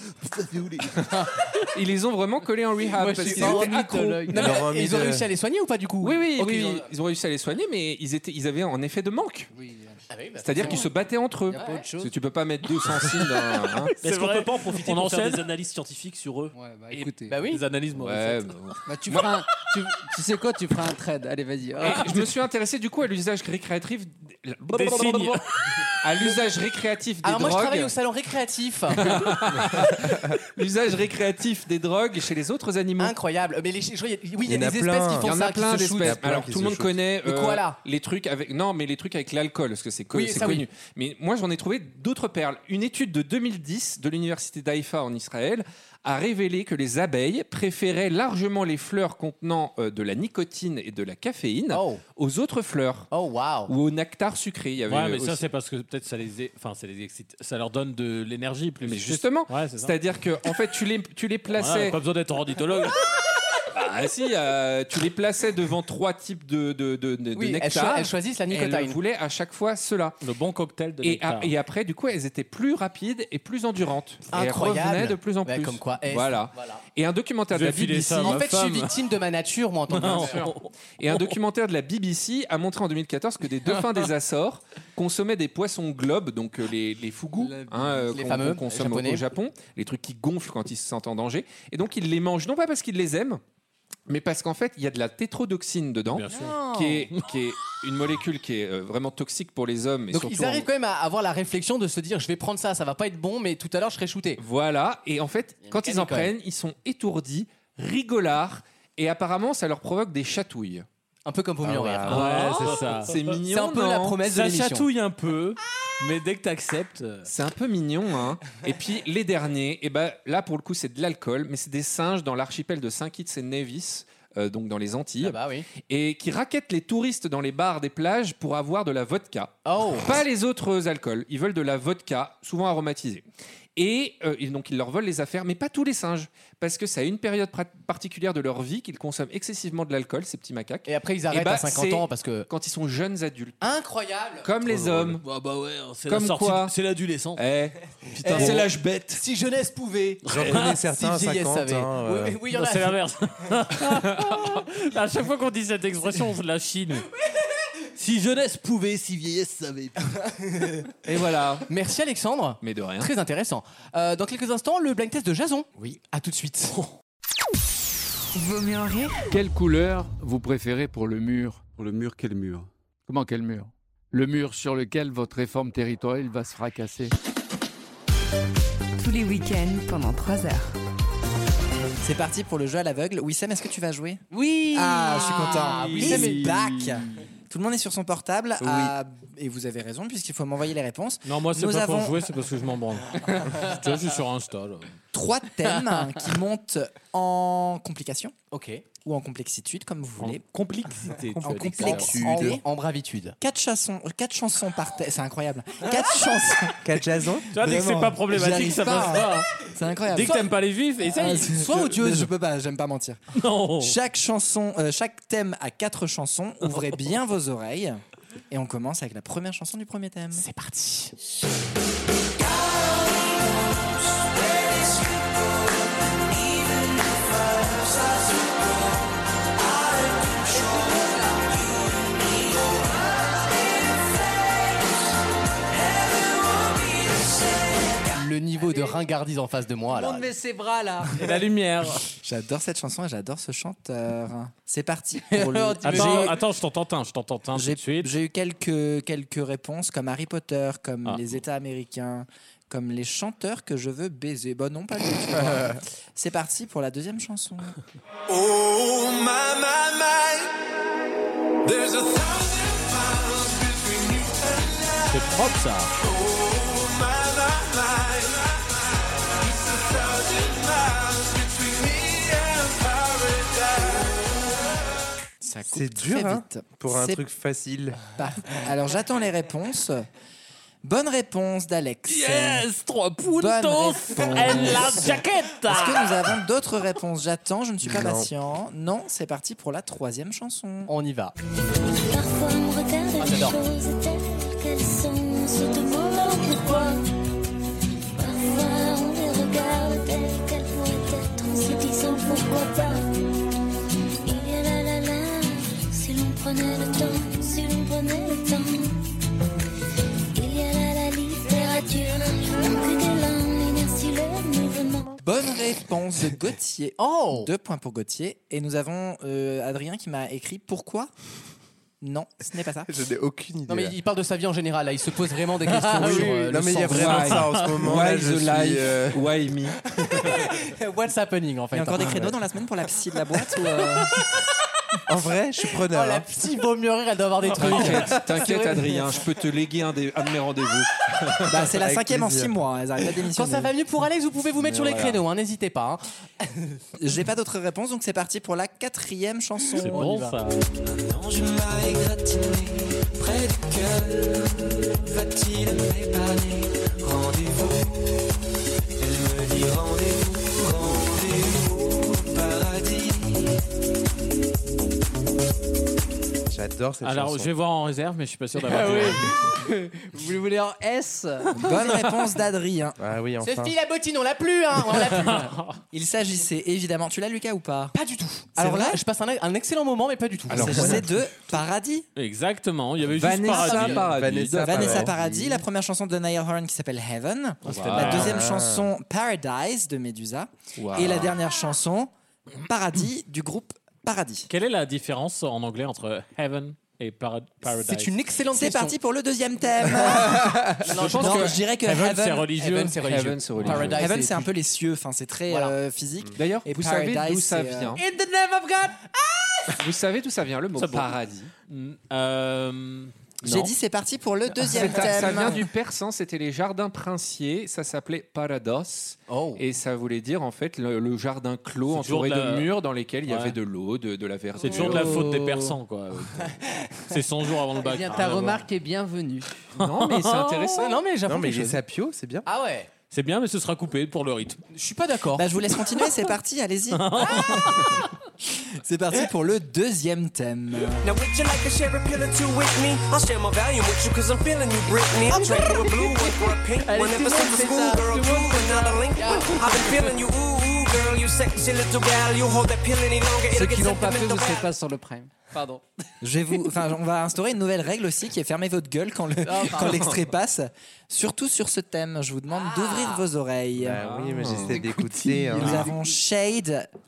C: Ils les ont vraiment collés en rehab
J: Moi, je
C: parce
J: suis
C: qu'ils étaient accros.
J: ornithologue. Non, mais
C: Ils leur ont
B: Et ils ont
C: mis de-
B: réussi à les soigner ou pas du coup
C: Oui, oui,
B: Ok,
C: oui,
B: ils ont-
C: oui, ils ont réussi à les soigner, mais ils, étaient, ils avaient un effet de manque.
G: bah,
C: C'est-à-dire qu'ils se battaient entre eux.
J: Y a pas autre chose.
C: Parce que tu peux pas mettre 200 cils dans un. hein.
J: Mais Est-ce qu'on peut pas en profiter
C: On
J: pour faire
C: enchaîne
J: des analyses scientifiques sur eux
H: bah, écoutez.
J: Bah oui. Des analyses mauvaises.
H: Bah, tu, feras un- tu, tu sais quoi, tu feras un trade. Allez, vas-y.
C: Et je me suis intéressé du coup à l'usage récréatif.
H: Des signes.
C: À l'usage récréatif des
B: Alors moi, je
C: drogues.
B: travaille au salon récréatif.
C: L'usage récréatif des drogues chez les autres animaux.
B: Incroyable. Mais les, je- je- oui, il y a,
C: en
B: des espèces qui font ça.
C: Il y en a
B: qui
C: plein
B: se shootent.
C: d'espèces. Alors tout le monde connaît
B: Le
C: euh,
B: koala.
C: les trucs avec non, mais les trucs avec l'alcool parce que c'est co-
B: Oui,
C: c'est
B: ça, oui.
C: connu. Mais moi j'en ai trouvé d'autres perles. Une étude de 2010 de l'université d'Haïfa en Israël a révélé que les abeilles préféraient largement les fleurs contenant euh, de la nicotine et de la caféine
B: Oh.
C: aux autres fleurs. Ou au nectar sucré. Il y avait
E: Ouais, mais ça,
C: aussi-
E: c'est parce que peut-être ça les, é- enfin, ça les excite. Ça leur donne de l'énergie plus.
C: Mais justement, c'est-à-dire que en fait tu les tu les plaçais.
E: pas besoin d'être ornithologue.
C: Ah si, euh, tu les plaçais devant trois types de, de, de, de- de
B: Oui, elles
C: nectar.
B: cho- elles choisissent la nicotine.
C: Elles voulaient à chaque fois cela.
E: Le bon cocktail de
C: et,
E: nectar.
C: a- et après, du coup, elles étaient plus rapides et plus endurantes. Et elles
B: Incroyable.
C: revenaient de plus en
B: Ouais,
C: plus.
B: comme quoi, eh,
C: voilà.
B: voilà.
C: Et un documentaire de la BBC...
B: En fait, je suis victime de ma nature, moi, en tant que
C: Non.
B: nature.
C: Et un documentaire de la BBC a montré en 2014 que des dauphins des Açores consommaient des poissons globes, donc euh, les, les fougous, hein, euh,
B: Les
C: qu'on
B: fameux
C: qu'on consomme au-
B: japonais.
C: au Japon, les trucs qui gonflent quand ils se sentent en danger. Et donc ils les mangent, non pas parce qu'ils les aiment, mais parce qu'en fait il y a de la tétrodoxine dedans, qui est, qui est une molécule qui est euh, vraiment toxique pour les hommes. Et
B: Donc
C: surtout
B: ils
C: en-
B: arrivent quand même à avoir la réflexion de se dire je vais prendre ça, ça va pas être bon, mais tout à l'heure je serai shooté.
C: Voilà, et en fait, quand ils en prennent, ils sont étourdis, rigolards, et apparemment, ça leur provoque des chatouilles.
B: Un peu comme pour
C: mieux
B: mieux en rire.
E: ouais, c'est ça.
C: Ah Oh. C'est mignon.
E: C'est un peu
C: non
E: la promesse de
C: Ça
E: l'émission.
C: chatouille
E: un peu, mais dès que t'acceptes.
C: C'est un peu mignon, hein. euh, Et puis les derniers, et ben là pour le coup c'est de l'alcool, mais c'est des singes dans l'archipel de Saint Kitts et Nevis, euh, donc dans les Antilles,
B: Ah bah
C: et qui raquettent les touristes dans les bars des plages pour avoir de la vodka.
B: Oh.
C: Pas les autres alcools, ils veulent de la vodka, souvent aromatisée. Et euh, ils- donc ils leur volent les affaires, mais pas tous les singes, parce que c'est à une période prat- particulière de leur vie qu'ils consomment excessivement de l'alcool, ces petits macaques. Et
B: après ils arrêtent à 50 ans parce que
C: quand ils sont jeunes adultes,
B: Incroyable.
C: comme les hommes.
J: Bah, bah ouais, c'est la
C: Comme
J: sortie.
C: quoi
J: C'est l'adolescence.
C: Eh.
J: Putain,
C: Eh.
J: c'est l'âge
C: bête.
B: Si jeunesse pouvait.
J: J'en
F: Ah,
J: connais certains,
B: Si vieillesse
J: 50,
B: savait.
J: hein,
B: Oui,
J: euh.
B: oui, oui, il y en
J: Non,
B: a.
J: c'est l'inverse. à chaque fois qu'on dit cette expression, on se la chine. Si jeunesse pouvait, si vieillesse savait.
B: Et voilà. Merci Alexandre.
C: Mais de rien.
B: Très intéressant. Euh, dans quelques instants, le blind test de Jason. Oui. À tout de suite.
L: Vaut mieux en rire.
Q: Quelle couleur vous préférez pour le mur Pour le mur, quel mur Comment quel mur Le mur sur lequel votre réforme territoriale va se fracasser.
L: Tous les week-ends pendant 3 heures.
F: C'est parti pour le jeu à l'aveugle. Wissem, est-ce que tu vas jouer
B: Oui
F: Ah, je suis content.
L: Oui.
F: Wissem
L: Oui.
F: est back Tout le monde est sur son portable. ah, et vous avez raison, puisqu'il faut m'envoyer les réponses.
E: Non, moi, c'est
F: Nous
E: pas
F: avons
E: pour jouer, c'est parce que je m'en branle. tu vois, je suis sur Insta. Là.
F: trois thèmes hein, qui montent en complication.
B: Ok.
F: Ou en complexitude, comme vous voulez.
B: Complexité.
F: En complexité.
B: En, en bravitude.
F: Quatre chansons, euh, quatre chansons par thème. C'est incroyable. Quatre chansons.
D: Quatre jasons
F: Tu vois, dès que c'est pas problématique, ça passe pas, hein. C'est incroyable.
J: Dès que
F: Soit-
J: t'aimes pas les juifs, essaye.
F: Ah, c'est- je- Je peux pas, j'aime pas mentir. Chaque chanson, euh, chaque thème a quatre chansons. Ouvrez bien vos oreilles. Et on commence avec la première chanson du premier thème. C'est
B: parti. Le niveau niveau de ringardise en face de
F: Oh
B: moi. Là.
H: Monde met ses bras là.
E: lumière.
F: J'adore cette chanson et j'adore ce chanteur. C'est parti. pour le-
E: Attends, attends, je t'entends, Tin, je t'entends Tin, tout
F: J'ai
E: de suite.
F: j'ai eu quelques, quelques réponses comme Harry Potter, comme
E: Ah.
F: les États américains, comme les chanteurs que je veux baiser. Bon, non, pas du tout. C'est parti pour la deuxième chanson.
A: Oh my my my, there's a thousand miles between you and I.
E: C'est propre ça.
A: Oh my my my, it's a thousand miles between me and paradise.
F: Ça coupe
D: C'est dur
F: très
D: hein,
F: vite.
D: pour un
F: C'est
D: truc facile.
F: par- Bah, Alors, j'attends les réponses. Bonne réponse d'Alex.
E: Yes, 3 puntos
F: Bonne
E: en la jaquette.
F: Est-ce que nous avons d'autres réponses J'attends, je ne suis pas
E: Non.
F: patient. Non, c'est parti pour la troisième chanson.
B: On y va.
R: Parfois on me regarde
F: Ah,
R: les
F: j'adore.
R: choses telles qu'elles sont, on se demandant pourquoi. Parfois on les regarde telles qu'elles pourraient être, en se disant pourquoi pas. Il y a là là là, si l'on prenait le temps, si l'on prenait le temps. Il y a là la littérature, que d'élan, l'inertie, le mouvement.
F: Bonne réponse de Gauthier.
B: Oh
F: Deux points pour Gauthier. Et nous avons euh, Adrien qui m'a écrit pourquoi Non, ce n'est pas ça.
D: Je n'ai aucune idée.
B: Non mais
F: là.
B: il parle de sa vie en général là, il se pose vraiment des questions
F: Ah oui,
B: sur
F: oui,
B: euh,
F: non,
B: le
F: mais il y a
B: sens.
F: vraiment ça en ce moment, là, je suis, euh,
C: Why me
B: What's happening en fait hein.
F: Il y a encore des créneaux dans la semaine pour la psy de la boîte ou, euh,
D: En vrai, je suis preneur.
B: Oh, la
D: hein.
B: psy vaut mieux rire, elle doit avoir des trucs.
C: T'inquiète,
B: C'est
C: t'inquiète
B: vrai.
C: Adrien, je peux te léguer un, des- un de mes rendez-vous.
F: Bah, c'est la cinquième en six mois, elles arrivent à
B: Quand
F: démissionner.
B: ça va mieux pour Alex, vous pouvez vous mettre
F: Mais
B: sur les
F: voilà.
B: créneaux, hein, n'hésitez pas.
F: J'ai pas d'autres réponses, donc c'est parti pour la quatrième chanson.
B: C'est bon,
F: On y va.
B: ça.
A: Je m'aille gratiner près du cœur. Va-t-il m'épargner Rendez-vous. Elle me dit rendez-vous, rendez-vous au paradis.
D: J'adore cette
E: Alors,
D: chanson.
E: je vais voir en réserve, mais je suis pas sûr d'avoir.
D: Ah
H: Vous le voulez en S
F: Bonne réponse d'Adrien.
D: Ah oui,
B: Ce style à bottine, on l'a plus, hein, on l'a plus.
F: Il s'agissait évidemment. Tu l'as, Lucas, ou pas
B: Pas du tout.
F: C'est
B: Alors là,
F: vrai
B: je passe un, un excellent moment, mais pas du tout.
F: Alors, Il s'agissait de Paradis.
E: Exactement, il y avait juste
F: Vanessa
E: Paradis.
F: Paradis. Vanessa, Paradis, la première chanson de Niall Horan qui s'appelle Heaven.
E: c'était
F: La
E: bien.
F: deuxième
E: Ah.
F: chanson Paradise de Medusa.
E: Wow.
F: Et la dernière chanson Paradis du groupe Paradis.
E: Quelle est la différence en anglais entre heaven et para- paradise
F: C'est une
B: excellente
F: C'est parti pour le deuxième thème.
E: Non, je pense que
F: je dirais que
E: Heaven,
F: Heaven,
E: c'est religieux.
F: Heaven, c'est religieux.
C: Heaven, c'est religieux.
F: Paradise,
C: Heaven,
F: c'est
C: c'est
F: un peu les cieux. Enfin, c'est très
C: Voilà.
F: euh, physique.
C: D'ailleurs, vous savez
F: Paradise,
C: d'où ça
F: c'est, euh,
C: vient
H: In the name of God
C: Vous savez d'où ça vient le mot
E: Ça, bon. Euh,
C: paradis
F: J'ai dit c'est parti pour le deuxième
C: C'est- Ça
F: thème.
C: vient du persan, c'était les jardins princiers, ça s'appelait parados. Et ça voulait dire en fait le, le jardin clos
E: Oh. C'est toujours
C: entouré
E: de
C: de,
E: la-
C: murs dans lesquels il y
E: Ouais.
C: avait de l'eau, de, de la verdure.
E: C'est toujours de la faute des persans, quoi. C'est 100 jours avant le
H: Eh
E: bac. Ah,
H: bien, ta remarque est bienvenue.
C: Non, mais c'est intéressant.
B: Non, mais j'apprends
E: Non, mais
B: quelque
E: il est
B: chose.
D: sapio, c'est bien.
B: Ah ouais
E: C'est bien, mais ce sera coupé pour le rythme.
B: Je suis pas d'accord.
F: Bah, je vous laisse continuer, c'est parti, allez-y. c'est parti pour le deuxième thème.
A: Now would you like to share a pill or two with me? I'll share my volume with you cause I'm feeling you, Britney. I'm drinking a blue one for a pink
F: Allez,
A: one
F: tout le
A: ever
F: monde
A: since
F: fait ça,
A: the schoolgirl
F: tout le
A: drew
F: monde fait
A: another link one. I've been feeling you, ooh, ooh, girl, you sexy little gal. You hold that pill any longer,
H: Ceux
A: it'll get
H: qui l'ont pas fait, vous
A: sentimental.
H: serez pas sur le prime. Pardon.
F: Je vais vous, enfin, on va instaurer une nouvelle règle aussi qui est fermer votre gueule quand le-
H: Oh, pardon.
F: quand l'extrait passe. Surtout sur ce thème, je vous
H: Ah.
F: demande d'ouvrir vos oreilles.
D: Bah oui, mais j'essaie d'écouter. hein.
F: Nous avons Shade.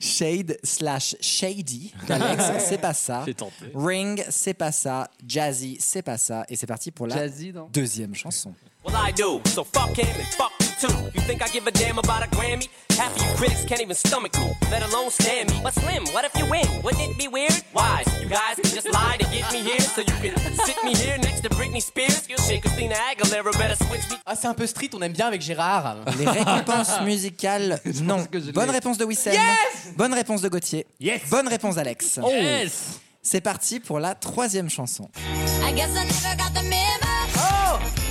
F: Shade slash Shady. Alex, c'est pas ça.
E: J'ai tenté.
F: Ring, c'est pas ça. Jazzy, c'est pas ça. Et c'est parti pour la
H: Jazzy, non
F: deuxième chanson.
A: Well, I do, so fuck him and fuck you too. You think I give a damn about a Grammy? Half of you critics can't even stomach me, let alone stand me. But Slim, what if you win? Wouldn't it be weird? Why? You guys can just lie to get me here, so you can sit me here next to Britney Spears. You'll shake Christina Aguilera, better switch me.
B: Ah, c'est un peu street, on aime bien avec Gérard.
F: Les récompenses musicales, non. Bonne réponse de Wissem.
B: Yes
F: Bonne réponse de Gauthier. Bonne réponse d'Alex.
B: Oh. Yes
F: C'est parti pour la troisième chanson.
R: I guess I never got the memo.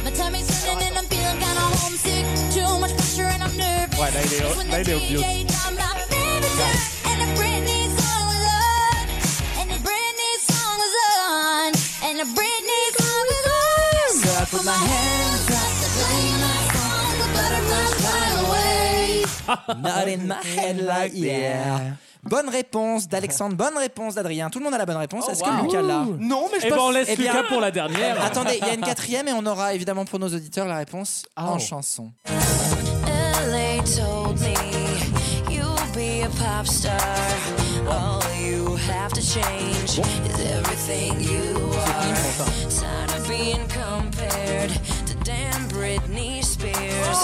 R: My tummy's turning and I'm feeling kinda homesick. Too much pressure and I'm nervous.
A: Ouais, là, il est-
R: That's when
A: là,
R: the
A: il est obvious.
R: DA dropped my favorite song. And the Britney song was on. And the Britney song was on. And the Britney song was on.
F: So I put my hands
R: up to play my song, the butterflies fly away.
F: Not in my head like yeah. Bonne réponse d'Alexandre, bonne réponse d'Adrien. Tout le monde a la bonne réponse. Est-ce que Lucas l'a
B: Non, mais je
F: Eh ben,
B: pense-
F: on laisse
B: Eh bien,
F: Lucas
E: pour la dernière. Bah,
F: Attendez, il y a une quatrième et on aura évidemment pour nos auditeurs la réponse
B: Oh.
F: en chanson.
R: LA told me you'll be a pop star. All you have to change is everything you are. Tired of being compared to damn Britney Spears.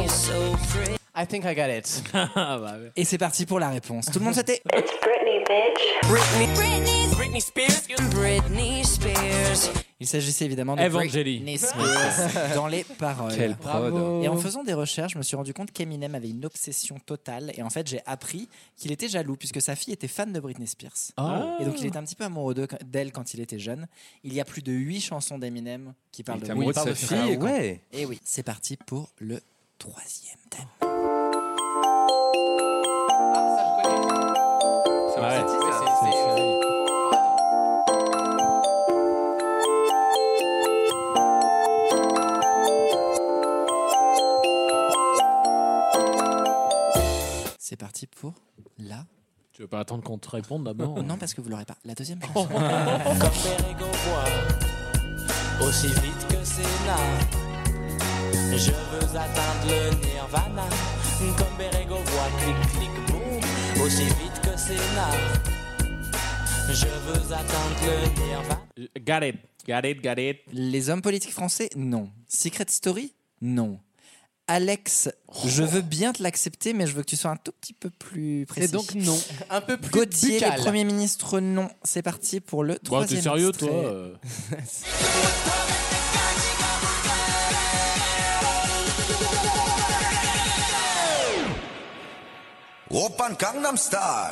R: She's so pretty.
B: I think I got it.
F: Et c'est parti pour la réponse. Tout le monde c'était
R: Britney, bitch. Britney. Britney. Britney Spears. Britney Spears.
F: Il s'agissait évidemment de
E: Evangeli.
F: Britney Spears dans les paroles.
E: Quelle prod. Bravo.
F: Et en faisant des recherches, je me suis rendu compte qu'Eminem avait une obsession totale. Et en fait, j'ai appris qu'il était jaloux puisque sa fille était fan de Britney Spears.
E: Ah.
F: Et donc, il était un petit peu amoureux de- d'elle quand il était jeune. Il y a plus de huit chansons d'Eminem qui parlent
C: Il
F: de,
C: était amoureux de
F: parlent
C: sa
F: filles.
C: fille, quoi. Ah ouais.
F: Et Eh oui, c'est parti pour le troisième thème. C'est parti pour la.
E: Tu veux pas attendre qu'on te réponde d'abord hein Oh.
F: Non, parce que vous l'aurez pas. La deuxième chanson.
S: Compter et voit aussi vite que c'est là. Je veux atteindre le nirvana. Comme Bérégo voit clic clic boum aussi vite que c'est là. Je veux atteindre le nirvana.
E: Got it, got it, got it.
F: Les hommes politiques français, non. Secret Story, non. Alex, je veux bien te l'accepter, mais je veux que tu sois un tout petit peu plus précis.
B: donc non. Un peu plus
F: Gauthier,
B: buccal.
F: le Premier ministre, non. C'est parti pour le
E: Bon,
F: troisième
E: t'es sérieux,
F: extrait.
E: toi euh
T: 오빤 강남 스타일.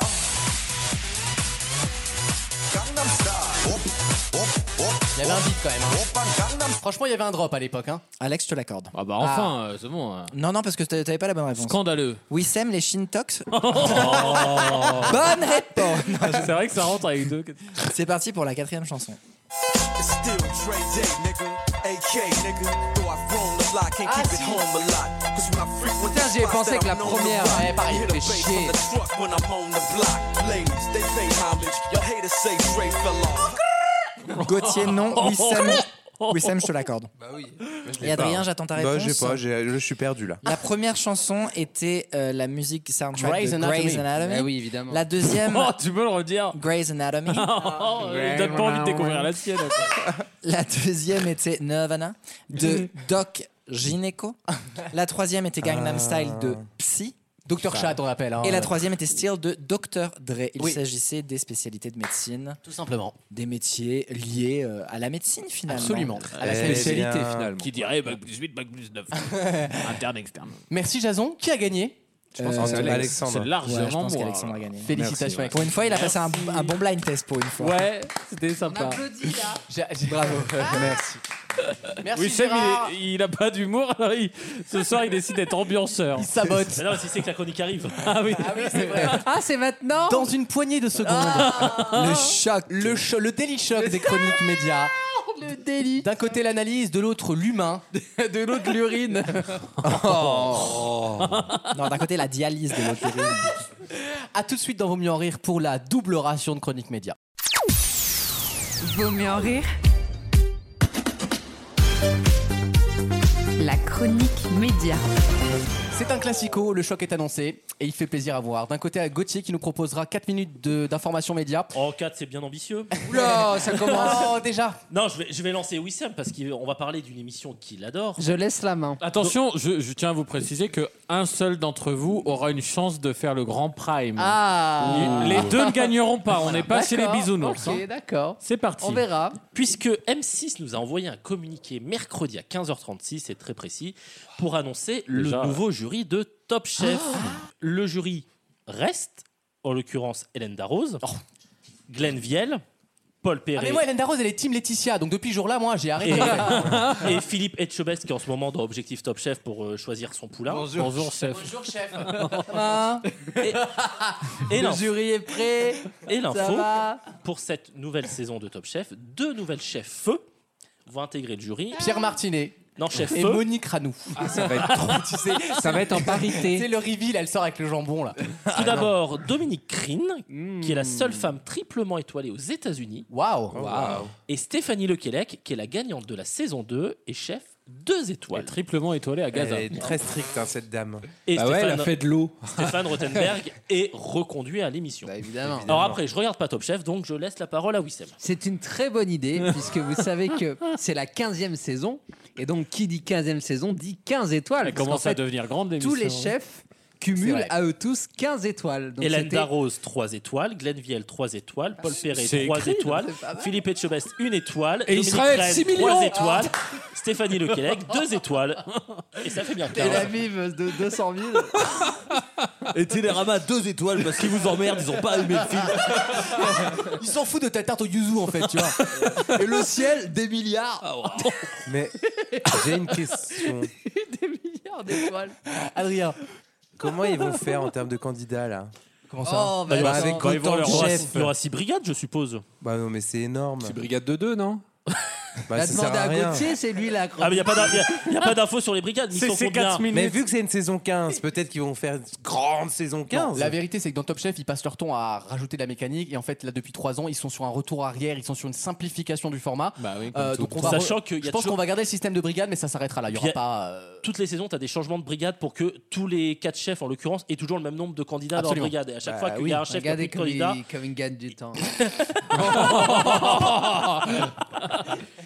T: 강남 스타일.
B: Il y avait un beat quand même. hein. Franchement, il y avait un drop à l'époque. Hein.
F: Alex, je te l'accorde.
E: Ah bah enfin, euh, c'est bon. hein.
F: Non, non, parce que t'a- t'avais pas la bonne réponse.
E: Scandaleux.
F: Wissem, les Shintox.
E: Oh.
F: bonne réponse
E: C'est vrai que ça rentre avec deux.
F: C'est parti pour la quatrième chanson.
S: Still Dre Day, nigga. AK, nigga. Though I've grown a lot, can't keep it home a lot. Cause when I frequent
B: Putain,
S: the
B: j'y ai
S: spots
B: pensé
S: that
B: que la
S: I'm known to
B: première,
S: rock,
B: ouais, pareil,
S: I hear the
B: fait
S: bass
B: chier.
S: from the truck when I'm on the block. Ladies, they pay homage. Your haters say Dre fell off.
F: Gauthier, non. Wissem, Wissem, je te l'accorde.
D: Bah oui.
F: Et Adrien, j'attends ta réponse.
D: Bah, j'ai pas, j'ai- je suis perdu là.
F: La première chanson était euh, la musique soundtrack
B: Grey's
F: de
B: Anatomy.
F: Grey's Anatomy.
B: Ah oui, évidemment.
F: La deuxième.
B: Oh,
E: tu peux le redire. Oh,
F: Grey's Anatomy.
E: Il donne pas envie de découvrir la sienne.
F: La deuxième était Nirvana de Doc Gineco. La troisième était Gangnam Style de Psy.
B: Docteur Chat, on l'appelle. hein.
F: Et la troisième était Steel de Dr. Dre. Il
B: Oui.
F: s'agissait des spécialités de médecine.
B: Tout simplement.
F: Des métiers liés euh, à la médecine finalement.
B: Absolument.
E: À la spécialité, finalement. Qui dirait bac plus 8, bac plus 9. Interne, externe.
B: Merci Jason. Qui a gagné
E: Je pense que c'est Alex. Euh, Alexandre. C'est largement
F: Euh, Ouais, je pense
E: moi.
F: qu'Alexandre a gagné.
B: Félicitations, Merci, ouais.
F: Pour une fois, il a passé un,
B: Merci.
F: un bon blind test pour une fois.
E: Ouais, c'était sympa.
B: J'ai- j'ai-
F: Bravo.
B: Merci. Merci
E: Wissem,
B: Gérard.
E: il, est- il a pas d'humour, alors il- ce soir il décide d'être ambianceur. Il
B: sabote.
E: non, si c'est que la chronique arrive. Ah oui, c'est vrai.
B: Ah, c'est maintenant Dans une poignée de secondes.
L: Ah.
F: Le choc.
B: Le, cho- le daily choc des chroniques médias.
L: Le délit.
B: D'un côté l'analyse, de l'autre l'humain. de l'autre l'urine. Oh.
F: Non, d'un côté, la dialyse de l'autre.
B: A tout de suite dans Vaut mieux en rire pour la double ration de chroniques médias.
L: Vaut mieux en rire. La chronique média.
B: C'est un classico, le choc est annoncé et il fait plaisir à voir. D'un côté à Gauthier qui nous proposera 4 minutes de- d'informations médias.
G: En 4, Oh, c'est bien ambitieux.
B: Oula, ça commence. Oh, déjà.
G: Non, je vais, je vais lancer Wissem parce qu'on va parler d'une émission qu'il adore.
H: Je laisse la main.
E: Attention, je, je tiens à vous préciser que un seul d'entre vous aura une chance de faire le grand prime.
H: Ah.
E: Ni- Les deux ne gagneront pas, on n'est pas
G: D'accord,
E: chez les bisounours.
G: ok,
E: hein.
H: d'accord.
E: C'est parti.
G: On verra. Puisque M6 nous a envoyé un communiqué mercredi à 15h36, c'est très précis, pour annoncer
E: Déjà,
G: le nouveau jury de Top Chef.
B: Ah.
G: Le jury reste, en l'occurrence, Hélène Darroze, Glenn Vielle, Paul
B: Oh. Ah,
G: Perret.
B: mais moi, Hélène Darroze, elle est team Laetitia, donc depuis ce jour-là, moi, j'ai arrêté.
G: et, et Philippe Etchebest qui est en ce moment dans Objectif Top Chef pour euh, choisir son poulain.
E: Bonjour. Bonjour, chef.
B: Bonjour, chef. Hein
G: Et
B: Le
G: l'info.
B: jury est prêt.
G: Et
B: Ça
G: l'info,
B: va
G: pour cette nouvelle saison de Top Chef, deux nouvelles chefs feu vont intégrer le jury.
B: Pierre Martinet.
G: Non, chef
B: Et
G: feu.
B: Monique Ranou.
G: Ah, ça va être trop- tu sais, ça va être en parité.
B: C'est le reveal, elle sort avec le jambon là.
E: Ah,
G: Tout d'abord, Dominique Crine, qui est la seule femme triplement étoilée aux États-Unis.
B: Waouh!
E: Waouh.
G: Et Stéphanie Lequelec, qui est la gagnante de la saison 2 et chef deux étoiles.
E: triplement étoilée à Gaza.
G: Elle est très stricte,
D: cette dame.
G: Et
E: Bah ouais, elle a fait de l'eau.
G: Stéphane Rothenberg est reconduit à l'émission.
H: évidemment.
G: Alors après, je regarde pas Top Chef, donc je laisse la parole à Wissem.
H: C'est une très bonne idée, puisque vous savez que c'est la 15e saison. Et donc, qui dit 15e saison dit 15 étoiles.
E: Elle
H: parce
E: commence
H: qu'en
E: à
H: fait,
E: devenir grande,
H: Tous les
E: l'émission. hein.
H: chefs
G: C'est
H: cumulent
G: vrai.
H: à eux tous 15 étoiles. Donc
G: Hélène
H: c'était- Bah,
G: Darroze, 3 étoiles. Glenviel, 3 étoiles. Paul Perret,
H: c'est
G: 3
H: écrit,
G: étoiles.
H: c'est pas mal.
G: Philippe Etchebest, 1 étoile.
E: Et
G: Dominique
E: Israël,
G: Rennes,
E: 6 millions.
G: 3 étoiles. Stéphanie Lequelec, 2 étoiles. Et ça fait bien
H: Tel
G: 15.
H: Aviv de 200 000.
J: Et Télérama, deux étoiles parce qu'ils vous emmerdent, ils ont pas aimé le film.
B: Ils s'en foutent de ta tarte au yuzu en fait, tu vois. Et le ciel, des milliards.
D: Mais j'ai une question.
H: des milliards d'étoiles.
B: Adrien.
D: Comment ils vont faire en termes de candidats là
B: Comment
G: ça Oh, bah, il y aura-
D: avec
G: quand ils vont,
D: autant de
G: il y aura-
D: chefs.
G: il y aura six brigades, je suppose.
D: Bah non, mais c'est énorme. C'est
C: brigade de deux, non
D: Bah,
H: La
D: ça sert
H: demande à,
D: à rien.
H: Gauthier, c'est lui la
G: Ah, mais il n'y a pas d'in- y a- y a pas d'infos sur les brigades. mais Ils sont combien
D: Mais vu que c'est une saison 15, peut-être qu'ils vont faire une grande saison 15.
B: Non, la vérité, c'est que dans Top Chef, ils passent leur temps à rajouter de la mécanique. Et en fait, là, depuis trois ans, ils sont sur un retour arrière, ils sont sur une simplification du format.
G: comme
B: Euh,
G: tout.
B: donc, on va
G: Sachant
B: re-
G: qu'il y a
B: je pense
G: toujours-
B: qu'on va garder le système de brigade, mais ça s'arrêtera là. Il y
G: Puis il
B: aura
G: y a-
B: pas. euh,
H: euh,
G: Toutes les saisons, tu as des changements de brigade pour que tous les quatre chefs, en l'occurrence, aient toujours le même nombre de candidats
B: Absolument.
G: dans leur brigade. Et à chaque
B: Bah
G: fois qu'il y a un chef qui a
H: Regardez
G: plus de
H: comme il,
G: candidats,
H: comme il gagne du temps. Oh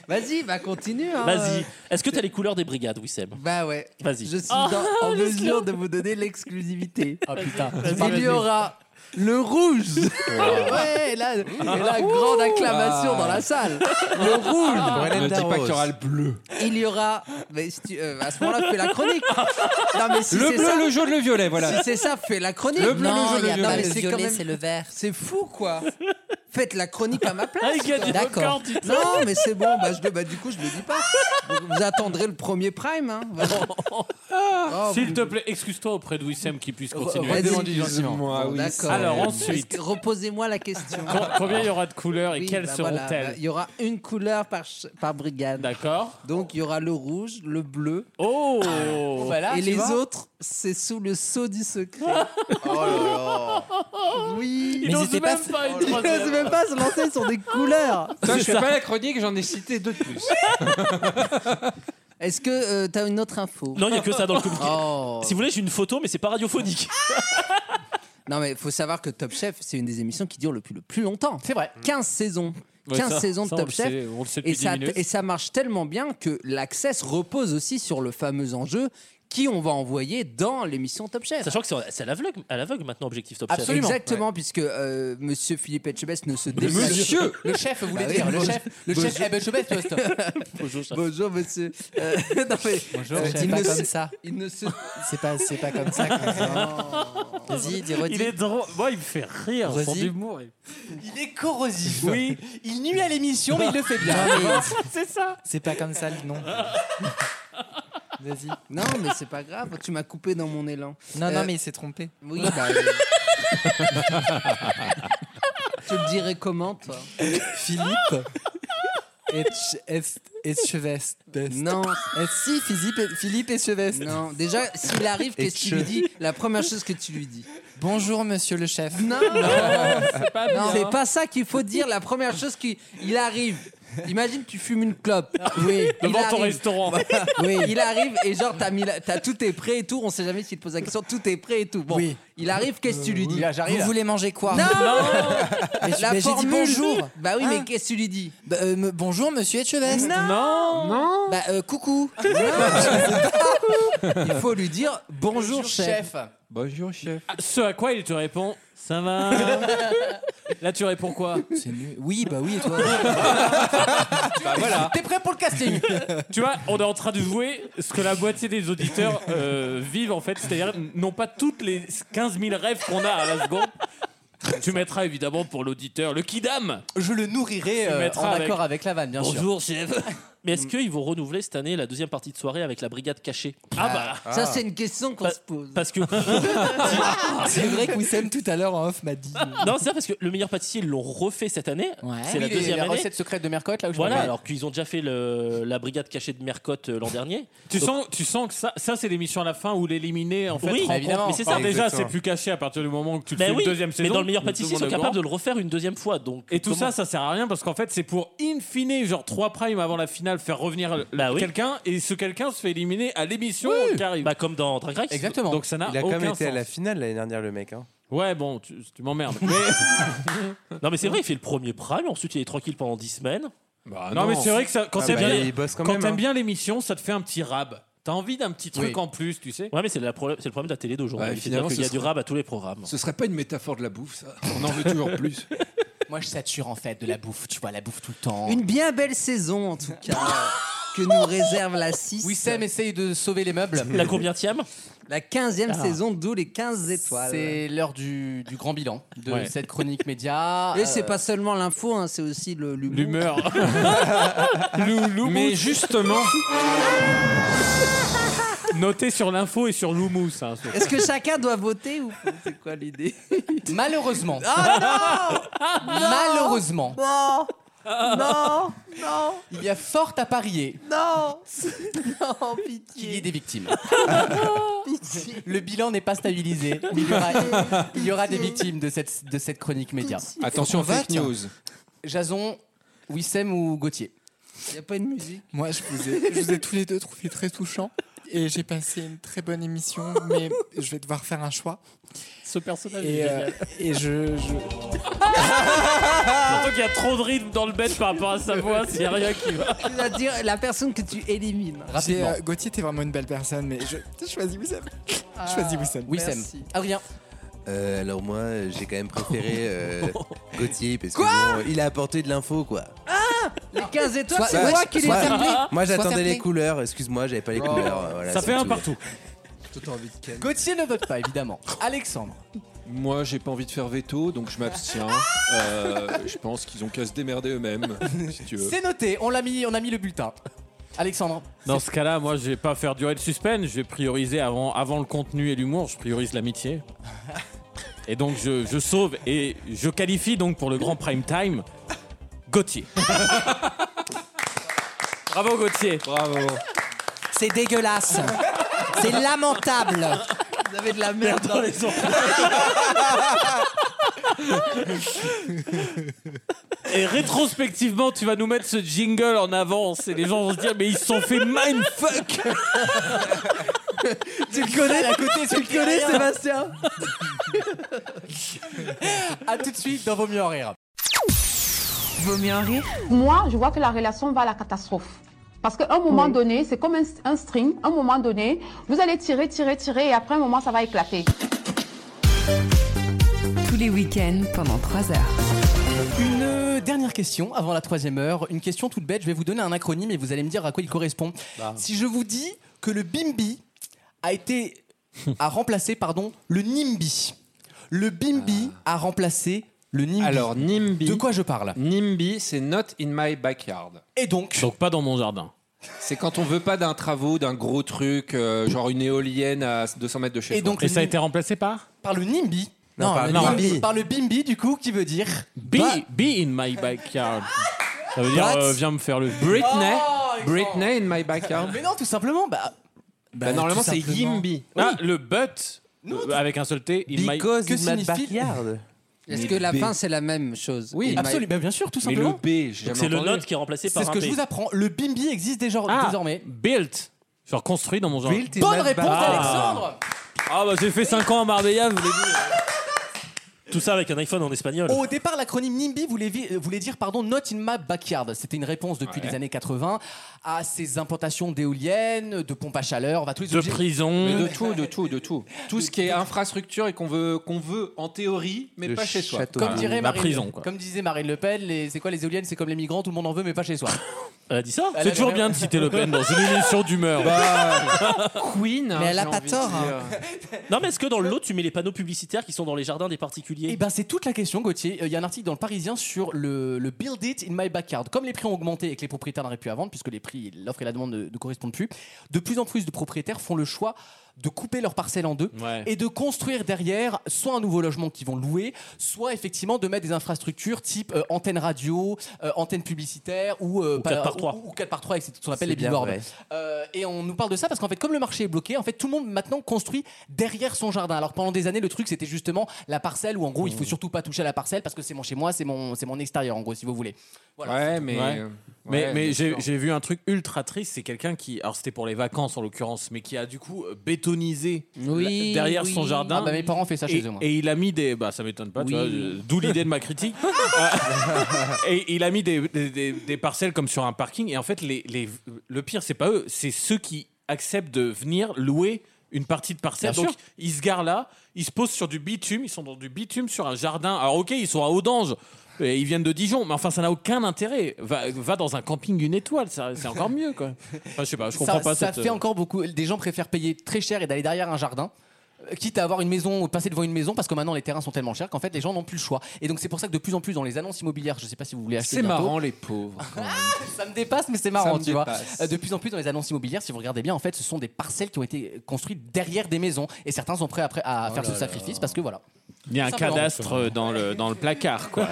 H: Vas-y, bah continue. hein.
G: Vas-y. Est-ce que t'as les couleurs des brigades, Wissem
H: Bah ouais.
G: Vas-y.
H: Je suis
G: Ah,
H: dans- en
G: laisse-le.
H: mesure de vous donner l'exclusivité.
B: Ah putain.
H: Il y aura le rouge. ouais, et là, et la grande acclamation
A: Ah.
H: dans la salle. Le
E: Ah,
H: rouge.
C: Ne dis pas qu'il y aura le bleu.
H: Il y aura. Mais si tu- euh, à ce moment-là, fais la chronique. Non, mais si
C: le
H: c'est
C: bleu,
H: ça-
C: le jaune, le violet, voilà.
H: Si c'est ça, fais la chronique.
C: Le bleu, le
H: Non,
C: jaune, le
H: y a- non,
C: violet.
H: mais
C: Le
H: quand
P: violet,
H: même-
P: c'est le vert.
H: C'est fou, quoi. Faites la chronique à ma place.
P: Ah, il gagne
H: quoi.
P: du record, dis donc.
H: Non, mais c'est bon. Bah, je le, bah, du coup, je le dis pas. Vous- Vous attendrez le premier prime. Hein. Oh,
E: S'il te plaît, excuse-toi auprès de Wissem qui puisse continuer.
H: Vas-y,
E: Bon,
H: Bon, d'accord.
E: Alors
H: Parce
E: ensuite,
H: que Reposez-moi la question.
E: com- combien il y aura de couleurs et
H: Oui,
E: quelles
H: bah voilà, bah, Il
E: seront-elles
H: y aura une couleur par, ch- par brigade.
E: D'accord.
H: Donc il y aura le rouge, le bleu. Ah.
E: Oh
B: bah là,
H: Et
B: tu
H: les
B: vois.
H: autres, c'est sous le sceau du secret.
E: Ah,
H: Oui.
C: Il Mais n'ose c'était même pas- pas une
H: Ils
C: troisième.
H: n'osent même pas se lancer, ils sont des couleurs.
C: Toi, je fais pas la chronique, j'en ai cité deux de plus.
H: Est-ce que tu as une autre info
G: Non, il n'y a que ça dans le communiqué.
H: Oh.
G: Si vous voulez, j'ai une photo, mais c'est pas radiophonique.
H: Non, mais il faut savoir que Top Chef, c'est une des émissions qui dure le plus, le plus longtemps. C'est
B: vrai.
H: 15 saisons.
E: Ouais,
H: 15
E: ça-
H: saisons de
E: ça, on
H: Top
E: le
H: Chef.
E: sait, on le sait
H: et,
E: depuis
H: ça,
E: 10 minutes.
H: et ça marche tellement bien que l'Access repose aussi sur le fameux enjeu qui on va envoyer dans l'émission Top Chef.
G: Sachant que c'est c'est à l'aveugle à l'aveugle maintenant, Objectif Top Chef.
H: Absolument. Exactement, puisque euh, Monsieur Philippe Etchebest ne se déplace
G: monsieur
B: Le chef, vous voulez
H: Bah oui,
B: dire, le
H: bonjour.
B: chef, le
H: Bonjour.
B: chef, eh ben, je baisse, toi, stop.
G: Bonjour,
H: Bonjour monsieur. Euh, non, mais,
B: Bonjour,
H: euh,
B: chef.
H: il
B: Pas
H: ne
B: comme
H: se-
B: ça.
H: Il ne se.
F: C'est pas, c'est pas comme ça. Vas-y, dis redis.
G: Il est drôle. Moi, il me fait rire. Son
B: Euh,
F: Vas-y.
G: humour. est-
B: Il est corrosif.
G: Oui.
B: Il nuit à l'émission, mais il le fait bien.
F: Non, mais-
B: c'est ça.
F: C'est pas comme ça le nom. Vas-y.
H: Non, mais c'est pas grave, tu m'as coupé dans mon élan.
F: Non, non,
H: Euh,
F: mais il s'est trompé.
H: Oui, bah. euh, tu le dirais comment, toi
F: Philippe Etch- Est- Etchevest.
H: Non.
F: Si, Philippe, Philippe Etchevest.
H: Non, déjà, s'il arrive, qu'est-ce que tu lui dis La première chose que tu lui dis.
F: Bonjour, monsieur le chef.
H: Non,
F: c'est pas
H: Non,
F: bien.
H: c'est pas ça qu'il faut dire. La première chose qu'il il arrive. Imagine, tu fumes une clope. Oui. il
E: Devant ton
H: arrive.
E: restaurant.
H: Oui. Il arrive et genre, t'as mis la- t'as- tout est prêt et tout. On sait jamais s'il te pose la question. Tout est prêt et tout. Bon.
F: Oui. Euh,
H: Il arrive, qu'est-ce que tu lui dis
F: Vous voulez manger quoi
H: Non,
F: Mais je-
H: La
F: mais j'ai dit
H: formule.
F: bonjour.
H: Bah oui,
N: Ah.
F: Hein
H: mais qu'est-ce que tu lui dis
F: Bah, euh, me- bonjour, monsieur Etchevest.
E: Non
F: Non Bah, euh, coucou.
H: Il faut lui dire bonjour, chef.
C: Bonjour, chef.
E: Ah, Ce à quoi il te répond Ça va Là, tu réponds quoi
F: C'est nul. Oui, bah oui, et toi
E: Bah voilà
B: T'es prêt pour le casting
E: Tu vois, on est en train de jouer ce que la moitié des auditeurs euh, vivent en fait, c'est-à-dire non pas toutes les 15 000 rêves qu'on a à la seconde. Tu mettras évidemment pour l'auditeur le kidam.
B: Je le nourrirai
E: Tu
B: euh,
E: mettras
B: en
E: avec-
B: accord avec la vanne, bien sûr.
E: Bonjour chef.
G: Mais est-ce qu'ils vont renouveler cette année la deuxième partie de soirée avec la brigade cachée Ah bah
H: Ça, c'est une question qu'on se pose.
G: Parce que.
N: C'est vrai que Wissem tout à l'heure en off m'a dit.
G: non, c'est vrai parce que le meilleur pâtissier, ils l'ont refait cette année. C'est la
B: Oui,
G: deuxième
B: la
G: année.
B: recette secrète de Mercotte, là où je
G: Voilà,
B: me mets.
G: alors qu'ils ont déjà fait le- la brigade cachée de Mercotte euh, l'an dernier.
E: Tu sens, tu sens que ça, ça c'est l'émission à la fin où l'éliminé en fait.
G: Oui,
E: rencontre-
G: évidemment. Mais c'est ça.
E: Alors déjà,
G: Ah, Exactement.
E: c'est plus caché à partir du moment que tu le
G: Ben
E: fais
G: oui,
E: une deuxième
G: mais
E: saison.
G: dans le meilleur
E: tout
G: pâtissier,
E: monde
G: ils sont
E: est
G: capables
E: grand.
G: de le refaire une deuxième fois. Donc
E: Et tout
G: comment-
E: ça, ça sert à rien parce qu'en fait, c'est pour in fine, genre 3 primes avant la finale, faire revenir le-
G: Bah oui.
E: quelqu'un et ce quelqu'un se fait éliminer à l'émission qui arrive.
G: Bah comme dans Drag Race.
E: Exactement. Donc ça n'a
D: Il a quand
E: aucun
D: même été à
E: sens.
D: la finale l'année dernière, le mec. hein.
E: Ouais, bon, tu, tu m'emmerdes. Mais-
G: Non mais c'est vrai, il fait le premier prime, ensuite il est tranquille pendant 10 semaines.
E: Bah non, mais c'est vrai que ça, quand
G: Ah
E: t'aimes
G: bah, il
E: bien,
G: bosse quand
E: quand
G: même,
E: t'aimes
G: hein.
E: bien l'émission, ça te fait un petit rab. T'as envie d'un petit truc
G: Oui.
E: en plus, tu sais.
G: Ouais mais c'est la problème- c'est le problème de la télé d'aujourd'hui.
E: Ouais,
G: finalement,
E: finalement,
G: il y a
E: ce
G: du
E: sera-
G: rab à tous les programmes.
J: Ce serait pas une métaphore de la bouffe, ça On en veut toujours plus.
B: Moi, je sature en fait de la bouffe, tu vois, la bouffe tout le temps.
H: Une bien belle saison, en tout cas, que nous réserve la 6.
B: Oui, Sam essaye de sauver les meubles.
G: La combienième
H: La 15e
B: Ah.
H: saison, d'où les 15 étoiles.
B: C'est l'heure du, du grand bilan de
H: Ouais.
B: cette chronique média.
H: Et
B: Euh,
H: c'est pas seulement l'info, hein, c'est aussi le- l'humour.
E: L'humeur. Mais justement. Notez sur l'info et sur l'houmous. hein, surtout.
H: Est-ce que chacun doit voter ou c'est quoi l'idée
B: Malheureusement.
H: Ah,
E: Ah
B: Malheureusement.
H: Non Non Non
B: Il y a fort à parier
H: Non Non, pitié
B: qu'il y ait des victimes. Le bilan n'est pas stabilisé. mais Il y aura, il y aura des victimes de cette, de cette chronique média.
C: Attention,
B: On
C: fake
B: vote.
C: news.
B: Jason, Wissem ou Gauthier
H: Y a pas une musique
N: Moi, je vous, ai, je vous ai tous les deux trouvé très touchants et j'ai passé une très bonne émission, mais je vais devoir faire un choix.
G: Ce personnage
N: Et,
G: est
N: euh,
G: génial.
N: et je, je-
G: Surtout qu'il y a trop de rythme dans le bête par rapport à sa voix, s'il y a rien qui va.
H: Tu vas dire la personne que tu élimines.
N: j'ai, euh, Gauthier, t'es vraiment une belle personne, mais je, je choisis Wissem.
H: Ah,
N: Je choisis Wissem.
B: Wissem. Adrien.
U: Euh, alors moi, euh, j'ai quand même préféré euh, Gauthier parce que bon, il a apporté de l'info quoi.
H: Ah, Les 15 étoiles,
U: Soit-
H: c'est
U: soit-
H: moi qui les ai
U: soit-
H: appelées.
U: Moi,
H: Soit
U: j'attendais
H: fair
U: les
H: play.
U: couleurs. Excuse-moi, j'avais pas les
B: Oh.
U: couleurs. euh, voilà,
B: Ça
U: c'est
B: fait un
U: tout.
B: partout.
N: Tout envie de Ken.
B: Gauthier ne vote pas, évidemment. Alexandre.
J: Moi, j'ai pas envie de faire veto, donc je m'abstiens.
B: Ah
J: Euh, je pense qu'ils ont qu'à se démerder eux-mêmes, si tu veux.
B: C'est noté, on, l'a mis, on a mis le bulletin. Alexandre.
E: Dans ce cas-là, moi, je vais pas faire durer le suspense. Je vais prioriser avant, avant le contenu et l'humour. Je priorise l'amitié. Et donc, je, je sauve et je qualifie donc pour le grand prime time Gauthier. Bravo Gauthier. Bravo.
N: C'est dégueulasse.
H: C'est lamentable. Vous avez de la merde dans les
E: Et rétrospectivement, tu vas nous mettre ce jingle en avance et les gens vont se dire mais ils se sont fait mindfuck.
B: Tu le connais à côté,
H: tu le connais, Sébastien
B: A tout de suite dans Vaut mieux en rire.
L: Vaut mieux en rire
V: Moi, je vois que la relation va à la catastrophe. Parce qu'à un moment donné, c'est comme un, un string. À un moment donné, vous allez tirer, tirer, tirer, et après un moment, ça va éclater.
L: Tous les week-ends pendant 3 heures.
B: Une euh, dernière question avant la troisième heure. Une question toute bête. Je vais vous donner un acronyme et vous allez me dire à quoi il correspond. Si je vous dis que le BIMBI a été a remplacé pardon le NIMBY, le BIMBI
C: Ah.
B: a remplacé le NIMBY.
C: Alors, NIMBY.
B: De quoi je parle
C: NIMBY, c'est Not in my backyard.
B: Et donc
E: Donc pas dans mon jardin.
C: C'est quand on veut pas d'un travaux, d'un gros truc, euh, genre une éolienne à 200 mètres de chez
B: Et
C: soi.
B: donc le NIMBY
E: remplacé par
B: par le NIMBY.
C: Non, par
B: le
C: non.
B: NIMBY. par le BIMBY du coup qui veut dire
E: Be, be in my backyard. Ça veut dire
B: What
E: euh, viens me faire le
C: Britney,
B: Oh,
C: Britney in my backyard.
B: Mais non, tout simplement bah
C: Bah, normalement, c'est Yimby.
E: Ah, le but euh, avec un seul T. in my-
H: Because in my
E: signifie-
H: backyard. Est-ce que la fin, c'est la même chose
E: Oui,
H: Il m'a-
B: absolument, Bah, bien sûr, tout
E: Mais
B: simplement.
E: le B, j'ai
G: Donc
E: jamais
G: c'est le
E: entendu.
G: note qui est remplacé
B: C'est
G: par
B: ce
G: un
B: que je
G: P.
B: vous apprends. Le BIMBI existe déjà désormais.
E: Built. Genre construit dans mon jardin.
B: Built in Bonne my réponse, backyard. Alexandre.
E: Ah bah j'ai fait 5 ans à Marbella, vous voulez dire.
G: Tout ça avec un iPhone en espagnol.
B: Au départ, l'acronyme NIMBY voulait, vi- euh, voulait dire pardon, Not in my backyard. C'était une réponse depuis
E: Ouais.
B: les années 80 à ces implantations d'éoliennes, de pompes à chaleur, va tous les
E: De
B: objets-
E: prison.
C: Mais de tout, de tout, de tout. Tout ce qui est infrastructure et qu'on veut, qu'on veut en théorie, mais
B: Le
C: pas chez soi.
B: Comme, dirait Marine,
C: quoi.
B: comme disait Marine Le Pen, les- c'est quoi les éoliennes C'est comme les migrants, tout le monde en veut, mais pas chez soi.
G: Elle a dit ça
E: C'est toujours bien de citer Le Pen dans une émission d'humeur.
G: Bah,
E: Queen.
G: hein, Mais elle a j'ai pas envie de tort,
B: Non, mais est-ce que dans le lot, tu mets les panneaux publicitaires qui sont dans les jardins des particuliers Eh ben, c'est toute la question, Gauthier. Euh, Il y a un article dans le Parisien sur le, le Build It in My Backyard. Comme les prix ont augmenté et que les propriétaires n'arrivent plus à vendre, puisque les prix, l'offre et la demande ne, ne correspondent plus, de plus en plus de propriétaires font le choix de couper leur parcelle en deux et de construire derrière soit un nouveau logement qu'ils vont louer, soit effectivement de mettre des infrastructures type euh, antenne radio, euh, antenne publicitaire ou, euh, pas-
G: quatre par trois.
B: ou- ou 4 par 3 avec ce qu'on appelle
G: C'est
B: les
G: bien
B: billboards.
G: vrai.
B: Euh, et on nous parle de ça parce qu'en fait, comme le marché est bloqué, en fait, tout le monde maintenant construit derrière son jardin. Alors que pendant des années, le truc c'était justement la parcelle où en gros, il faut surtout pas toucher à la parcelle parce que c'est mon chez moi, c'est mon, c'est mon extérieur en gros, si vous voulez.
C: Ouais, mais.
E: Ouais.
C: euh,
E: Mais,
C: ouais,
E: mais
C: bien
E: j'ai
C: sûr.
E: j'ai vu un truc ultra triste, c'est quelqu'un qui, alors c'était pour les vacances en l'occurrence, mais qui a du coup euh, bétonisé
B: Oui,
E: la- derrière
B: oui.
E: son jardin.
B: Ah bah, mes parents ont fait ça
E: et,
B: chez eux, moi.
E: Et il a mis des, bah ça m'étonne pas, tu
B: Oui.
E: vois, euh, d'où l'idée de ma critique. Euh, et il a mis des, des- des- des parcelles comme sur un parking. Et en fait, les, les- le pire, c'est pas eux, c'est ceux qui acceptent de venir louer une partie de parcelle.
G: Bien
E: Donc
G: sûr.
E: ils se garent là, ils se posent sur du bitume, ils sont dans du bitume sur un jardin. Alors ok, ils sont à Audange. Et ils viennent de Dijon, mais enfin ça n'a aucun intérêt. Va, va dans un camping une étoile, ça- c'est encore mieux quoi. Enfin, je sais pas, je comprends
B: ça,
E: pas
B: ça
E: cette- euh,
B: fait encore beaucoup. Des gens préfèrent payer très cher et d'aller derrière un jardin. euh, Quitte à avoir une maison, ou passer devant une maison, parce que maintenant les terrains sont tellement chers qu'en fait les gens n'ont plus le choix. Et donc c'est pour ça que de plus en plus dans les annonces immobilières, je sais pas si vous voulez acheter.
C: C'est
B: bientôt,
C: marrant, les pauvres.
B: Ça me dépasse, mais c'est marrant,
C: me
B: tu vois.
C: dépasse.
B: Euh, De plus en plus dans les annonces immobilières, si vous regardez bien, en fait, ce sont des parcelles qui ont été construites derrière des maisons, et certains sont prêts après
C: Oh
B: à faire ce sacrifice parce que voilà.
E: Il y a un
B: Simplement.
E: cadastre dans le, dans le placard quoi.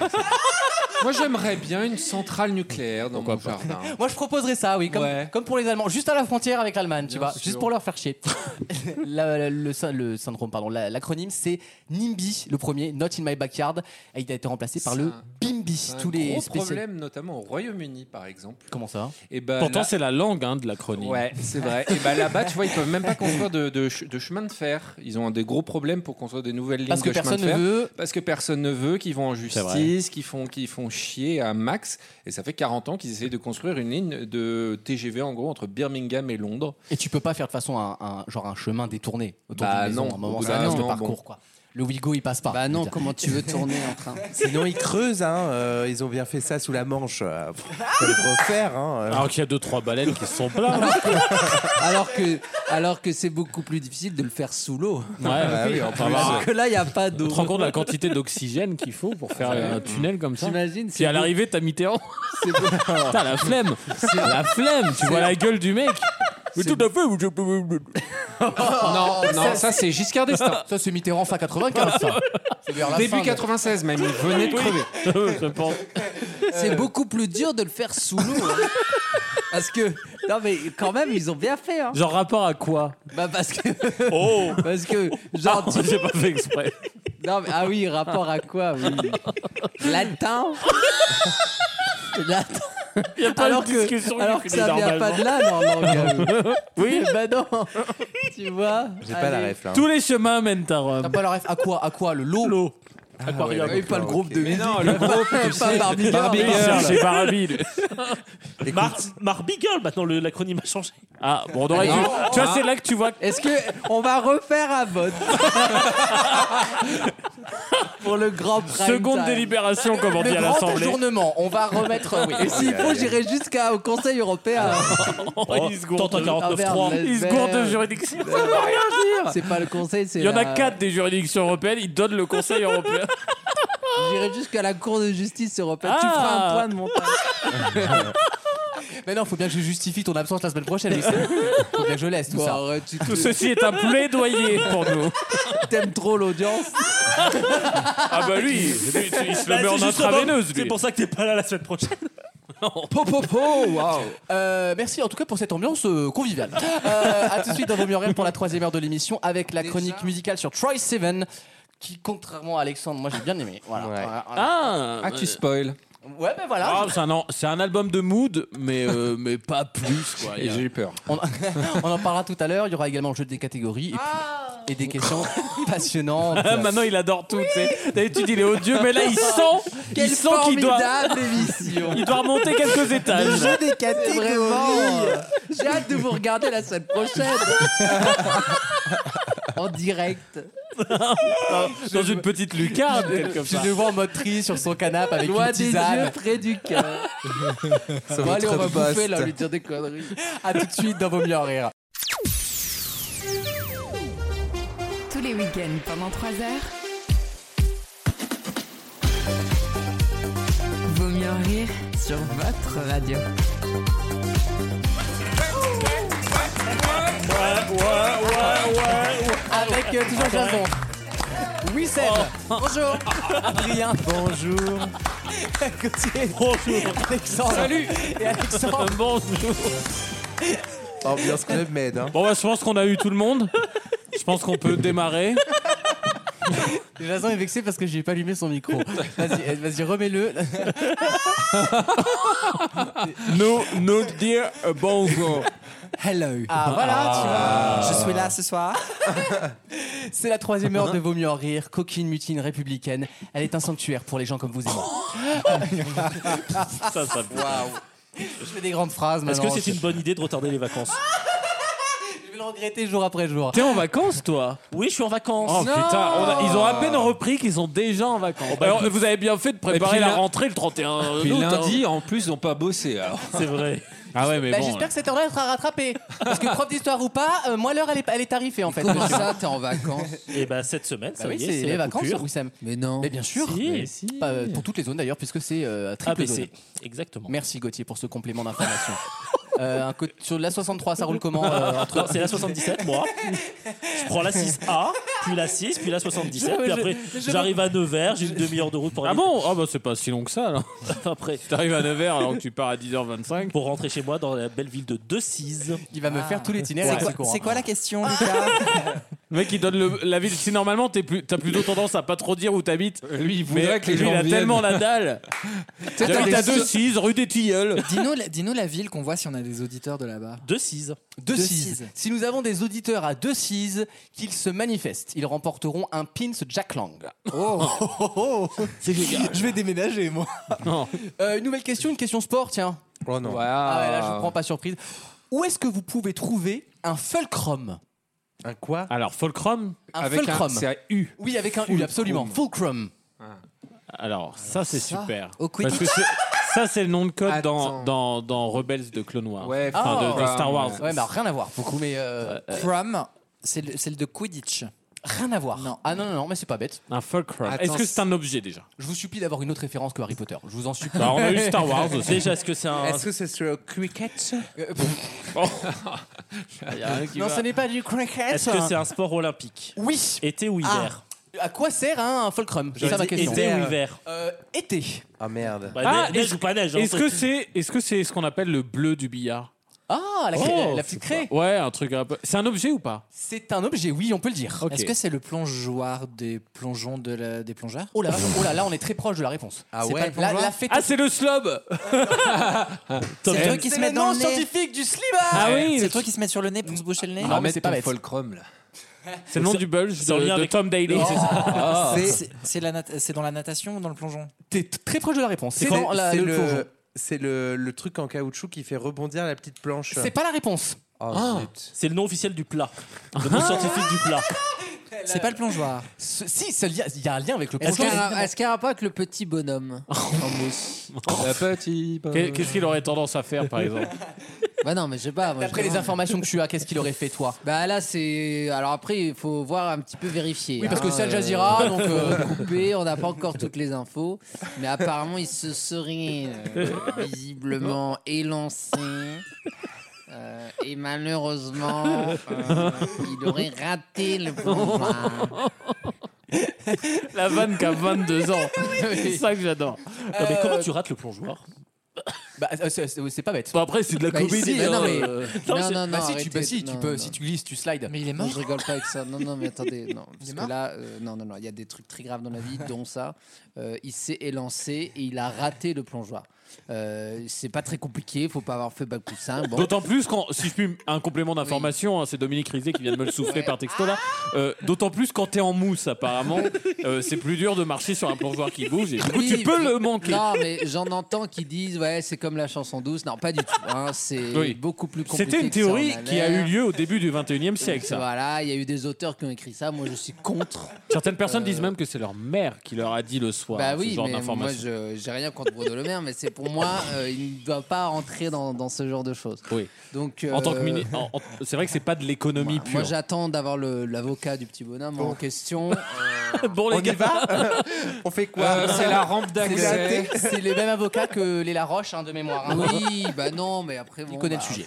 C: Moi, j'aimerais bien une centrale nucléaire dans mon jardin.
B: Moi, je proposerais ça, oui, comme,
C: Ouais.
B: comme pour les Allemands, juste à la frontière avec l'Allemagne, tu vois, juste pour leur faire chier. La- la- le, syn- le syndrome, pardon, la- l'acronyme, c'est NIMBY, le premier, Not in my backyard, et il a été remplacé par le BIMBY.
C: C'est un
B: Tous les
C: gros
B: spécialistes.
C: problème, notamment au Royaume-Uni, par exemple.
B: Comment ça
C: Et ben,
E: Pourtant,
C: là-
E: c'est la langue hein, de la chronique.
C: Ouais, c'est vrai. Et bah là-bas, tu vois, ils peuvent même pas construire de, de, ch- de chemin de fer. Ils ont des gros problèmes pour construire des nouvelles lignes
B: Parce que
C: de chemin de
B: personne
C: fer.
B: ne veut.
C: Parce que personne ne veut, qu'ils vont en justice, qu'ils font, qu'ils font chier à max. Et ça fait 40 ans qu'ils essayent de construire une ligne de TGV, en gros, entre Birmingham et Londres.
B: Et tu peux pas faire de façon un, un- genre un chemin détourné autour
C: Bah
B: d'une maison.
C: non,
B: à un moment,
C: au bout
B: ça
C: d'un
B: reste le
C: moment,
B: parcours,
C: bon.
B: quoi. Le Wigo, il passe pas.
H: Bah non, comment tu veux tourner en train
U: Sinon, ils creusent, hein, euh, ils ont bien fait ça sous la manche. euh, faut le refaire. Hein,
E: Alors qu'il Ah, y a deux, trois baleines qui se sont plaintes.
H: alors que, alors que c'est beaucoup plus difficile de le faire sous l'eau.
E: Ouais, bah oui, en plus.
H: Alors que là, il n'y a pas
E: Tu
H: d'eau.
E: te rends compte de la quantité d'oxygène qu'il faut pour faire un tunnel comme ça
H: T'imagines,
E: Puis
H: c'est
E: à
H: beau.
E: l'arrivée, t'as Mitterrand.
H: C'est beau.
E: T'as la flemme La flemme Tu vois la gueule du mec Mais tout à fait vous-
B: Oh
C: Non, non, ça, c'est Giscard d'Estaing.
B: Ça, c'est Mitterrand fin 95. ça. C'est vers la
C: Début
B: fin,
C: 96 même, ils venaient de crever.
H: C'est beaucoup plus dur de le faire sous l'eau. hein. Parce que, non mais quand même, ils ont bien fait. Hein.
E: Genre rapport à quoi
H: Bah parce que.
E: Oh Ah,
H: Parce que, genre. tu-
E: J'ai pas fait exprès.
H: Non, mais, ah oui, rapport à quoi oui. Latin Latin
E: y a pas
H: alors
E: de discussion
H: que,
E: qui
H: alors que
E: finit
H: ça vient pas
E: normalement.
H: de là, normalement.
E: Oui.
H: bah non. Tu vois allez.
E: Tous les chemins mènent à Rome.
B: T'as pas la ref à quoi À quoi Le lot Ah, L'eau.
E: Aquarium.
B: et pas le groupe de
C: Mais non,
B: musique.
C: le groupe, tu sais,
B: Barbie Girl.
C: Barbie Girl.
E: Cherchez Barbie. lui.
G: Mar, Marbigirl, maintenant le- l'acronyme a changé.
E: Ah, bon, on aurait dû. Tu vois, c'est là que tu vois.
H: Est-ce que on va refaire un vote pour le grand prime
E: Seconde
H: time.
E: délibération, comme on dit
B: Le
E: à
B: grand
E: l'Assemblée.
B: ajournement. On va remettre. Oui.
H: Et s'il faut, j'irai jusqu'au Conseil européen.
E: Oh, il se gourde.
G: Tente un
H: Ah,
G: 49.3.
H: merde,
E: Il se gourde de juridiction. Ça veut rien dire.
H: C'est pas le Conseil, c'est.
E: Il y en a
H: la-
E: quatre des juridictions européennes, ils donnent le Conseil européen.
H: J'irai jusqu'à la Cour de justice européenne. Tu
E: Ah.
H: feras un point de montage.
B: Mais non, faut bien que je justifie ton absence la semaine prochaine. Lucien. Faut bien que je laisse tout
H: Bon,
B: ça.
H: arrête, tu te-
E: Tout ceci est un plaidoyer pour nous.
H: T'aimes trop l'audience.
E: Ah bah lui, lui, tu- il se
G: Bah,
E: le met
G: c'est
E: en
G: justement-
E: intraveineuse.
G: C'est
E: lui.
G: pour ça que t'es pas là la semaine prochaine.
B: Po, po, po, wow. Euh, merci en tout cas pour cette ambiance euh, conviviale. Euh, à tout de suite dans Vos Mieux en Rire pour la troisième heure de l'émission avec la chronique musicale sur Troy Seven qui, contrairement à Alexandre, moi j'ai bien aimé. Voilà. Voilà, voilà.
E: Ah,
C: Ah, tu spoil.
B: Ouais, ben voilà.
E: Ah, c'est, un, an- c'est un album de mood, mais, euh, mais pas plus. Quoi.
C: Et j'ai eu peur.
B: On, on en parlera tout à l'heure. Il y aura également le jeu des catégories et, puis- et des questions passionnantes.
E: Ah, Maintenant, il adore tout. tu sais. D'habitude, il est odieux, mais là, il sent,
H: Quelle
E: il sent qu'il doit,
H: formidable émission.
E: il doit remonter quelques étages.
H: Le jeu des catégories. Vraiment. J'ai hâte de vous regarder la semaine prochaine. en direct.
E: dans une petite lucarne quelque
B: Je
E: part.
B: Euh, le vois en mode tri sur son canapé avec
H: Loin
B: une
H: des
B: tisane.
H: yeux, près du cœur.
B: Ça
H: Bon,
B: va
H: allez, on
B: être
H: va bouffer
B: vaste.
H: là, on lui dire des conneries.
B: À tout de suite dans Vos mieux en rire.
L: Tous les week-ends pendant 3 heures. Vaut mieux en rire sur votre radio.
B: Avec euh,
E: Ah,
B: toujours Jason. Oui, Seb.
E: Oh.
B: Bonjour. Adrien. Bonjour. Gauthier. Bonjour. Alexandre.
E: Salut.
B: Et Alexandre.
E: Bonjour.
D: Ambiance Club Med. Hein.
E: Bon, bah, je pense qu'on a eu tout le monde. Je pense qu'on peut démarrer.
B: Jason est vexé parce que j'ai pas allumé son micro. Vas-y, euh, vas-y, remets-le.
E: Nous, nous dire euh, bonjour.
N: Hello.
B: Ah, voilà, tu
E: Ah.
B: vois.
E: Je suis là
N: ce soir.
B: C'est la troisième heure de Vaut mieux en rire, coquine mutine républicaine. Elle est un sanctuaire pour les gens comme vous et moi.
G: ça, ça
B: Je fais des grandes phrases
G: Est-ce
B: maintenant.
G: que c'est une bonne idée de retarder les vacances
B: Je vais le regretter jour après jour.
E: T'es en vacances, toi
G: Oui, je suis en vacances.
E: Oh
G: Non.
E: putain, on a- ils ont à
B: Ah.
E: peine repris qu'ils sont déjà en vacances.
G: bah,
E: Alors,
G: écoute.
E: Eh ben, vous avez bien fait de préparer
C: Oh, Et puis
E: la
C: lun-
E: rentrée le 31
C: Puis
E: août. hein.
C: lundi, en plus, ils n'ont pas bossé. Alors.
G: C'est vrai.
E: Ah ouais, mais
B: Bah,
E: bon.
B: J'espère que cette heure-là elle sera rattrapée. Parce que prof d'histoire ou pas, euh, moi l'heure elle est, elle est tarifée en fait.
H: Comment
B: monsieur.
H: ça, t'es en vacances
G: Et bah cette semaine, ça
B: Bah oui,
G: y est,
B: c'est les
G: la
B: vacances,
G: coupure.
B: Wissem.
H: Mais non.
B: Mais bien sûr.
G: Si,
B: Mais-
G: si.
B: pas, euh, pour toutes les zones d'ailleurs, puisque c'est euh, triple
G: APC,
B: zone.
G: exactement.
B: Merci Gauthier pour ce complément d'information. Euh, un co- sur la 63, ça roule comment euh, entre-
G: Non, c'est la 77, moi. Je prends la 6A, puis la 6, puis la 77, puis
E: Je-
G: après
E: je-
G: j'arrive à Nevers, j'ai une demi-heure de route pour
E: Ah
G: aller.
E: bon Ah bah c'est pas si long que ça là.
G: après,
E: T'arrives à 9h alors que tu pars à 10h25.
G: pour rentrer chez moi dans la belle ville de Decize.
B: Il va me faire tout l'itinéraire.
F: C'est quoi, c'est quoi la question,
E: Ah.
F: Lucas
E: Le mec il donne le- la ville. Si normalement t'es plus- t'as plutôt tendance à pas trop dire où t'habites.
C: Lui, il
E: Mais
C: voudrait que les
E: lui,
C: gens
E: il a
C: viennent.
E: tellement la dalle.
F: T'as
E: J'habite
F: des-
E: à 2-6, rue des Tilleuls.
F: Dis-nous la- dis-nous la ville qu'on voit si on a des auditeurs de là-bas.
G: Decize.
B: De
F: De
B: six.
F: six.
B: Si nous avons des auditeurs à 2 6 qu'ils se manifestent, ils remporteront un pins Jack Lang.
F: Oh,
G: C'est génial.
B: Je vais déménager moi.
E: Non.
B: Euh, une nouvelle question, une question sport, tiens.
D: Oh non.
B: Ah ouais, là je vous prends pas surprise. Où est-ce que vous pouvez trouver un fulcrum
D: Un quoi
E: Alors Fulcrum.
B: Un
E: Avec un-
B: fulcrum.
E: c'est un U.
B: Oui, avec un U, absolument. Fulcrum.
E: Ah.
B: Ah,
E: Alors ça c'est
B: ça,
E: super.
B: au
E: Parce que
B: Quidditch.
E: c'est- ça c'est le nom de code dans, dans, dans Rebels de Clone Wars.
C: Ouais,
E: Enfin, de-
B: Ah.
E: de, Star Wars.
B: Ouais, mais alors, rien à voir beaucoup, mais euh,
F: Prom, c'est le, c'est le de Quidditch.
B: rien à voir. Ah non, non, non, mais c'est pas bête.
E: Un fulcrum.
B: Attends,
E: Est-ce que c'est un objet déjà
B: Je vous supplie d'avoir une autre référence que Harry Potter. Je vous en supplie.
E: Bah, on a eu Star Wars aussi.
G: Déjà, est-ce que c'est un. Euh,
D: Est-ce que c'est sur le cricket
E: Ah,
B: non, ce n'est pas du cricket.
G: Est-ce que c'est un sport olympique
B: Oui. Ah.
G: Été ou hiver
B: À quoi sert hein, un fulcrum C'est
G: J'aurais
B: ça ma
G: dit
B: question.
G: Été ou hiver
B: Euh, été.
D: Ah merde.
G: Bah,
E: Ah,
G: neige- Neige
E: est-ce-
G: ou pas neige hein,
E: Est-ce
G: c'est-
E: que c'est est-ce que c'est ce qu'on appelle le bleu du billard
B: Ah, la,
E: Oh,
B: la- la petite craie.
E: Ouais, un truc un peu. C'est un objet ou pas
B: C'est un objet, oui, on peut le dire.
E: Ok.
F: Est-ce que c'est le plongeoir des plongeons de la- des plongeurs
B: Oh là, oh là, là, on est très proche de la réponse.
F: Ah
B: C'est
F: ouais.
B: pas le plongeoir. La, la fête-
E: Ah, c'est le slob
F: C'est le truc qui
B: C'est
F: se
B: le
F: met dans
B: nom
F: le nez.
B: scientifique du slibard.
E: Ah oui,
F: C'est
E: le
F: le truc qui se met sur le nez pour se boucher
C: euh,
F: le nez.
B: Non, mais c'est pas bête.
C: Fulcrum, là.
E: C'est le nom du bulge
G: c'est en
E: de,
G: lien
E: de
G: avec-
E: Tom
C: Oh.
E: Daly.
F: Non.
E: c'est ça.
C: Ah.
E: Ah.
F: C'est- c'est- C'est la nat- c'est dans la natation ou dans le plongeon
B: T'es t- très proche de la réponse.
D: C'est
B: C'est dans la-
D: c'est
B: le
D: le,
B: plongeon.
D: c'est le, le truc en caoutchouc qui fait rebondir la petite planche.
B: C'est pas la réponse.
D: Oh,
G: Ah.
D: zut.
G: C'est le nom officiel du plat. Le nom scientifique du plat.
F: C'est pas le plongeoir.
B: Ce- si, ça li- il y a un lien avec le
H: Est-ce Ah,
B: plongeon.
H: qu'il y a un- est-ce qu'il y a un rapport avec le petit bonhomme en mousse
C: La petite.
E: Qu'est- Qu'est-ce qu'il aurait tendance à faire, par exemple
H: Bah non, mais je sais pas. moi,
B: D'après
H: je-
B: les informations que tu as, qu'est-ce qu'il aurait fait, toi
H: Bah là, c'est. Alors après, il faut voir un petit peu vérifier.
B: Oui, parce que
H: hein,
B: c'est Al Jazeera,
H: euh,
B: donc, euh,
H: coupé, on n'a pas encore toutes les infos. Mais apparemment, il se serait euh, visiblement élancé. euh, et malheureusement, euh, il aurait raté le pouvoir.
E: La vanne qui a 22 ans. C'est ça que j'adore.
G: Non, mais comment tu rates le plongeoir
B: Bah, euh, c'est- c'est c'est pas bête.
E: Bon, après, c'est de la
H: Bah,
E: comédie.
H: ici, bah,
E: hein.
H: non, mais-
E: Euh,
H: Non,
B: Bah,
H: non,
B: c'est-
H: non,
B: bah, si, tu,
H: arrêtez,
B: bah, si, tu
H: non,
B: peux,
H: non.
B: si tu glisses, tu slides.
F: Mais il est
H: Non,
F: mort.
H: je rigole pas avec ça. Non, non, mais attendez. Non,
F: Il est mort
H: parce que là, euh, non, non, non, il y a des trucs très graves dans la vie, dont ça. Euh, il s'est élancé et il a raté le plongeoir. Euh, c'est pas très compliqué, faut pas avoir fait bac plus 5. Bon.
E: D'autant plus quand, si je puis m- un complément d'information, hein, c'est Dominique Rizet qui vient de me le souffler par texto là. Euh, D'autant plus quand t'es en mousse apparemment, euh, c'est plus dur de marcher sur un plongeoir qui bouge. Et du coup,
H: Oui,
E: tu peux
H: mais-
E: le manquer.
H: Non, mais j'en entends qui disent ouais, c'est comme la chanson douce. Non, pas du tout. hein, c'est
E: Oui.
H: beaucoup plus compliqué.
E: C'était une
H: que ça en
E: théorie qui a
H: l'air.
E: eu lieu au début du 21e siècle. Ça.
H: Voilà, il y a eu des auteurs qui ont écrit ça. Moi, je suis contre.
E: Certaines personnes disent même que c'est leur mère qui leur a dit le soir
H: Euh. bah
E: hein, ce
H: oui,
E: genre
H: mais moi,
E: d'information.
H: je- j'ai rien contre Bruno Le Maire, mais c'est pour moi, euh, il ne doit pas rentrer dans, dans ce genre de choses.
E: Oui.
H: Donc,
E: En tant que
H: euh,
E: mini- en- en- c'est vrai que c'est pas de l'économie pure.
H: Moi, j'attends d'avoir le- l'avocat du petit bonhomme en question. euh,
E: bon,
H: les gars,
D: on fait
E: quoi Euh, c'est la rampe d'accès.
H: C'est les mêmes avocats que les Laroche, hein, de mémoire. hein. Oui, bah non, mais après, bon,
B: Il connaît
H: bah,
B: le sujet.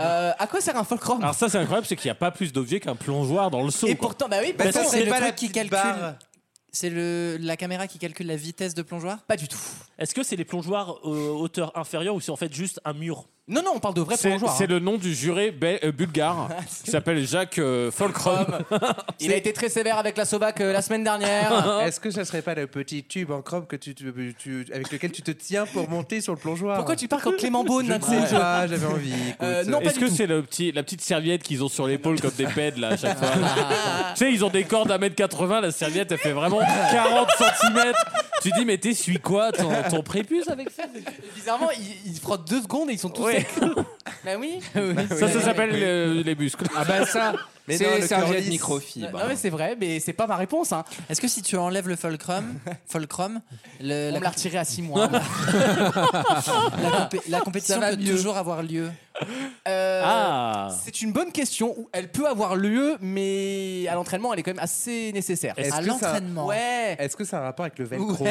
B: Euh, à quoi sert un folchrome
E: Alors ça c'est incroyable, c'est qu'il n'y a pas plus d'objets qu'un plongeoir dans le seau.
B: Et
E: quoi.
B: pourtant, bah oui,
E: Bah,
B: parce
E: ça,
B: que
E: c'est
B: c'est le
E: pas la
B: truc qui
E: petite
B: calcule.
E: barre.
F: C'est le la caméra qui calcule la vitesse de plongeoir
B: Pas du tout.
G: Est-ce que c'est les plongeoirs euh, hauteur inférieure ou c'est en fait juste un mur
B: Non, non, on parle de
G: vrai
E: C'est-
G: plongeoir,
E: C'est
G: hein.
E: le nom du juré bel- euh, bulgare qui s'appelle Jacques euh, Folcrom.
B: Il a été très sévère avec la Sovac euh, la semaine dernière.
D: Est-ce que ça serait pas le petit tube en chrome que tu, tu- tu- avec lequel tu te tiens pour monter sur le plongeoir
B: Pourquoi tu Euh, pars comme Clément Beaune
D: Je
B: d'un
D: ne
B: coup
D: sais
E: ah,
D: pas, j'avais envie. écoute.
E: Est-ce que c'est le petit, la petite serviette qu'ils ont sur l'épaule comme des beds là à chaque fois Tu sais, ils ont des cordes à 1m80, la serviette elle fait vraiment 40 cm. Tu dis, mais t'essuies quoi ton, ton prépuce avec ça
B: Bizarrement, ils, ils frottent deux secondes et ils sont tous
E: Ouais.
B: secs. bah oui.
E: Ça, ça s'appelle euh, les muscles.
F: Ah bah ça,
B: Mais non,
F: c'est
B: le
F: serviette
B: cœur lisse.
F: microfibre.
B: Non, mais c'est vrai, mais c'est pas ma réponse. Hein.
F: Est-ce que si tu enlèves le fulcrum, fulcrum le,
B: On me l'a retiré à 6 mois.
F: la, compé- la compétition
B: Ça va
F: peut
B: mieux.
F: toujours avoir lieu.
B: Euh,
F: Ah.
B: C'est une bonne question. où Elle peut avoir lieu, mais à l'entraînement, elle est quand même assez nécessaire.
D: Est-ce que ça-
B: Ouais.
D: Est-ce que ça a un rapport avec le velcro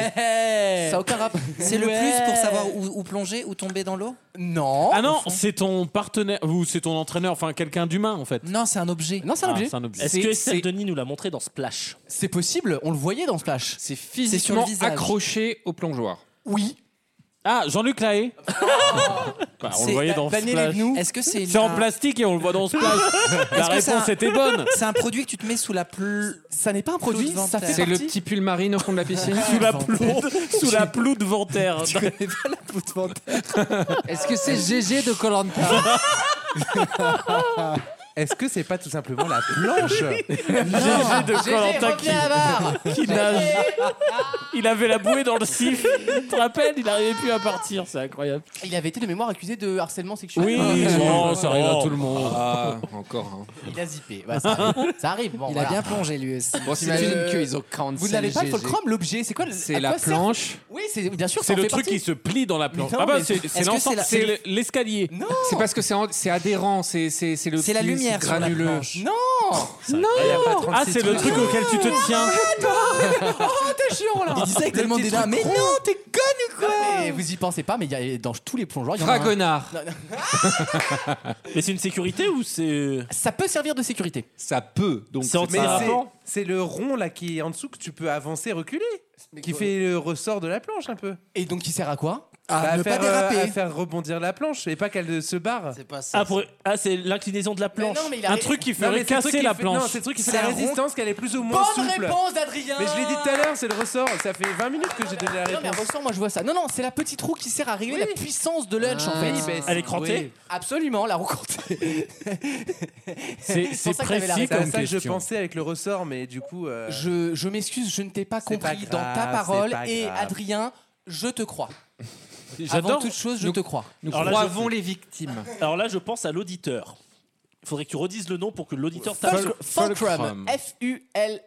B: Ça a aucun rapport.
F: C'est le
B: Ouais.
F: plus pour savoir où, où plonger, où tomber dans l'eau
B: Non.
E: Ah non, c'est ton partenaire ou c'est ton entraîneur, enfin quelqu'un d'humain en fait.
F: Non, c'est un objet.
B: Non, c'est un
E: Ah,
B: objet.
E: c'est un objet.
G: Est-ce
E: C'est-
G: que
E: c'est-
G: Estelle Denis nous l'a montré dans Splash
B: C'est possible, on le voyait dans Splash.
E: C'est
C: Physiquement accroché au plongeoir.
B: Oui.
E: Ah, Jean-Luc Lahaye Bah, on le voyait dans Splash.
F: Est-ce que c'est
E: C'est en
F: un-
E: plastique et on le voit dans Splash. La
F: Est-ce que c'est
E: réponse
F: un-
E: était bonne.
F: C'est un produit que tu te mets sous la pluie.
B: Ça n'est pas un produit, ça fait
C: C'est le
B: partie.
C: petit pull marine au fond de la piscine
E: Sous la pelouse, sous la pelouse de Ventaire.
H: Est-ce que c'est GG de Colanta
D: Est-ce que c'est pas tout simplement la planche
E: GG de Koh-Lanta qui- qui nage. Il avait la bouée dans le sif. Tu te rappelles, il n'arrivait plus à partir, c'est incroyable.
B: Il avait été de mémoire accusé de harcèlement sexuel.
E: Oui, bon, ça arrive à tout le monde.
C: Ah, encore.
B: Il a zippé. Bah, ça arrive. Ça arrive. Bon,
F: Il
B: voilà.
F: a bien plongé lui aussi.
C: Bon, t'imagines
B: Euh,
C: qu'ils ont cancel
B: Vous n'avez pas le
C: GG.
B: Fulcrum, l'objet C'est quoi le-
C: C'est
B: à
C: la
B: quoi sert
C: planche.
B: Oui, c'est bien sûr. ça
E: C'est
B: en
E: le
B: fait
E: truc
B: partie.
E: qui se plie dans la planche.
B: Mais non,
E: Ah bah,
B: mais-
E: c'est
B: Est-ce
E: c'est
B: que c'est
E: l'ensemble,
B: la-
E: c'est le- l'escalier.
B: Non.
C: C'est parce que c'est en- c'est adhérent, c'est c'est- c'est le
F: C'est la
C: fil,
F: lumière
C: c'est
F: sur la
C: granuleux.
F: planche.
B: Non
C: Non
E: Ah, c'est le truc auquel tu te tiens.
B: Oh, t'es chiant là
F: Il disait avec tellement d'élan. Mais non,
B: t'es conne ou quoi mais Eh, Vous Ah, y pensez pas, mais il y a dans tous les plongeoirs, il y en a. un.
C: Dragonnard.
B: Non, non.
G: Mais c'est une sécurité ou c'est.
B: Ça peut servir de sécurité.
C: Ça peut. Donc
G: C'est
D: Mais c'est-
G: anti-dérapant
D: c'est le rond là qui est en dessous que tu peux avancer, reculer, qui fait le ressort de la planche un peu.
B: Et donc, il sert à quoi
F: À
D: Bah, à
F: ne
D: faire,
F: pas déraper.
D: euh, à faire rebondir la planche et pas qu'elle euh, se barre.
H: C'est pas ça.
G: Ah, pour- ah, c'est l'inclinaison de la planche.
B: non, mais il a-
G: Un truc qui
D: Non, mais
G: ferait
D: c'est le truc
G: casser
D: qui
G: la
D: fait-
G: planche.
D: Non, c'est le truc qui fait
G: C'est
D: la
G: un rond.
D: résistance qu'elle est plus ou moins
B: Bonne
D: souple.
B: réponse d'Adrien
D: Mais je l'ai dit tout à l'heure, c'est le ressort. Ça fait 20 minutes que j'ai donné la
B: Non, mais
D: réponse.
B: ressort, moi je vois ça. Non, non, c'est la petite roue qui sert à régler la puissance de l'unch en fait.
D: Oui, ben,
G: Elle est crantée
B: Absolument, la roue crantée.
E: C'est
B: C'est
E: c'est
B: pour ça que t'avais la
E: précis
B: réponse.
E: comme
D: ça que je
E: question.
D: pensais avec le ressort, mais du coup. euh,
B: Je, je m'excuse, je ne t'ai pas
D: C'est pas
B: compris dans
D: grave,
B: ta
D: c'est
B: parole
D: pas
B: et
D: grave.
B: Adrien, je te crois. Avant
G: J'adore.
B: toute chose, je
G: Nous-
B: te crois.
C: Nous
G: Alors là,
C: croyons
G: je-
C: les victimes.
G: Alors là, je pense à l'auditeur. Il faudrait que tu redises le nom pour que l'auditeur tape.
B: Fulcr- Fulcrum,
C: Fulcrum.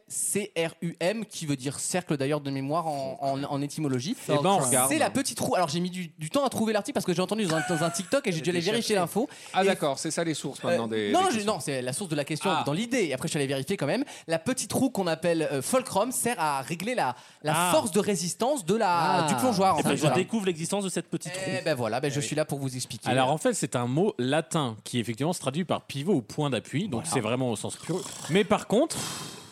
B: F-U-L-C-R-U-M, qui veut dire cercle d'ailleurs de mémoire en, en- en étymologie.
C: Eh ben, on regarde.
B: c'est la petite roue. Alors j'ai mis du, du temps à trouver l'article parce que j'ai entendu dans un, dans un TikTok et j'ai dû aller vérifier l'info. Euh,
C: Ah d'accord, c'est ça les sources maintenant des.
B: non,
C: des
B: je-
C: questions.
B: non, c'est la source de la question
C: Ah.
B: dans l'idée. Et après, je suis allé vérifier quand même. La petite roue qu'on appelle euh, fulcrum sert à régler la, la
G: Ah.
B: force de résistance de la,
G: Ah.
B: du plongeoir. en
G: Eh ben,
B: fait,
G: je
B: voilà.
G: découvre l'existence de cette petite roue.
B: Eh ben voilà, ben, je suis là pour vous expliquer.
E: Alors en fait, c'est un mot latin qui effectivement se traduit par pivot ou point d'appui, donc c'est vraiment au sens pur. Mais par contre,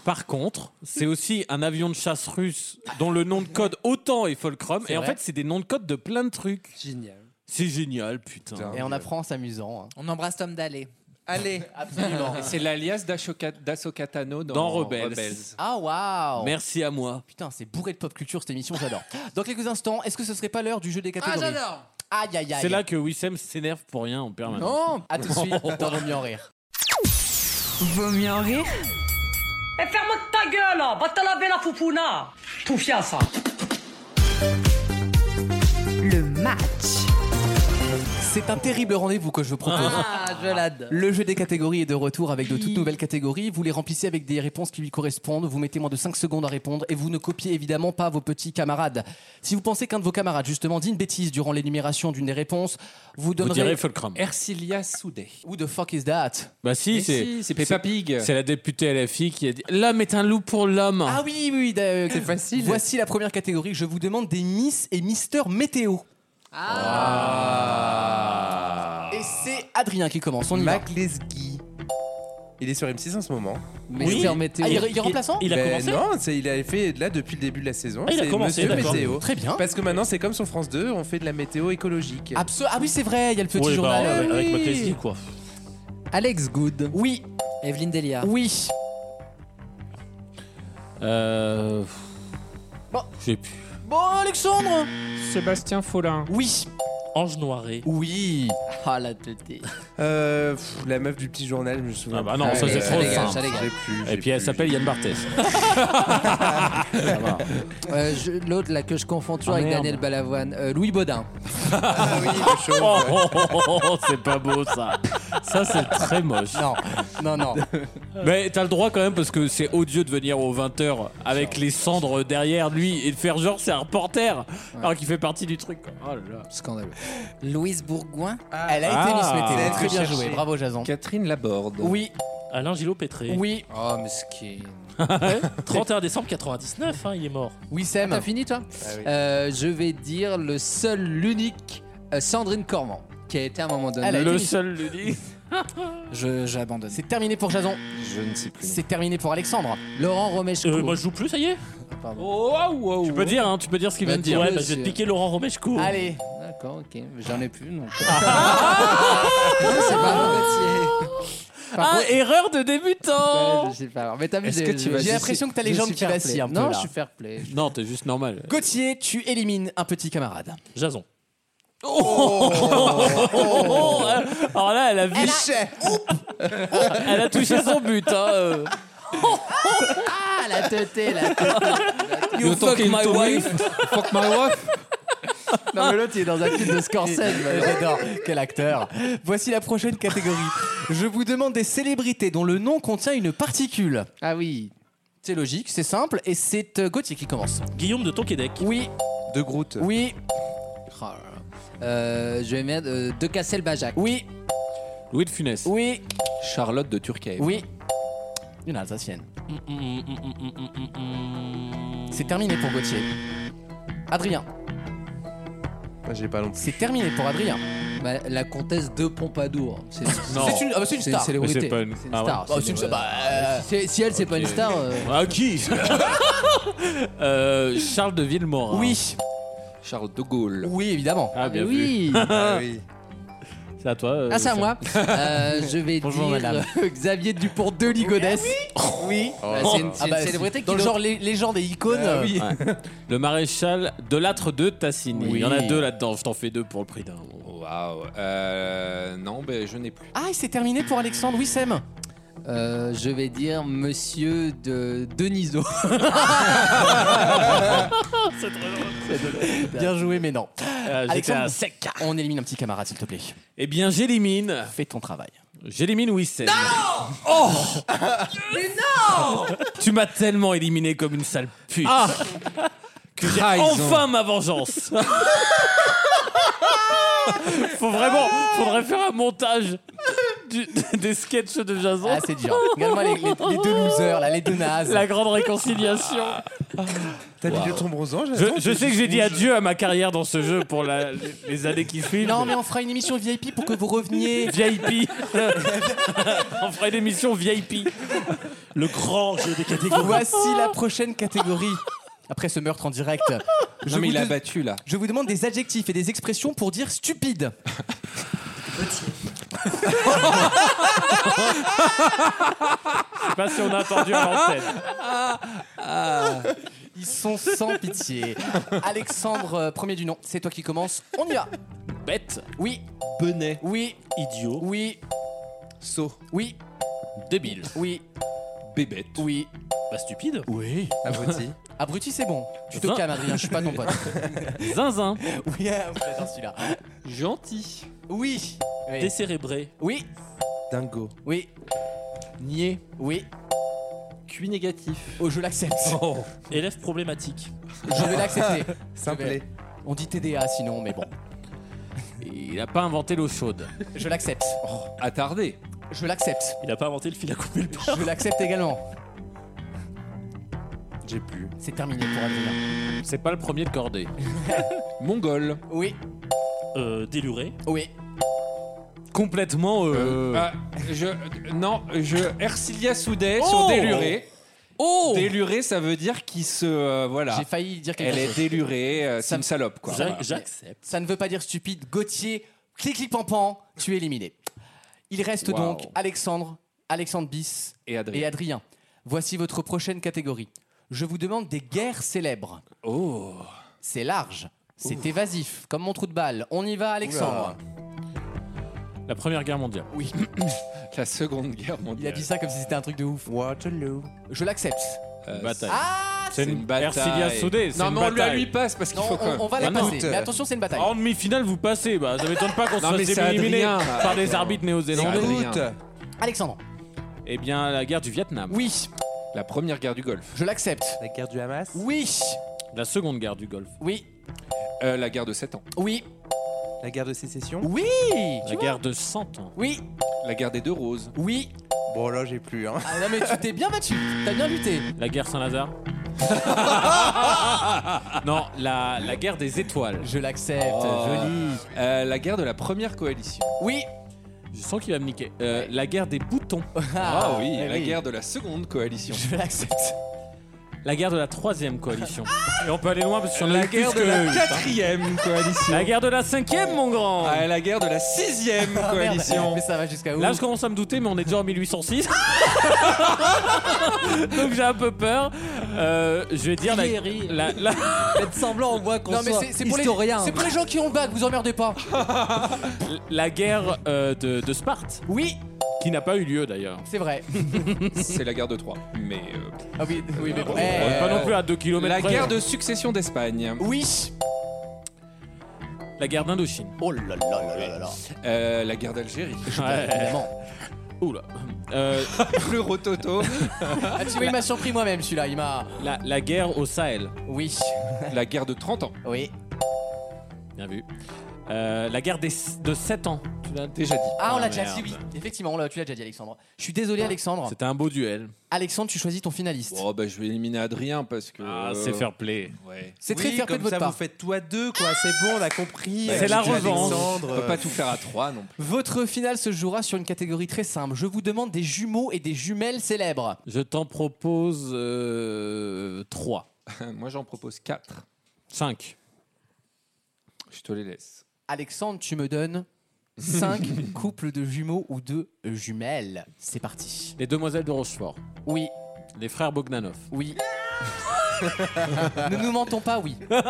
E: par contre, c'est aussi un avion de chasse russe dont le nom de code autant est Fulcrum.
B: C'est
E: Et en
B: vrai.
E: fait, c'est des noms de code de plein de trucs.
H: Génial.
E: C'est génial, putain.
C: euh,
B: et on apprend en s'amusant. hein.
F: On embrasse Tom Dalé.
D: Allez.
B: Absolument.
C: C'est l'alias d'Ashoka- d'Asoka Tano dans,
E: Dans Rebels.
B: Ah waouh
E: Merci à moi.
B: Putain, c'est bourré de pop culture cette émission, j'adore. Dans quelques instants, est-ce que ce serait pas l'heure du jeu des catégories
H: Ah, j'adore
B: Aïe aïe aïe.
E: C'est là que Wissem s'énerve pour rien en permanence.
B: Non, à tout de suite dans Vaut mieux en rire.
L: Vaut mieux en rire
W: Et Eh, ferme ta gueule, hein. va te laver la poupouna. Tout ça.
B: Le match. C'est un terrible rendez-vous que je vous propose.
H: Ah, je l'adore.
B: Le jeu des catégories est de retour avec de toutes nouvelles catégories. Vous les remplissez avec des réponses qui lui correspondent. Vous mettez moins de 5 secondes à répondre et vous ne copiez évidemment pas vos petits camarades. Si vous pensez qu'un de vos camarades, justement, dit une bêtise durant l'énumération d'une des réponses, vous donnerez.
E: direz Fulcrum.
B: Ercilia Soudé. Who the fuck is that
E: Bah si,
B: Mais
E: c'est
B: si, c'est
C: Peppa Pig.
E: C'est la députée LFI qui a dit L'homme est un loup pour l'homme.
B: Ah oui, oui, oui, d'a- Voici la première catégorie. Je vous demande des Miss et Mister Météo. Ah.
D: Ah.
B: Et c'est Adrien qui commence. On y
D: Mac
B: va.
D: Lesguy. Il est sur M6 en ce moment.
B: Mister Oui. Météo. Ah, il est- il est remplaçant Il a
D: Ben
B: commencé
D: Non, c'est- il a fait là depuis le début de la saison.
B: Ah, il a
D: c'est
B: commencé,
D: Monsieur
B: d'accord.
D: Météo.
B: Très bien.
D: Parce que maintenant, c'est comme sur France 2, on fait de la météo écologique.
B: Absol- ah oui, c'est vrai, il y a le petit
D: Oui, bah,
B: journal.
D: avec-
B: Eh
D: avec
B: oui.
D: Mac Lesguy,
G: quoi.
B: Alex Good. Oui.
F: Evelyne Delia.
B: Oui.
E: Euh. J'ai pu.
B: Bon, Alexandre
C: Sébastien Follin.
B: Oui.
G: Ange Noiré.
B: Oui. Ah la tête.
D: Euh, pff, la meuf du petit journal, je me souviens.
E: Ah bah non, ça c'est trop simple.
D: J'ai plus, j'ai
E: Et puis elle
D: plus.
E: s'appelle Yann Barthès.
H: Euh, je- L'autre là que je confonds toujours
E: Ah,
H: avec
E: merde.
H: Daniel Balavoine, euh, Louis Baudin.
E: Oh, oh, oh, oh, oh, c'est pas beau ça. Ça c'est très moche.
B: Non, non, non.
E: Mais t'as le droit quand même parce que c'est odieux de venir aux 20h avec les cendres derrière lui et de faire genre c'est un reporter alors qu'il fait partie du truc. quoi. Oh là là.
H: Scandaleux.
F: Louise Bourgoin.
B: Elle a été Miss
C: Ah,
B: Météo. Très bien joué. Bravo, Jason.
C: Catherine Laborde.
B: Oui.
G: Alain Gillot Pétré.
B: Oui.
H: Oh, mesquine.
G: 31 décembre 99, hein, il est mort.
B: Oui, Sam.
H: T'as fini
E: Ah
H: toi
G: oui.
H: Euh, Je vais dire le seul, l'unique euh, Sandrine Cormand, qui a été à un moment donné.
B: Elle a été Le Miss- seul,
H: l'unique.
F: Je j'abandonne.
B: C'est terminé pour Jason.
C: Je ne sais plus.
B: C'est terminé pour Alexandre.
H: Laurent Romeshko.
G: Euh, moi je joue plus, ça y est
B: Oh,
E: Tu peux dire, hein, tu peux dire ce qu'il
G: Bah,
E: vient de dire.
G: dis-le, Ouais, bah, je vais te c'est- piquer Laurent Romeshko.
B: Allez.
H: D'accord, ok. J'en ai plus. Non.
B: c'est
E: Oh. Ah, erreur de débutant
H: Je sais pas. Mais t'as vu,
E: Est-ce
H: j'ai-
E: que tu vas-
H: j'ai
E: je
H: l'impression
E: suis-
H: que t'as les
E: je
H: jambes
E: suis
H: qui
E: fair play.
H: vacillent un peu.
E: Non,
H: là.
E: je suis fair Non, t'es juste normal.
B: Gauthier, tu élimines un petit camarade.
G: Jason.
E: Alors là, elle a vu. Elle a touché son but. Hein. euh.
H: Ah, la teuté, la
E: You fuck my wife.
C: fuck my wife.
B: Non, mais l'autre, il est dans un film de Scorsese. mais J'adore. Quel acteur. Voici la prochaine catégorie. Je vous demande des célébrités dont le nom contient une particule.
H: Ah oui.
B: C'est logique, c'est simple. Et c'est euh, Gauthier qui commence.
G: Guillaume de Tonquédec.
B: Oui.
D: De Groot.
B: Oui.
H: Oh là là. Euh, je vais mettre euh, De Castelbajac.
B: Oui.
E: Louis de Funès.
B: Oui.
C: Charlotte de Turquie.
B: Oui. Une Alsacienne.
E: Mm,
B: C'est terminé pour Gauthier. Adrien.
D: Moi, j'ai pas non plus.
B: C'est terminé pour Adrien.
H: Bah, la comtesse de Pompadour. C'est
B: Non.
H: c'est une, ah bah, c'est une
B: C'est
H: star.
B: une célébrité. Mais c'est pas une-
H: C'est
B: Ah ouais.
H: star.
B: Bah, c'est une-
H: une-
B: bah, euh,
H: Si- si elle, c'est pas une star. euh,
E: Ah, qui Euh, Charles de Villemorin.
B: Oui.
C: Charles de Gaulle.
B: Oui, évidemment.
E: Ah, bien
H: Oui.
E: vu.
H: Ah
E: C'est à toi. euh,
H: Ah, c'est à
E: Sam.
H: moi. Euh, je vais
E: Bonjour,
H: dire
E: madame.
H: euh, Xavier Dupont de Ligonnès.
B: Eh
H: Oui.
E: Oh.
H: Bah, c'est une, c'est
B: Ah
H: une
B: bah,
H: célébrité
B: dans
H: qui
B: le genre lé- légende et icône.
E: Euh, ouais. Le maréchal de l'âtre de Tassigny.
C: Oui.
E: Il y en a deux là-dedans, je t'en fais deux pour le prix d'un.
C: Waouh. Euh, non, ben je n'ai plus.
B: Ah, et c'est terminé pour Alexandre Wissem.
H: Euh, je vais dire Monsieur de Deniso.
B: Bien joué, mais non.
E: Euh, j'étais à sec.
B: On élimine un petit camarade, s'il te plaît.
E: Eh bien, j'élimine.
B: Fais ton travail.
E: J'élimine Wissem. Non Oh
R: Mais non
E: Tu m'as tellement éliminé comme une sale pute.
R: Ah
E: que j'ai
R: Trahison.
E: enfin ma vengeance. Faut vraiment, faudrait faire un montage du- des sketchs de Jason.
B: Ah, c'est dur. Regarde-moi les, les- les deux losers, là, les deux nazes.
E: La grande réconciliation.
D: T'as mis
E: Wow.
D: le ton bronzant,
E: Je,
D: Jason
E: je sais que j'ai dit adieu à ma carrière dans ce jeu pour la- les, les années qui suivent.
B: Non, mais on fera une émission VIP pour que vous reveniez.
E: VIP. on fera une émission VIP.
G: Le grand jeu des catégories.
B: Voici la prochaine catégorie. Après ce meurtre en direct,
C: Non, mais
B: vous
C: il a
B: de-
C: battu là.
B: je vous demande des adjectifs et des expressions pour dire stupide.
E: Je sais pas si on a attendu à l'antenne.
B: Ah, ils sont sans pitié. Alexandre, euh, premier du nom, c'est toi qui commence. On y va.
G: Bête.
B: Oui.
G: Benet.
B: Oui.
G: Idiot.
B: Oui.
G: Saut.
B: Oui.
G: Débile.
B: Oui.
G: Bébête.
B: Oui.
G: Pas stupide.
B: Oui.
D: Abruti.
B: Abruti, c'est bon. Tu te
G: Zin.
B: calmes, Adrien, je suis pas ton pote.
G: Zinzin.
B: Oui, ah, j'adore celui-là.
G: Gentil.
B: Oui. Oui.
G: Décérébré.
B: Oui.
D: Dingo.
B: Oui.
G: Nier.
B: Oui.
G: Cuit négatif.
B: Oh, je l'accepte.
G: Élève problématique.
B: Je vais l'accepter.
D: Simple.
B: Je vais- On dit TDA sinon, mais bon.
E: Il a pas inventé l'eau chaude.
B: Je l'accepte.
C: Oh, Attardé.
B: Je l'accepte.
G: Il a pas inventé le fil à couper le pain.
B: Je l'accepte également.
D: J'ai plus.
B: C'est terminé pour Adrien.
E: C'est pas le premier de cordée.
C: Mongol.
B: Oui.
G: Euh, déluré.
B: Oui.
E: Complètement. euh,
C: Ah, je, non, je Ercilia Soudet
E: Oh
C: sur déluré.
E: Oh
C: Déluré, ça veut dire qu'il se euh, voilà.
B: J'ai failli dire quelque
C: Elle
B: chose.
C: est délurée, euh, c'est une salope quoi.
B: Voilà. Ça ne veut pas dire stupide. Gauthier, clic clic pan pan, tu es éliminé. Il reste
C: Wow.
B: donc Alexandre, Alexandre Bis
C: Et Adrien.
B: Voici votre prochaine catégorie. Je vous demande des guerres célèbres.
C: Oh.
B: C'est large, c'est évasif, comme mon trou de balle. On y va, Alexandre.
E: La première guerre mondiale.
B: Oui.
C: La seconde guerre
B: Il a
C: mondiale.
B: dit ça comme si c'était un truc de ouf.
D: Waterloo.
B: Je l'accepte.
C: Euh,
E: Bataille.
B: Ah,
E: C'est une
C: bataille.
E: Ercilia Sodé, c'est
C: Non,
E: une
C: mais on lui,
E: bataille.
C: lui passe parce qu'il
B: Non,
C: faut
B: on,
C: qu'on.
B: on va la
E: Bah non.
B: passer. Mais attention, c'est une bataille.
E: En demi-finale, vous passez. Bah, ça m'étonne pas qu'on
C: Non, mais
E: se
C: c'est
E: fasse éliminer
C: Adrien, là.
E: par des
C: bah, Attends.
E: arbitres néo-zélandais.
C: C'est Adrien.
E: Écoute.
B: Alexandre.
E: Eh bien, la guerre du Vietnam.
B: Oui,
C: La première guerre du Golfe.
B: je l'accepte.
D: La guerre du Hamas.
B: Oui,
E: La seconde guerre du Golfe.
B: oui,
C: Euh, la guerre de 7 ans.
B: oui,
D: La guerre de sécession.
B: oui.
E: La guerre de 100 ans.
B: Oui,
C: La guerre des deux roses.
B: oui.
D: Bon, là, j'ai plus. Hein.
B: Ah non, mais tu t'es bien battu. T'as bien lutté.
E: La guerre Saint-Lazare. non, la, la guerre des étoiles.
B: Je l'accepte.
C: Oh.
B: Joli.
C: Euh, la guerre de la première coalition.
B: Oui.
E: Je sens qu'il va me niquer. Euh, La guerre des boutons.
C: Ah, oui,
B: eh
C: la guerre de la seconde coalition.
B: Je l'accepte.
E: La guerre de la troisième coalition. Et on peut aller loin parce qu'on
C: Ah.
E: a
C: La
E: eu plus
C: guerre de
E: que
C: la
E: huit, hein.
C: quatrième coalition.
E: La guerre de la cinquième, mon grand.
C: Ah, la guerre de la sixième
B: Ah, merde.
C: coalition.
B: Mais ça va jusqu'à où
E: Là, je commence à me douter, mais on est déjà en 1806. Donc j'ai un peu peur. Euh, je vais dire la,
H: Thierry.
E: la, la-
H: Faites semblant, on voit qu'on
B: Non, mais
H: soit
B: c'est- c'est pour, les,
H: historien.
B: c'est pour les gens qui ont le bac, vous emmerdez pas.
E: la guerre euh, de, de Sparte,
B: Oui,
E: qui n'a pas eu lieu d'ailleurs.
B: c'est vrai.
C: C'est la guerre de Troie. Mais euh,
B: Ah oui, oui, mais bon.
E: On est
B: Eh,
E: pas non plus à 2 km
C: la guerre de succession d'Espagne.
B: Oui.
E: la guerre d'Indochine.
B: Oh là là là là là là.
C: Euh, la guerre d'Algérie.
E: Ouais.
B: Évidemment.
E: Oula. Euh,
C: Le rototo.
B: Ah, tu vois, il m'a surpris moi-même celui-là. Il m'a.
E: la, la guerre au Sahel.
B: Oui,
C: la guerre de 30 ans.
B: oui.
E: Bien vu. Euh, la guerre des, de 7 ans. Tu l'as
C: Déjà dit.
B: Ah, on
E: Ah,
B: l'a déjà
E: merde.
B: dit, oui. Effectivement, on l'a- tu l'as déjà dit, Alexandre. Je suis
D: Ah,
B: désolé, Alexandre.
E: C'était un beau duel.
B: Alexandre, tu choisis ton finaliste.
C: Oh bah je vais éliminer Adrien parce que. euh,
E: Ah, c'est fair play.
C: Ouais.
B: C'est très
D: oui,
B: fair play
D: comme
B: de votre
D: ça,
B: part.
D: vous faites toi deux, quoi. C'est bon, on a compris. Euh,
E: C'est la revanche.
C: euh, On peut pas tout faire à trois non plus.
B: Votre finale se jouera sur une catégorie très simple. Je vous demande des jumeaux et des jumelles célèbres.
E: Je t'en propose euh, 3.
C: Moi j'en propose quatre.
E: 5.
C: Je te les laisse.
B: Alexandre, tu me donnes 5 couples de jumeaux ou de jumelles. C'est parti.
E: Les demoiselles de Rochefort.
B: Oui,
E: Les frères Bogdanov.
B: oui. ne nous mentons pas, oui.
C: Ah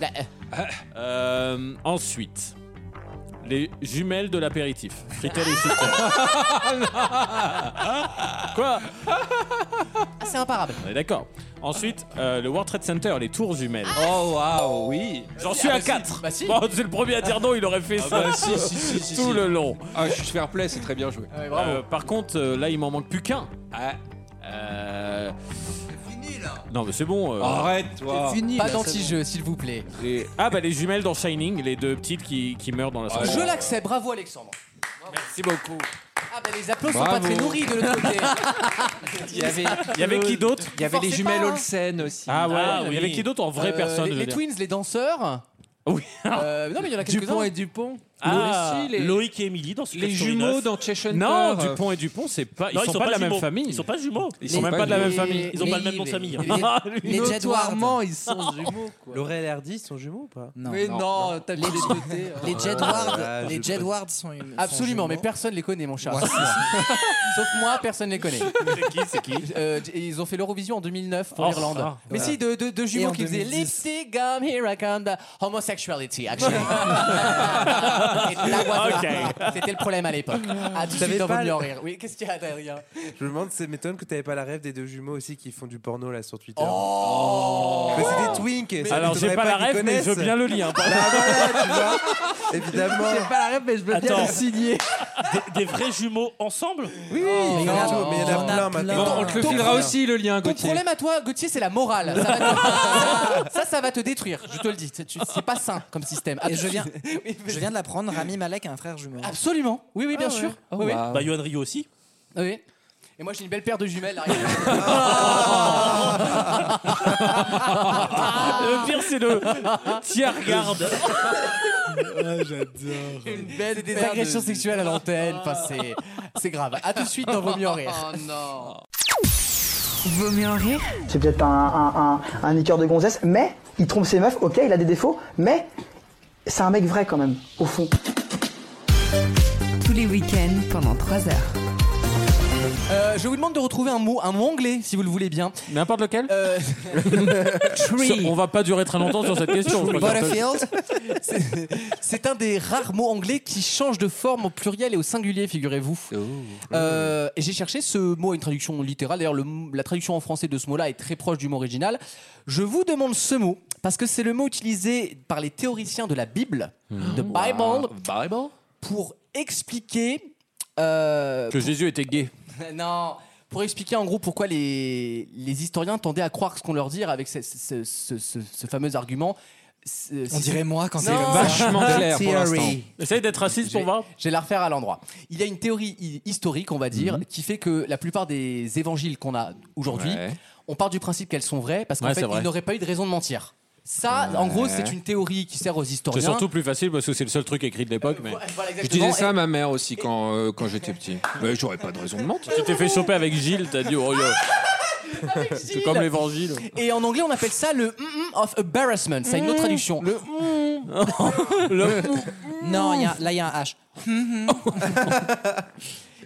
B: Bah, euh,
E: Ah Euh, ensuite, les jumelles de l'apéritif. Fritel et Sister. Quoi
B: ah, c'est imparable.
E: On est d'accord. Ensuite, euh, le World Trade Center, les tours jumelles.
C: Oh waouh oui. Ah,
E: J'en suis à 4.
B: Bah si. Ah, bah
E: Bon, c'est le premier à dire non, il aurait fait ça
C: bah
E: tout le long.
C: Ah je suis fair play c'est très bien joué.
B: Ah Ouais, bravo.
E: Euh, par contre, euh, là, il m'en manque plus qu'un.
C: Ah,
E: Euh... Non, mais c'est bon. euh.
C: Arrête toi.
H: Fini,
B: Pas
H: là, c'est bon.
B: d'anti-jeu, s'il vous plaît.
E: Les- Ah, bah les jumelles dans Shining, les deux petites qui, qui meurent dans la salle.
B: Je l'accepte. Bravo, Alexandre.
E: Ah Merci beaucoup.
B: Ah, bah les applaudissements sont pas
C: Bravo.
B: très nourris de l'autre côté.
C: Il y avait,
E: Il y avait qui d'autre
C: il y avait les
B: Forcez
C: jumelles
B: pas, hein.
C: Olsen aussi.
E: Ah ouais,
G: Ah
E: il y
G: oui.
E: avait qui d'autre en vraie
B: Euh,
E: personne
B: Les,
E: je veux
B: les
E: dire.
B: twins, les danseurs.
E: Oui.
B: Euh, non, mais il y en a quelques-uns.
H: Dupont et Dupont.
E: Ah,
G: Loïc-
E: si, les-
G: Loïc et Émilie dans
E: les jumeaux dans Chechen
G: Non,
E: Peur.
G: Dupont et Dupont, c'est pas, ils,
E: Non, ils
G: sont,
E: sont
G: pas,
E: pas
G: de la même
E: jumeaux.
G: famille.
E: Ils sont pas jumeaux.
G: Ils sont même pas de la même famille. Ils ont pas le même nom de famille. Ah, lui.
F: Notoirement, ils
H: sont jumeaux.
D: Laurel et Hardy sont jumeaux ou pas
F: Non.
B: Mais non, t'as mis les deux T, hein.
F: Les Jedward,
D: Ah,
F: les Jedward sont
B: Absolument, mais personne les connaît, mon cher.
F: Ouais, si,
B: Sauf moi, personne les connaît.
G: C'est qui C'est qui
B: Euh, Ils ont fait l'Eurovision en 2009 pour
G: Oh,
B: l'Irlande.
G: ah,
B: mais
G: ouais.
B: si, deux deux- deux
G: Et
B: jumeaux
G: en
B: qui faisaient
G: 2010.
B: Lipstick gum, here I come, the homosexuality, actually. Et that was
D: Ok.
B: not- C'était le problème à l'époque. À tout de
D: T'avais
B: suite, on
D: pas
B: va mieux
D: le-
B: en rire. Oui, qu'est-ce qu'il y a derrière
D: Je me demande, c'est m'étonne que t'avais pas la rêve des deux jumeaux aussi qui font du porno là sur Twitter.
B: Oh
D: Mais c'est des twinks. ça
E: Alors, j'ai
D: m'étonnerait
E: pas la
D: qu'ils
E: rêve, mais je veux
D: connaissent.
E: bien le hein. lien.
D: Bah voilà, tu vois, évidemment.
G: J'ai
F: pas la rêve, mais je
G: veux bien Attends. le
F: signer.
G: Des, des vrais jumeaux ensemble
D: Oui, mais il y en a- Oh, mais il y en a plein maintenant.
C: Bon, on te le
B: Ton
C: filera
B: problème-
C: aussi le lien,
B: Ton
C: Gauthier.
B: problème à toi, Gauthier, c'est la morale. Ça, va te- ça, ça va te détruire. Je te le dis. C'est tu- c'est pas sain comme système.
F: Et je viens,
B: Ah Oui, mais-
F: je viens de l'apprendre, Rami Malek a un frère jumeau.
B: Absolument. Oui, oui, bien
F: Ah ouais.
B: sûr.
F: Oh,
B: oui, oui.
F: wow.
G: Bah, Yohan Rio aussi.
B: Oui. Et moi, j'ai une belle paire de jumelles. là. Ah.
G: Le pire, c'est le. Tiens, regarde
F: J'adore.
B: Une belle et des agressions sexuelles à l'antenne. Enfin, c'est- c'est grave. À tout de suite dans Vaut mieux en rire. Oh non.
M: Vaut mieux en rire. C'est peut-être un, un, un, un niqueur de gonzesse, mais il trompe ses meufs, ok, il a des défauts, mais c'est un mec vrai quand même, au fond.
L: Tous les week-ends pendant 3 heures.
B: Euh, je vous demande de retrouver un mot, un mot anglais, si vous le voulez bien. Euh,
E: N'importe lequel
B: Tree.
E: On va pas durer très longtemps sur cette question. je crois.
B: Butterfield. C'est- C'est un des rares mots anglais qui change de forme au pluriel et au singulier, figurez-vous. Euh, et j'ai cherché ce mot à une traduction littérale. D'ailleurs, le m- la traduction en français de ce mot-là est très proche du mot original. Je vous demande ce mot parce que c'est le mot utilisé par les théoriciens de la Bible, de Bible, pour expliquer euh,
E: Que Jésus était gay.
B: non, pour expliquer en gros pourquoi les, les historiens tendaient à croire ce qu'on leur dit avec ce, ce- ce- ce- ce fameux argument.
F: On dirait moi quand c'est
B: Non.
F: comme ça. Vachement clair pour l'instant.
E: Essaye d'être raciste pour voir.
B: Je vais la refaire à l'endroit. Il y a une théorie hi- historique, on va dire, qui fait que la plupart des évangiles qu'on a aujourd'hui,
E: Ouais.
B: on part du principe qu'elles sont vraies parce qu'en
E: Ouais,
B: fait,
E: c'est vrai.
B: ils n'auraient pas eu de raison de mentir. Ça, en gros, c'est une théorie qui sert aux historiens.
E: C'est surtout plus facile parce que c'est le seul truc écrit de l'époque. Mais...
C: Je disais ça à ma mère aussi quand, euh, quand j'étais petit. Mais j'aurais pas de raison de mentir.
E: Tu t'es fait choper avec Gilles, t'as dit oh yo. C'est comme l'évangile.
B: Et en anglais, on appelle ça le mm-mm of embarrassment. Ça a une
A: Mm.
B: autre traduction. Le
F: Non, il y a- là il y a un H.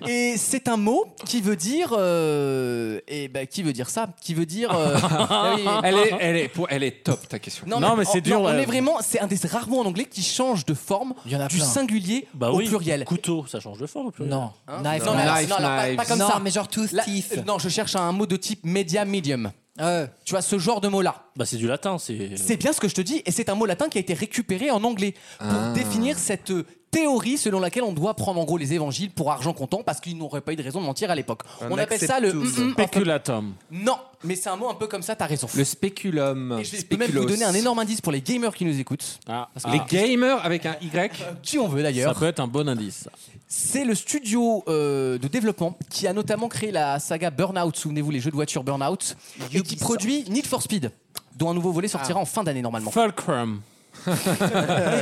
B: Et c'est un mot qui veut dire. euh, eh ben, qui veut dire ça Qui veut dire. euh, ah oui.
C: Elle est, elle, est, pour- elle est top ta question.
B: Non, mais, c'est dur.
E: euh.
B: on est vraiment. C'est un des rares mots en anglais qui change de forme du
F: plein.
B: singulier
G: Bah
B: au
G: oui,
B: pluriel.
G: couteau, ça change de forme au pluriel.
F: Non.
B: Hein
F: Knife,
B: non, mais alors-
F: knife,
B: non, alors, pas,
F: knife.
B: pas comme
F: Non,
B: ça.
F: mais genre tooth,
B: Là,
F: teeth. Ah
B: euh, non, je cherche un mot de type media medium. Tu vois, ce genre de mot-là.
G: Bah, c'est du latin, c'est.
B: C'est bien ce que je te dis, et c'est un mot latin qui a été récupéré en anglais pour
G: Ah.
B: définir cette euh, théorie selon laquelle on doit prendre en gros les évangiles pour argent comptant parce qu'ils n'auraient pas eu de raison de mentir à l'époque.
C: Un
B: On appelle ça le mm, mm, enfin,
E: spéculatum.
B: non, mais c'est un mot un peu comme ça, t'as raison.
C: Le spéculum.
B: Je peux même vous donner un énorme indice pour les gamers qui nous écoutent. Parce que-
C: Les gamers avec un Y.
B: Qui on veut d'ailleurs.
E: Ah, Ça peut être un bon indice. ça.
B: C'est le studio euh, de développement qui a notamment créé la saga Burnout, souvenez-vous les jeux de voiture Burnout, et qui produit Need for Speed, dont un nouveau volet
G: Ah.
B: sortira en fin d'année normalement.
E: Fulcrum.
B: Et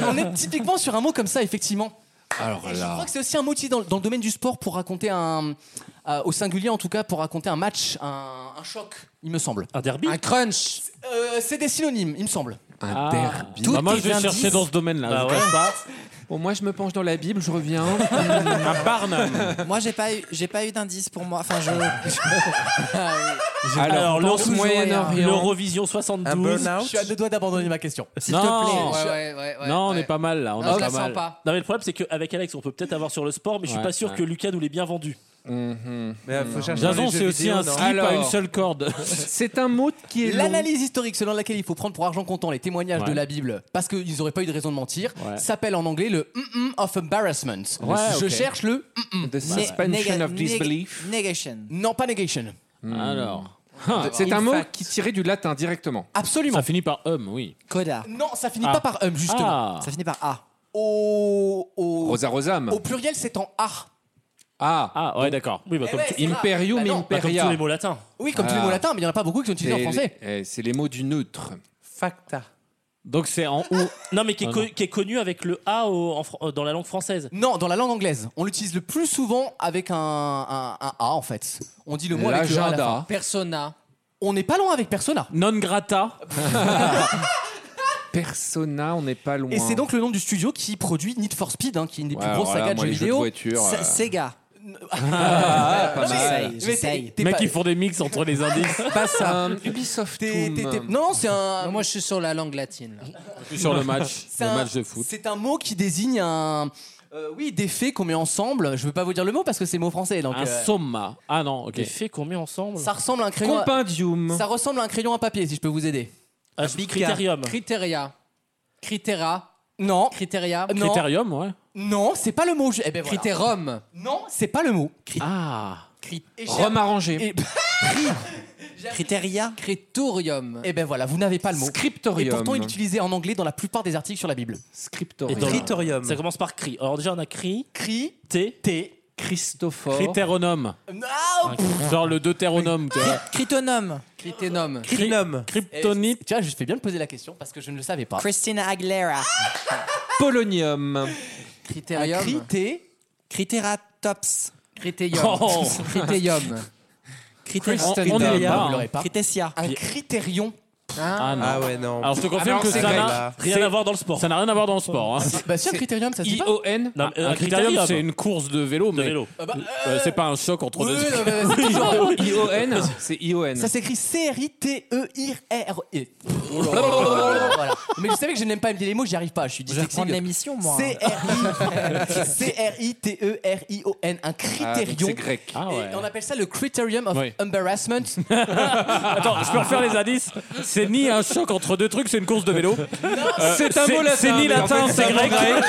B: on est typiquement sur un mot comme ça, effectivement.
C: Alors
B: Je crois
C: là.
B: que c'est aussi un mot utilisé dans, dans le domaine du sport pour raconter un. euh, au singulier, en tout cas, pour raconter un match, un, un choc, il me semble.
G: Un derby
B: Un crunch C'est des synonymes, il me semble.
C: Un
E: Ah.
C: derby.
E: Bah, moi, je vais chercher dans ce domaine-là.
C: Bah
E: je
C: ouais.
E: cache pas.
C: Bon, moi, je me penche dans la Bible, hein. je reviens.
E: Un Barnum.
F: Moi j'ai pas eu, j'ai pas eu d'indice pour moi. Enfin je. Ah
C: Alors,
G: l'Euro-
C: pense
F: hein.
C: Moyen-Orient.
G: l'Eurovision 72.
B: Je suis à deux doigts d'abandonner ma question.
G: S'il te Non. plaît. Ouais, ouais, ouais,
E: non, on
G: ouais.
E: est pas mal là. On
G: Non,
E: est
G: je la
E: pas
G: sens
E: mal.
G: pas. Non, mais le problème, c'est qu'avec Alex, on peut peut-être avoir sur le sport, mais je suis
E: Ouais,
G: pas sûr
E: ouais.
G: que Lucas nous l'ait bien vendu.
C: Mhm.
D: Mais euh, faut chercher dans
E: Jason,
D: les
E: c'est
D: jeux
E: aussi
D: vidéo,
E: un
D: non
E: slip
D: Alors,
E: à une seule corde.
C: C'est un mot qui
B: L'analyse historique selon laquelle il faut prendre pour argent comptant les témoignages
E: Ouais.
B: de la Bible parce qu'ils n'auraient pas eu de raison de mentir
E: Ouais.
B: s'appelle en anglais le mm-mm of embarrassment.
E: Ouais,
B: Je
E: ok.
B: cherche le mm-mm.
C: The
B: Voilà.
C: suspension of disbelief.
F: Negation.
B: Non, pas negation.
C: Hmm.
E: Ah, Alors.
C: C'est un mot qui tirait du latin directement.
B: Absolument.
E: Ça finit par homme, oui.
F: Codard.
B: Non, ça finit
E: Ah.
B: pas par hum, justement.
E: Ah.
F: Ça finit par A.
B: Au, au-
C: Rosa rosam.
B: au pluriel, c'est en ar.
C: Ah.
E: Ah, ouais, d'accord.
G: Oui, bah,
B: Eh
G: comme
B: ouais,
G: tout-
B: c'est
C: Imperium
B: grave. Bah non,
C: imperia.
G: bah, comme tous les mots latins.
B: Oui, comme tous les
C: Ah.
B: mots latins, mais il n'y en a pas beaucoup qui sont utilisés en français.
C: Eh, C'est les mots du neutre.
D: Facta.
E: Donc c'est en O.
G: Non, mais qui est,
E: Ah,
G: co-
E: non.
G: qui est connu avec le A au- en fr- euh, dans la langue française.
B: Non, dans la langue anglaise. On l'utilise le plus souvent avec un, un- un A en fait. On dit le mot avec le A à la
C: L'agenda.
B: fin. Persona. On n'est pas loin avec persona.
E: Non grata.
C: Persona, on n'est pas loin.
B: Et c'est donc le nom du studio qui produit Need for Speed, hein, qui est une des
C: Ouais,
B: plus grosses
C: alors là,
B: sagas
C: moi,
B: de jeux
C: les jeux de
B: vidéo.
C: voiture, euh,
B: Ça- c'est-
F: Sega.
C: Ah,
B: pas mal. Mais t'es- t'es
E: Mec,
B: pas-
E: ils font des mix entre les indices. Euh,
B: Pas ça.
C: Hum, Ubisoft.
B: T'es-
E: Hmm.
B: t'es- t'es-
C: Hum.
B: Non, c'est un.
H: Moi, je suis sur la langue latine. là.
E: Sur le match,
B: C'est
E: le
B: un-
E: match de foot.
B: C'est un mot qui désigne un. euh, oui, des faits qu'on met ensemble. Je veux pas vous dire le mot parce que c'est mot français. Donc,
E: Un
B: euh,
E: somma. Ah non, ok.
G: Les faits qu'on met ensemble.
B: Ça ressemble à un crayon. à-
E: Compendium.
B: Ça ressemble à un crayon à papier, si je peux vous aider.
E: Ah,
G: Un critérium.
H: Criteria. Critera.
B: Non.
H: Criteria.
B: Non.
E: Critérium, ouais.
B: Non, c'est pas le mot. Je- eh ben voilà.
H: Critérum.
B: Non, c'est pas le mot.
E: Ah.
B: Et j'ai-
C: Rome arrangé.
B: Et...
F: Criteria.
H: Critorium.
B: Eh ben voilà, vous n'avez pas le mot.
C: Scriptorium.
B: Et pourtant, il est utilisé en anglais dans la plupart des articles sur la Bible.
C: Scriptorium.
G: Et dans- Ça commence par cri. Alors déjà, on a cri,
B: Cri,
G: T,
B: T. Oh.
C: Christophore.
E: Critéronome.
B: Non
E: Genre le deutéronome, tu vois.
F: Critonome.
H: Criténum.
D: Crinum.
E: Kryptonite.
B: Tu vois, je fais bien de poser la question parce que je ne le savais pas.
F: Christina Aguilera.
C: Polonium.
H: Criterium.
B: Cri, T.
F: Critératops.
H: Critéium.
E: Oh.
H: Critéium.
C: Christendom.
E: On- on y est pas.
B: Vous l'aurez pas.
F: Critétia.
B: Un critérion.
F: Hein
E: Ah non.
D: Ah ouais, non.
E: Alors je te confirme
C: non,
E: que
C: c'est
E: ça
C: grec,
E: n'a
D: là.
E: rien à
G: Rien à
E: voir.
G: voir dans le sport.
E: Ça n'a rien à voir dans le sport. hein.
B: Bah si, un critérium, ça se dit pas.
C: I-O-N.
E: Ah, euh,
G: Non, mais
E: Un
G: un
E: critérium,
G: critérium,
E: c'est une course de vélo,
G: de
E: mais
G: vélo.
E: Euh, c'est pas un choc entre
B: Ah bah, Oui,
E: deux.
B: non, mais c'est toujours-
C: I-O-N. C'est I-O-N.
B: Ça s'écrit E C-R-I-T-E-I-R-E. Voilà. Mais je savais que je n'aime pas les mots, j'y arrive pas, je suis
F: Je vais
B: dyslexique.
F: reprendre l'émission, moi.
B: C-R-I- E C-R-I-T-E-R-I-O-N, un
C: Ah, donc
B: critérium.
C: c'est grec.
E: Ah ouais.
B: Et on appelle ça le Criterium of
E: Oui.
B: Embarrassment.
E: Attends, je peux refaire les indices. C'est ni un choc entre deux trucs, c'est une course de vélo. Euh,
C: C'est un mot latin.
E: C'est ni
C: mais en
E: latin,
C: fait,
E: c'est
C: un mot
E: grec.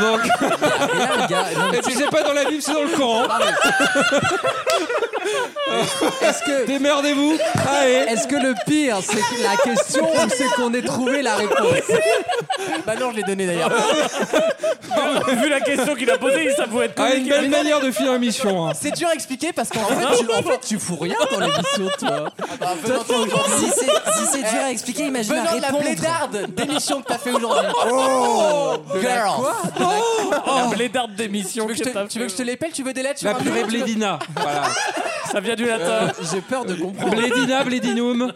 C: Donc,
H: Et là,
C: Ah,
H: le gars, non,
C: et puis c'est pas dans la Bible, c'est dans le Coran.
H: Est-ce que,
C: Démerdez-vous. Allez.
H: est-ce que le pire, c'est que la question ou c'est qu'on ait trouvé la réponse
B: bah non, je l'ai donné d'ailleurs.
E: Vu la question qu'il a posée, ça pouvait être
C: Ah, une
E: compliqué.
C: belle manière de finir l'émission. hein.
B: C'est dur à expliquer parce qu'en fait, tu, en fait, tu fous rien dans l'émission, toi.
F: si c'est si c'est dur à expliquer, imagine à
B: Eh, Venant de la
F: répondre.
B: blédarde d'émission que t'as fait aujourd'hui. Oh, girl. Oh.
E: La blédarde d'émission
B: tu, veux que je
E: que
B: te-
E: t'as
B: tu veux que je te
E: fait.
B: l'épelle Tu veux des lettres sur
C: La
B: un
C: purée
B: mur Tu veux-
C: Blédina. Voilà.
E: Ça vient du
B: Euh,
E: latin.
H: J'ai peur de comprendre.
C: Blédina, Blédinum.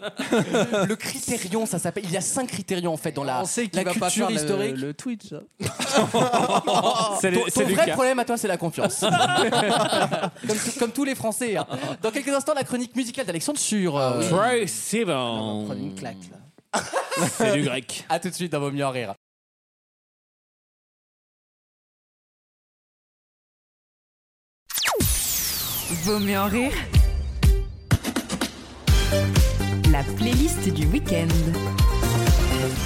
B: Le critérium, ça s'appelle. Il y a cinq critériums en fait dans la,
H: On sait
B: la
H: qu'il va
B: culture
H: pas faire le,
E: Euh,
B: historique. Oh,
H: le Twitch.
E: C'est
B: Ton,
E: le-
B: ton
E: c'est
B: vrai
E: Lucas.
B: problème à toi, c'est la confiance. comme, tout- comme tous les Français. hein. Dans quelques instants, la chronique musicale d'Alexandre sur.
E: Ah
B: euh,
E: Troy Sivan.
H: Prendre une claque là.
E: C'est du grec.
B: À tout de suite dans Vaut mieux en rire.
L: Vaut mieux en rire. La playlist du week-end.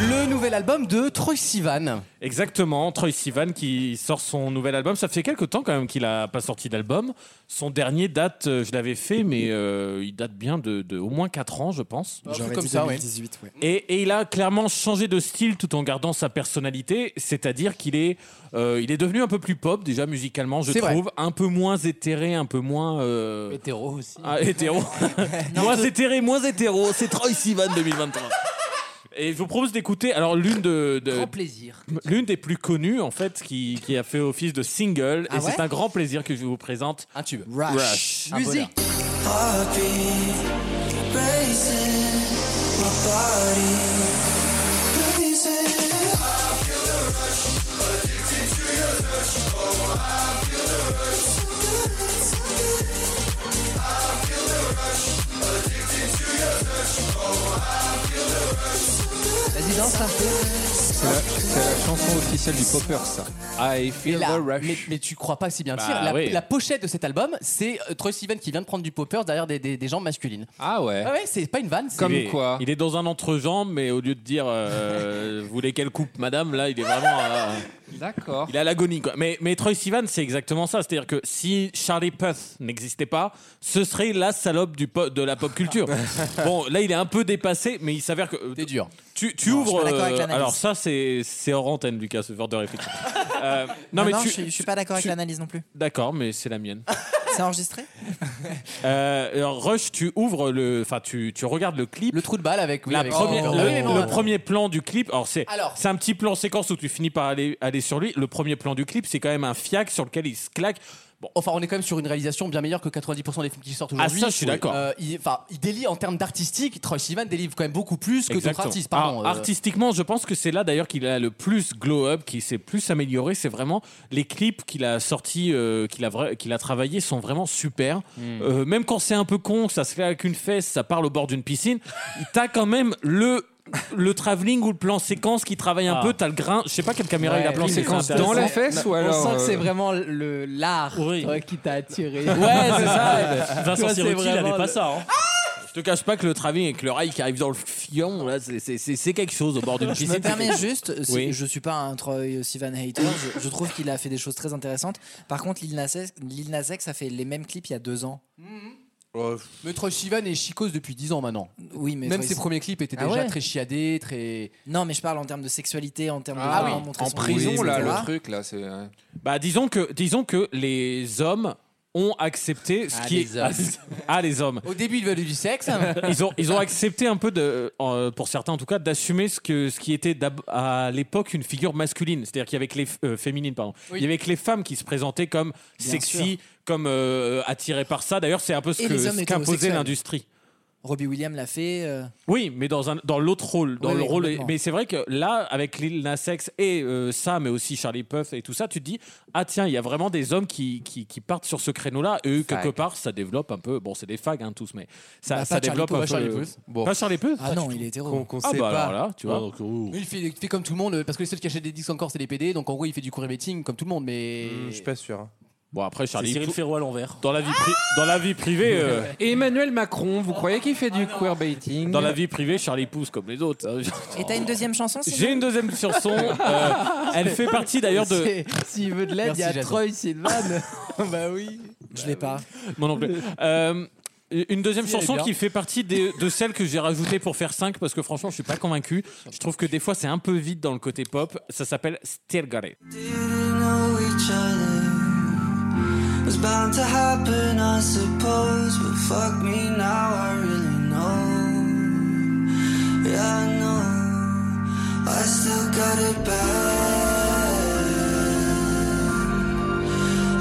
B: Le nouvel album de Troy Sivan.
E: Exactement, Troy Sivan qui sort son nouvel album. Ça fait quelques temps quand même qu'il n'a pas sorti d'album. Son dernier date, euh, je l'avais fait, mais euh, il date bien de, de au moins 4 ans, je pense.
B: J'aurais
F: Comme
B: dit ça,
F: ça,
B: ouais.
F: 2018, ouais.
E: Et, et il a clairement changé de style tout en gardant sa personnalité, c'est-à-dire qu'il est, euh, il est devenu un peu plus pop déjà musicalement, je
B: C'est vrai.
E: trouve, un peu moins éthéré, un peu moins euh,
H: Hétéro aussi.
E: ah, hétéro. moins éthéré, moins hétéro, c'est Troy Sivan 2023. Et je vous propose d'écouter alors l'une de, de-
H: Grand plaisir.
E: l'une des plus connues en fait qui, qui a fait office de single et
H: Ah ouais Ah,
E: c'est un grand plaisir que je vous présente
B: Un tube.
F: Rush.
B: Un bonheur.
R: Heartbeat racing, my body racing.
H: Vas-y, danse un peu.
C: C'est la, c'est la chanson officielle du Popper, ça. I
B: Mais,
C: feel
B: là,
C: the rush.
B: mais, mais tu crois pas si bien
E: Bah
B: dire. La,
E: oui.
B: la pochette de cet album, c'est euh, Troy Sivan qui vient de prendre du popper derrière des, des- des jambes masculines.
C: Ah ouais.
B: Ah ouais, c'est pas une vanne. c'est-
C: Comme
E: Il est-
C: quoi.
E: il est dans un entrejambe mais au lieu de dire euh, vous voulez qu'elle coupe madame là il est vraiment à-
C: D'accord.
E: il est à l'agonie quoi. Mais, mais Troy Sivan c'est exactement ça c'est à dire que si Charlie Puth n'existait pas ce serait la salope du po- de la pop culture bon là il est un peu dépassé mais il s'avère que
B: T'es dur.
E: Tu, tu
F: Non, je suis
E: ouvres.
F: pas d'accord avec
E: euh,
F: l'analyse.
E: alors, ça, c'est c'est hors antenne, Lucas, ce genre de réflexion. Euh, non,
F: Non,
E: mais
F: non,
E: tu.
F: je, je suis pas d'accord avec
E: tu-
F: l'analyse non plus.
E: D'accord, mais c'est la mienne.
F: C'est enregistré
E: Euh, alors, Rush, tu ouvres le, enfin tu, tu regardes le clip. Le
B: trou de balle avec,
E: la
B: avec-
E: première-
B: Oh.
E: le,
B: Oui, mais non,
E: le
B: non.
E: premier plan du clip. Alors c'est,
B: Alors.
E: c'est un petit plan séquence où tu finis par aller, aller sur lui. Le premier plan du clip, c'est quand même un fiac sur lequel il se claque.
B: Bon, enfin, on est quand même sur une réalisation bien meilleure que 90% des films qui sortent
E: Ah,
B: aujourd'hui.
E: ça, je suis d'accord.
B: Euh, il, enfin, il délie en termes d'artistique. Troy Sivan délivre quand même beaucoup plus que d'autres
E: Exactement.
B: artistes. Pardon,
E: Alors,
B: euh,
E: Artistiquement, je pense que c'est là d'ailleurs qu'il a le plus glow up, qu'il s'est plus amélioré. C'est vraiment les clips qu'il a sortis, euh, qu'il a, vra- qu'il a travaillé sont vraiment super. Euh, même quand c'est un peu con, ça se fait avec une fesse, ça parle au bord d'une piscine, t'as quand même le. Le travelling ou le plan séquence qui travaille un
G: Ah.
E: peu, t'as le grain. Je sais pas quelle caméra
G: Ouais,
E: il a plan
G: oui, mais
E: séquence
G: c'est intéressant.
E: la
G: On- on sent
B: euh,
G: que c'est
H: vraiment le l'art toi, qui t'a
E: Ouais, c'est
H: attiré.
E: ça.
H: Toi, c'est vraiment le-
E: hein. Je te cache pas que le travelling avec le rail qui arrive dans le fion, là, c'est- c'est c'est- c'est quelque chose au bord d'une
F: Je
E: piscine.
F: me
E: c'est
F: permets
E: quelque-
F: juste, c'est-
E: Oui.
F: je suis pas un Troy Sivan hater, je, je trouve qu'il a fait des choses très intéressantes. Par contre, Lil Nas X, Lil Nas X a fait les mêmes clips il y a deux ans.
D: Oh.
B: Mais Troy Sivan est chicose depuis 10 ans maintenant.
F: Oui, mais
B: Même
F: Troy-
B: ses premiers clips étaient
F: Ah
B: déjà
F: ouais
B: très chiadés, très.
F: Non, mais je parle en termes de sexualité, en termes de
B: Ah
F: vraiment
B: oui,
F: montrer
E: en
F: son
E: prison,
F: corps,
E: là,
F: etc.
E: le
C: truc là, c'est.
B: euh,
E: Bah, disons que, disons que les hommes ont accepté ce
B: Ah,
E: qui
B: les
E: est.
B: hommes.
E: Ah, les hommes.
B: Au début, il veulent du sexe. hein.
E: Ils ont, ils ont accepté un peu, de, euh, pour certains en tout cas, d'assumer ce, que, ce qui était d'ab- à l'époque une figure masculine. C'est-à-dire qu'il y avait que les f- euh, féminines, pardon.
G: Oui.
E: Il y avait que les femmes qui se présentaient comme
G: Bien
E: sexy,
G: sûr.
E: comme euh, attirées par ça. D'ailleurs, c'est un peu ce
F: Et
E: que-
F: les hommes
E: ce qu'imposait
F: hétérosexuels.
E: l'industrie.
F: Robbie Williams l'a fait. euh,
E: Oui, mais dans, un, dans l'autre rôle. Dans
F: Oui,
E: le
F: oui,
E: rôle
F: complètement.
E: mais c'est vrai que là, avec Lil Nas X et euh, ça, mais aussi Charlie Puth et tout ça, tu te dis Ah, tiens, il y a vraiment des hommes qui, qui, qui partent sur ce créneau-là. Et eux, quelque
G: Fag.
E: part, ça développe un peu. Bon, c'est des fags, hein, tous, mais ça,
B: Bah,
E: ça
B: pas Charlie
E: développe
B: Puth,
E: un
B: pas
E: peu.
B: Charlie
E: le-
B: Puth. Bon.
E: Pas Charlie Puth
B: Ah non, il est hétéro.
E: hétéro. ah, bah, alors là, tu vois.
D: oh.
B: Mais il fait, il fait comme tout le monde, parce que les seuls qui achètent des disques encore, c'est les PD, donc en gros, il fait du courrier-betting comme tout le monde, mais.
D: Euh, Je suis pas sûr. hein.
E: Bon, après, Charlie.
G: Cyril
E: Puth-
G: Ferro à l'envers.
E: Dans la vie, pri- dans la vie privée. euh,
C: Et Emmanuel Macron, vous croyez qu'il fait du queerbaiting
E: Dans la vie privée, Charlie pousse comme les autres. hein.
F: Et t'as une deuxième chanson sinon
E: J'ai une deuxième chanson. euh, elle fait partie d'ailleurs de.
H: C'est- S'il veut de l'aide, il
E: Merci,
H: y a
E: Jason.
H: Troy Sivan. bah oui.
F: Je l'ai
E: Bah
F: pas.
E: Moi non plus. Euh, une deuxième
G: Si, elle est
E: chanson
G: bien.
E: qui fait partie des- de celle que j'ai rajoutée pour faire 5 parce que franchement je suis pas convaincu. Je trouve que des fois c'est un peu vite dans le côté pop. Ça s'appelle Stirgare.
R: know each other was bound to happen, I suppose. But fuck me now, I really know. Yeah, I know. I still got it bad.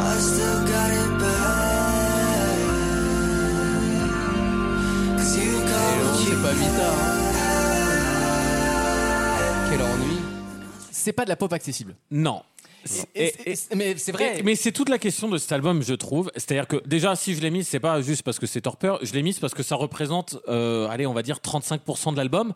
R: I still got it bad. Cause you got what you
B: hein. Quel ennui. C'est pas de la pop accessible.
E: Non. Et-
B: Et- et- mais c'est vrai.
E: Et- mais c'est toute la question de cet album, je trouve. C'est-à-dire que déjà, si je l'ai mise, c'est pas juste parce que c'est torpeur. Je l'ai mise parce que ça représente, euh, allez, on va dire 35% de l'album.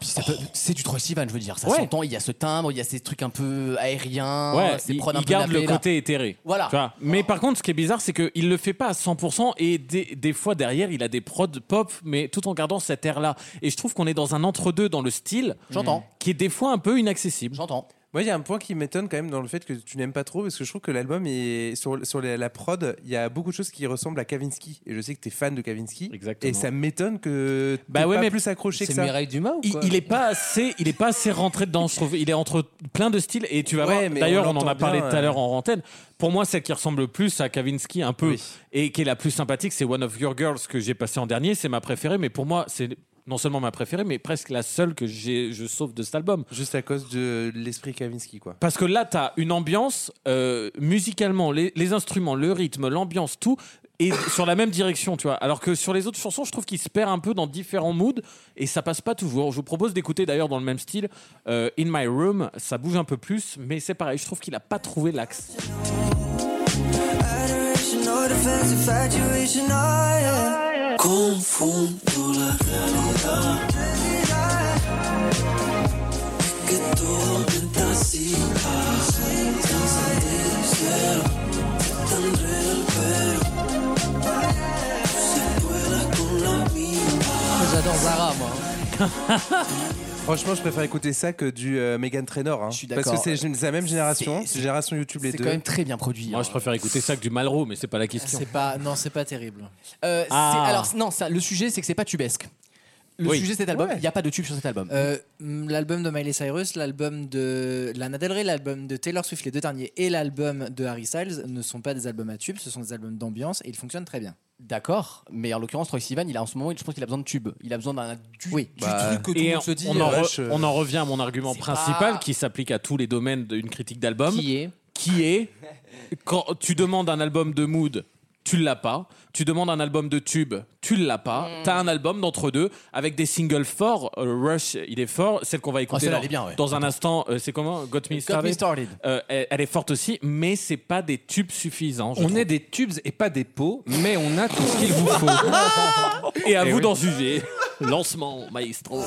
B: C'est du Troy Sivan, je veux dire. Ça
E: Ouais.
B: s'entend, il y a ce timbre, il y a ces trucs un peu aériens.
E: Ouais,
B: ces
E: il,
B: prods euh, un
E: il
B: peu
E: garde le
B: nappés, là.
E: côté éthéré.
B: Voilà.
E: Tu vois. Mais par contre, ce qui est bizarre, c'est qu'il le fait pas à 100% et des, des fois derrière, il a des prods pop, mais tout en gardant cette air-là. Et je trouve qu'on est dans un entre-deux dans le style.
B: J'entends.
E: Qui est des fois un peu inaccessible.
B: J'entends.
D: Moi, il y a un point qui m'étonne quand même dans le fait que tu n'aimes pas trop, parce que je trouve que l'album est sur, sur la, la prod, il y a beaucoup de choses qui ressemblent à Kavinsky, et je sais que tu es fan de Kavinsky,
E: Exactement.
D: et ça m'étonne que tu
E: Bah ouais,
D: pas
E: mais
D: plus accroché que ça.
E: il, il est pas assez, il est pas assez rentré dedans. Je trouve, il est entre plein de styles et tu vas
D: Ouais,
E: voir.
D: mais
E: D'ailleurs,
D: on
E: on, en a
D: l'entend
E: parlé
D: bien,
E: tout à
D: euh.
E: l'heure en antenne. Pour moi, celle qui ressemble le plus à Kavinsky un peu et qui est la plus sympathique, c'est One of Your Girls que j'ai passé en dernier. C'est ma préférée, mais pour moi, c'est non seulement ma préférée, mais presque la seule que j'ai- je sauve de cet album.
D: Juste à cause de l'esprit Kavinsky, quoi.
E: Parce que là, tu as une ambiance, euh, musicalement, les, les instruments, le rythme, l'ambiance, tout, et sur la même direction, tu vois. Alors que sur les autres chansons, je trouve qu'il se perd un peu dans différents moods, et ça passe pas toujours. Je vous propose d'écouter d'ailleurs dans le même style, euh, In My Room, ça bouge un peu plus, mais c'est pareil, je trouve qu'il a pas trouvé l'axe.
R: Adoration, no defense, infatuation, oh yeah. Confundo la realidad. Que tormenta sin Cansa de ser tan real, pero se puede con la misma.
H: J'adore Zara, moi.
D: Franchement, je préfère écouter ça que du euh, Megan Trainor. hein.
B: d'accord.
D: Parce que c'est de la même génération, c'est génération YouTube les
B: c'est
D: deux.
B: quand même très hein. bien produit.
E: Moi, je préfère écouter ça que du Malraux, mais c'est pas hein, la question.
F: C'est pas, non, c'est pas terrible.
B: Euh, c'est-
E: Ah.
B: Alors, non, ça, le sujet, c'est que c'est pas tubesque. le sujet de cet album, il n'y a pas de tube sur cet album.
F: Euh, mm, l'album de Miley Cyrus, l'album de Lana Del Rey, l'album de Taylor Swift, les deux derniers, et l'album de Harry Styles ne sont pas des albums à tubes, ce sont des albums d'ambiance et ils fonctionnent très bien.
B: D'accord, mais en l'occurrence, Troy Sivan, il a en ce moment, je pense qu'il a besoin de tube. Il a besoin d'un du,
F: oui.
B: du truc que tout le
E: Et
B: monde se dit.
E: on, en
B: euh,
E: re- on en revient à mon argument principal
B: Bah, pas-
E: qui s'applique à tous les domaines d'une critique d'album.
B: Qui est
E: Qui est quand tu demandes un album de mood, tu l'as pas. Tu demandes un album de tube, tu l'as pas.
B: Mm.
E: T'as un album d'entre deux avec des singles forts. Euh, Rush, il est fort. Celle qu'on va écouter
B: Ah, celle-là,
E: dans,
B: elle est bien, ouais.
E: dans un instant, euh, c'est comment Got Me Started.
B: Me Started.
E: Euh, elle, elle est forte aussi, mais c'est pas des tubes suffisants.
C: On est des tubes et pas des pots, mais on a tout ce qu'il vous faut.
E: Et à
C: Eh
E: vous
C: oui.
E: d'en juger. Lancement, maestro.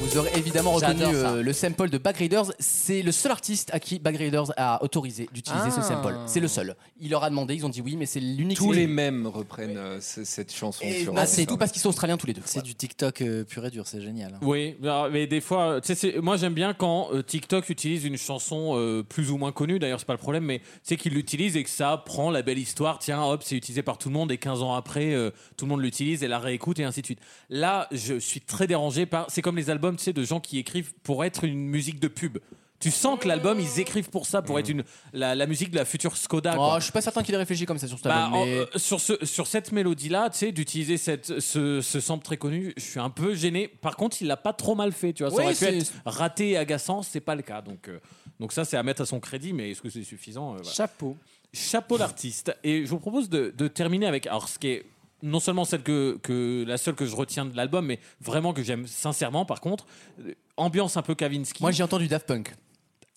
B: Vous aurez évidemment reconnu
H: J'adore ça.
B: euh, le sample de Bag Raiders. C'est le seul artiste à qui Bag Raiders a autorisé d'utiliser ce
C: Ah.
B: sample. C'est le seul. Il leur a demandé, ils ont dit oui, mais c'est l'unique.
C: Tous les mêmes reprennent euh, ce- cette chanson.
B: Et
C: sur
B: bah,
C: leur
B: c'est
C: album.
B: tout parce qu'ils sont australiens tous les deux.
F: C'est du TikTok euh, pur et dur, c'est génial. hein.
E: Oui, bah, mais des fois, euh, tu sais, c'est- moi j'aime bien quand euh, TikTok utilise une chanson euh, plus ou moins connue, d'ailleurs c'est pas le problème, mais c'est qu'ils l'utilisent et que ça prend la belle histoire, tiens hop, c'est utilisé par tout le monde et 15 ans après, euh, tout le monde l'utilise et la réécoute et ainsi de suite. Là, je suis très dérangé par. C'est comme les albums, tu sais, de gens qui écrivent pour être une musique de pub. Tu sens que l'album, ils écrivent pour ça, pour être une, la, la musique de la future Skoda.
B: Oh,
E: Ah, quoi.
B: je suis pas certain qu'il ait réfléchi comme ça sur cet
E: Bah,
B: album. mais-
E: en- euh, sur, ce- sur cette mélodie-là, tu sais, d'utiliser cette, ce, ce sample très connu, je suis un peu gêné. Par contre, il l'a pas trop mal fait, tu vois. Ça
B: Oui,
E: aurait pu
B: c'est-
E: être raté et agaçant, c'est pas le cas. Donc, euh, donc ça, c'est à mettre à son crédit, mais est-ce que c'est suffisant Euh, voilà.
F: Chapeau.
E: Chapeau l'artiste. Et je vous propose de, de terminer avec, alors ce qui est non seulement celle que, que la seule que je retiens de l'album, mais vraiment que j'aime sincèrement, par contre, euh, ambiance un peu Kavinsky.
B: Moi, j'ai entendu Daft Punk.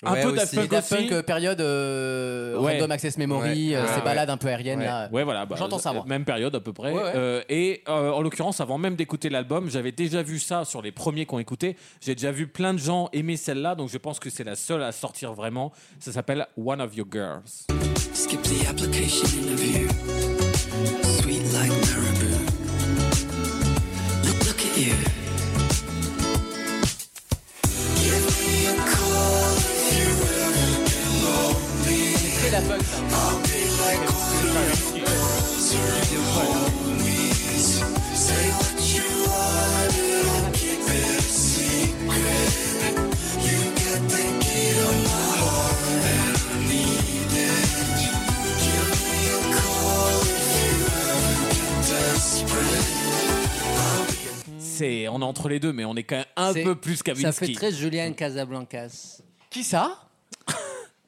E: Un peu Daft Punk
B: Daft
E: aussi.
B: Punk, euh, période euh,
E: Ouais.
B: Random Access Memory,
E: Ouais. Ah,
B: euh, ces
E: Ouais,
B: balades
E: ouais.
B: un peu aériennes.
E: Ouais.
B: là.
E: Ouais, voilà. bah,
B: J'entends ça,
E: euh,
B: moi.
E: Même période à peu près.
B: Ouais, ouais.
E: Euh, et euh, en l'occurrence, avant même d'écouter l'album, j'avais déjà vu ça sur les premiers qu'on écoutait. J'ai déjà vu plein de gens aimer celle-là, donc je pense que c'est la seule à sortir vraiment. Ça s'appelle One of Your Girls.
K: Skip the application interview. Sweet like marabou. Look, look at you. Give me a call if you ever love me. I'll be like one of your girls or your homies. Say what you want and I'll keep it a secret. You got the key to my heart and I need it. Give me a call if you ever get desperate. I'll be
E: C'est on est entre les deux, mais on est quand même un
H: C'est-
E: peu plus Kavinsky.
H: Ça fait très Julien Casablancas.
B: Qui ça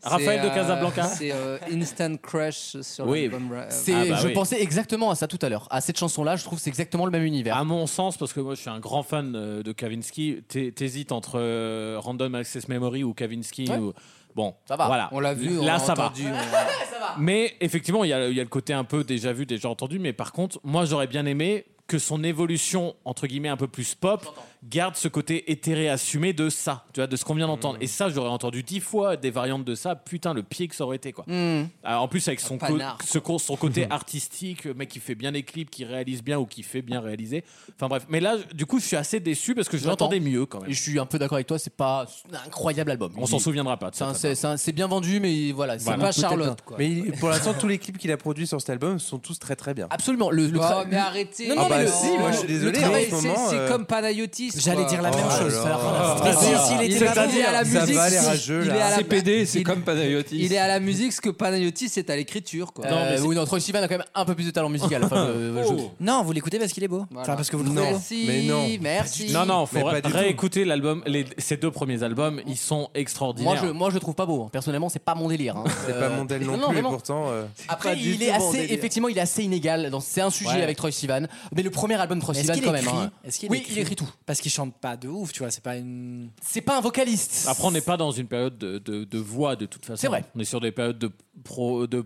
E: Raphaël
H: C'est,
E: de
H: euh,
E: Casablanca.
H: C'est euh, Instant Crush sur
E: Oui.
H: l'album. euh,
B: C'est-
E: Ah bah
B: je
E: oui.
B: pensais exactement à ça tout à l'heure. À cette chanson-là, je trouve que c'est exactement le même univers.
E: À mon sens, parce que moi je suis un grand fan euh, de Kavinsky, t'hé- t'hésites entre euh, Random Access Memory ou Kavinsky.
B: Ouais.
E: ou- Bon,
B: Ça va.
E: Voilà.
B: On l'a vu, on
E: Là,
B: l'a
E: ça,
B: entendu,
E: va.
B: on- Ça va.
E: Mais effectivement, il y, a il y a le côté un peu déjà vu, déjà entendu. Mais par contre, moi j'aurais bien aimé que son évolution entre guillemets un peu plus pop garde ce côté éthéré assumé de ça, tu vois, de ce qu'on vient
B: Mmh.
E: d'entendre. Et ça, j'aurais entendu dix fois des variantes de ça. Putain, le pied que ça aurait été quoi.
B: Mm.
E: Alors, en plus avec son, co-
B: panard,
E: ce co- son côté artistique, le mec qui fait bien les clips, qui réalise bien ou qui fait bien réaliser. Enfin bref, mais là du coup je suis assez déçu parce que je
B: J'entends.
E: l'entendais mieux quand même.
B: Et je suis un peu d'accord avec toi, c'est pas c'est un incroyable album.
E: On s'en souviendra pas de
B: C'est
E: ça.
B: un- C'est c'est un- c'est bien vendu, mais voilà, c'est
E: Voilà.
B: pas
E: Peut-être
B: Charlotte.
E: un-
B: quoi.
D: hein. Mais il- pour l'instant, tous les clips qu'il a produits sur cet album sont tous très très bien.
B: Absolument. Le, le
D: Oh,
B: tra-
D: mais
B: le-
D: arrêtez.
B: Non,
D: Ah
B: non,
D: bah
B: mais le-
D: si, moi, je suis
B: le
D: désolé,
B: travail,
D: en ce
B: c'est-
D: moment,
B: C'est
D: euh,
B: comme Panayotis.
F: J'allais dire la même
B: Oh ah,
F: chose.
B: là
F: ça.
C: Ah,
B: là.
F: Mais
B: Ça
F: si,
B: va.
F: si, il était
B: Ça va,
F: là-bas,
B: les
F: il est à la
B: rageux,
F: musique,
B: là.
F: si. Il est à la-
C: CPD, c'est comme Panayotis.
H: Il est à la musique ce que Panayotis est à l'écriture. Quoi.
B: Euh, oui, non, Troye Sivan a quand même un peu plus de talent musical. Enfin, euh,
D: Oh.
B: je-
F: Non, vous l'écoutez parce qu'il est beau. Enfin, parce que vous le trouvez beau.
H: Merci, merci.
E: Non, non, faut
B: Mais
E: ré-
B: pas du tout.
E: réécouter l'album. les- Ces deux premiers albums, ils sont extraordinaires.
B: Moi je, moi, je le trouve pas beau. hein. Personnellement, c'est pas mon délire. hein.
D: C'est
B: Euh,
D: pas mon délire non, plus,
B: vraiment.
D: et pourtant. euh,
B: Après,
D: pas du
B: il
D: tout
B: est
D: mon
B: assez,
D: délire.
B: effectivement, il est assez inégal. dans- C'est un sujet
F: Ouais.
B: avec Troy Sivan. Mais le premier album de Troy
F: Mais Est-ce
B: Sivan,
F: qu'il
B: quand même.
F: écrit
B: hein.
F: Est-ce qu'il
B: Oui, il écrit tout.
F: Parce qu'il chante pas de ouf, tu vois, c'est pas une.
B: C'est pas un vocaliste.
E: Après, on n'est pas dans une période de, de- de voix de toute façon.
B: C'est vrai.
E: On est sur des périodes de pro, de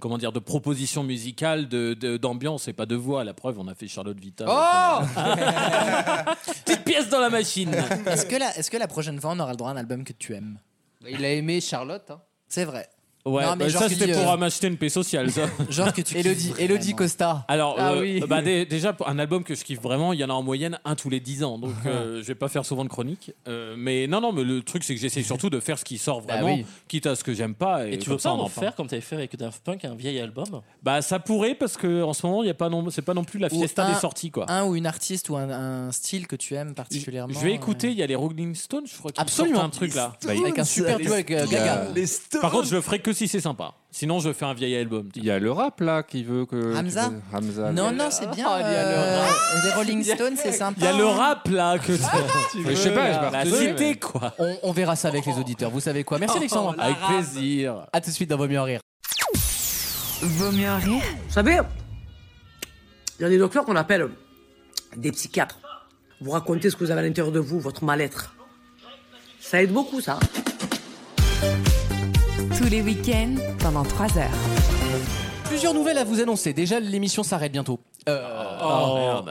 E: comment dire, de propositions musicales, de de- d'ambiance et pas de voix. La preuve, on a fait Charlotte Vita.
F: Oh
E: Petite pièce dans la machine.
F: Est-ce que, la, est-ce que la prochaine fois on aura le droit à un album que tu aimes
H: Il a aimé Charlotte. hein.
F: C'est vrai.
E: Ouais,
F: Non, mais
E: bah,
F: genre
E: ça
F: tu
E: c'était
F: dis,
E: pour
F: euh,
E: ramasser une paix sociale, ça.
F: Genre que tu kiffes
B: Élodie-
F: vraiment.
B: Élodie Costa.
E: Alors,
B: Ah
E: euh,
B: oui.
E: bah, dé- déjà, pour un album que je kiffe vraiment, il y en a en moyenne un tous les 10 ans. Donc, euh, je vais pas faire souvent de chronique. Euh, mais non, non, mais le truc, c'est que j'essaie surtout de faire ce qui sort
G: Bah
E: vraiment,
G: oui.
E: quitte à ce que j'aime pas. Et,
G: Et tu
E: comme
G: veux
E: ça,
G: pas
E: on
G: en
E: parle.
G: faire comme t'avais fait avec Daft Punk, un vieil album
E: Bah, ça pourrait, parce que en ce moment, il y a pas non... c'est pas non plus la
F: Ou
E: fiesta
F: un-
E: des sorties, quoi.
F: Un ou une artiste ou un, un style que tu aimes particulièrement.
E: Je vais écouter, il y a les Rolling Stones, je crois qu'ils
F: Absolument.
E: sortent un truc là.
F: Les Stones, Avec un super les duo avec, euh, Stones. Gaga. Les
E: Par contre, je le ferai que si c'est sympa. Sinon, je fais un vieil album.
C: Il y a le rap là qui veut que. tu
F: Hamza
C: veux- Hamza.
F: Non,
C: mais-
F: non, c'est bien.
E: Ah,
C: Oh, il y a le
F: euh,
C: rap.
F: les Rolling Stones, c'est sympa.
E: Il y a le
F: hein.
E: rap là que
B: Ah,
C: Mais je sais pas, je vais
B: La
C: retenir,
B: cité,
C: mais-
E: quoi.
B: On, on verra ça avec les auditeurs. Vous savez quoi Merci Alexandre.
L: Oh, la Avec rave.
B: plaisir. À tout de suite dans Vaut mieux en rire.
L: Vaut mieux en rire.
W: Vous savez, il y a des docteurs qu'on appelle des psychiatres. Vous racontez ce que vous avez à l'intérieur de vous, votre mal-être. Ça aide beaucoup, ça.
L: Tous les week-ends pendant 3 heures.
B: Plusieurs nouvelles à vous annoncer. Déjà, l'émission s'arrête bientôt. Euh,
E: Oh, merde.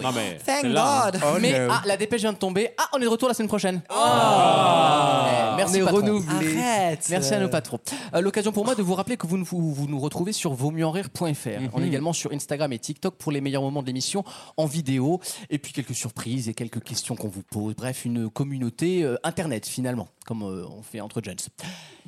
E: Non, mais.
B: Thank
E: celle-là,
A: Oh,
E: hein.
B: Mais ah, la dépêche vient de tomber. Ah, on est de retour la semaine prochaine. Eh,
E: On
B: merci
E: est
B: patron.
E: renouvelés. Arrête.
B: Merci à nos patrons. Euh, L'occasion pour moi de vous rappeler que vous, nous- vous, vous nous retrouvez sur vautmieuxenrire.fr. On est également sur Instagram et TikTok pour les meilleurs moments de l'émission en vidéo. Et puis quelques surprises et quelques questions qu'on vous pose. Bref, une communauté euh, internet finalement, comme euh, on fait entre jeunes.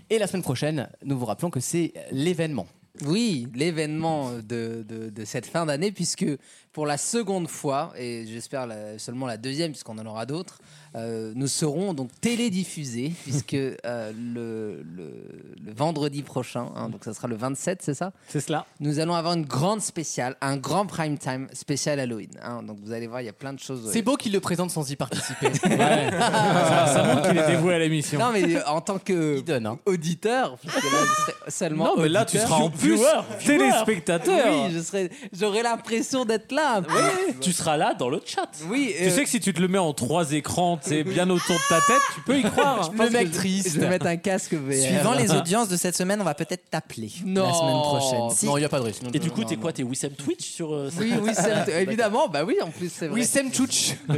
B: Et la semaine prochaine, nous vous rappelons que c'est l'événement.
H: Oui, l'événement euh, de, de- de cette fin d'année, puisque pour la seconde fois, et j'espère la- seulement la deuxième, puisqu'on en aura d'autres, euh, nous serons donc télédiffusés, puisque euh, le, le- le vendredi prochain, hein, donc ça sera le 27, c'est ça
E: C'est cela.
H: Nous allons avoir une grande spéciale, un grand prime time spécial Halloween. hein. donc vous allez voir, il y a plein de choses. euh,
B: C'est beau qu'il le présente sans y participer.
H: ça,
E: montre qu'il est dévoué à l'émission.
H: Non, mais euh, en tant que
B: hein.
H: auditeur, puisque là, je serais seulement.
E: Non, mais là, tu
H: auditeur.
E: seras en plus
H: viewer.
E: téléspectateur.
H: Oui, je serais- j'aurais l'impression d'être là. un peu.
G: Tu seras là dans le chat.
H: Oui, euh,
E: Tu sais que si tu te le mets en trois écrans, tu sais, bien autour de ta tête, tu peux y croire. hein.
H: Je pense Le mec que je- triste. je vais mettre un casque VR.
F: Suivant les audiences de cette semaine, on va peut-être t'appeler la semaine prochaine. Si.
B: Non, il n'y a pas de risque.
G: Et du coup, t'es quoi T'es Wissem Twitch sur. euh,
H: Oui,
G: ça-
H: oui, Sam- évidemment, bah oui, en plus, c'est vrai.
B: Wissem Tchouch.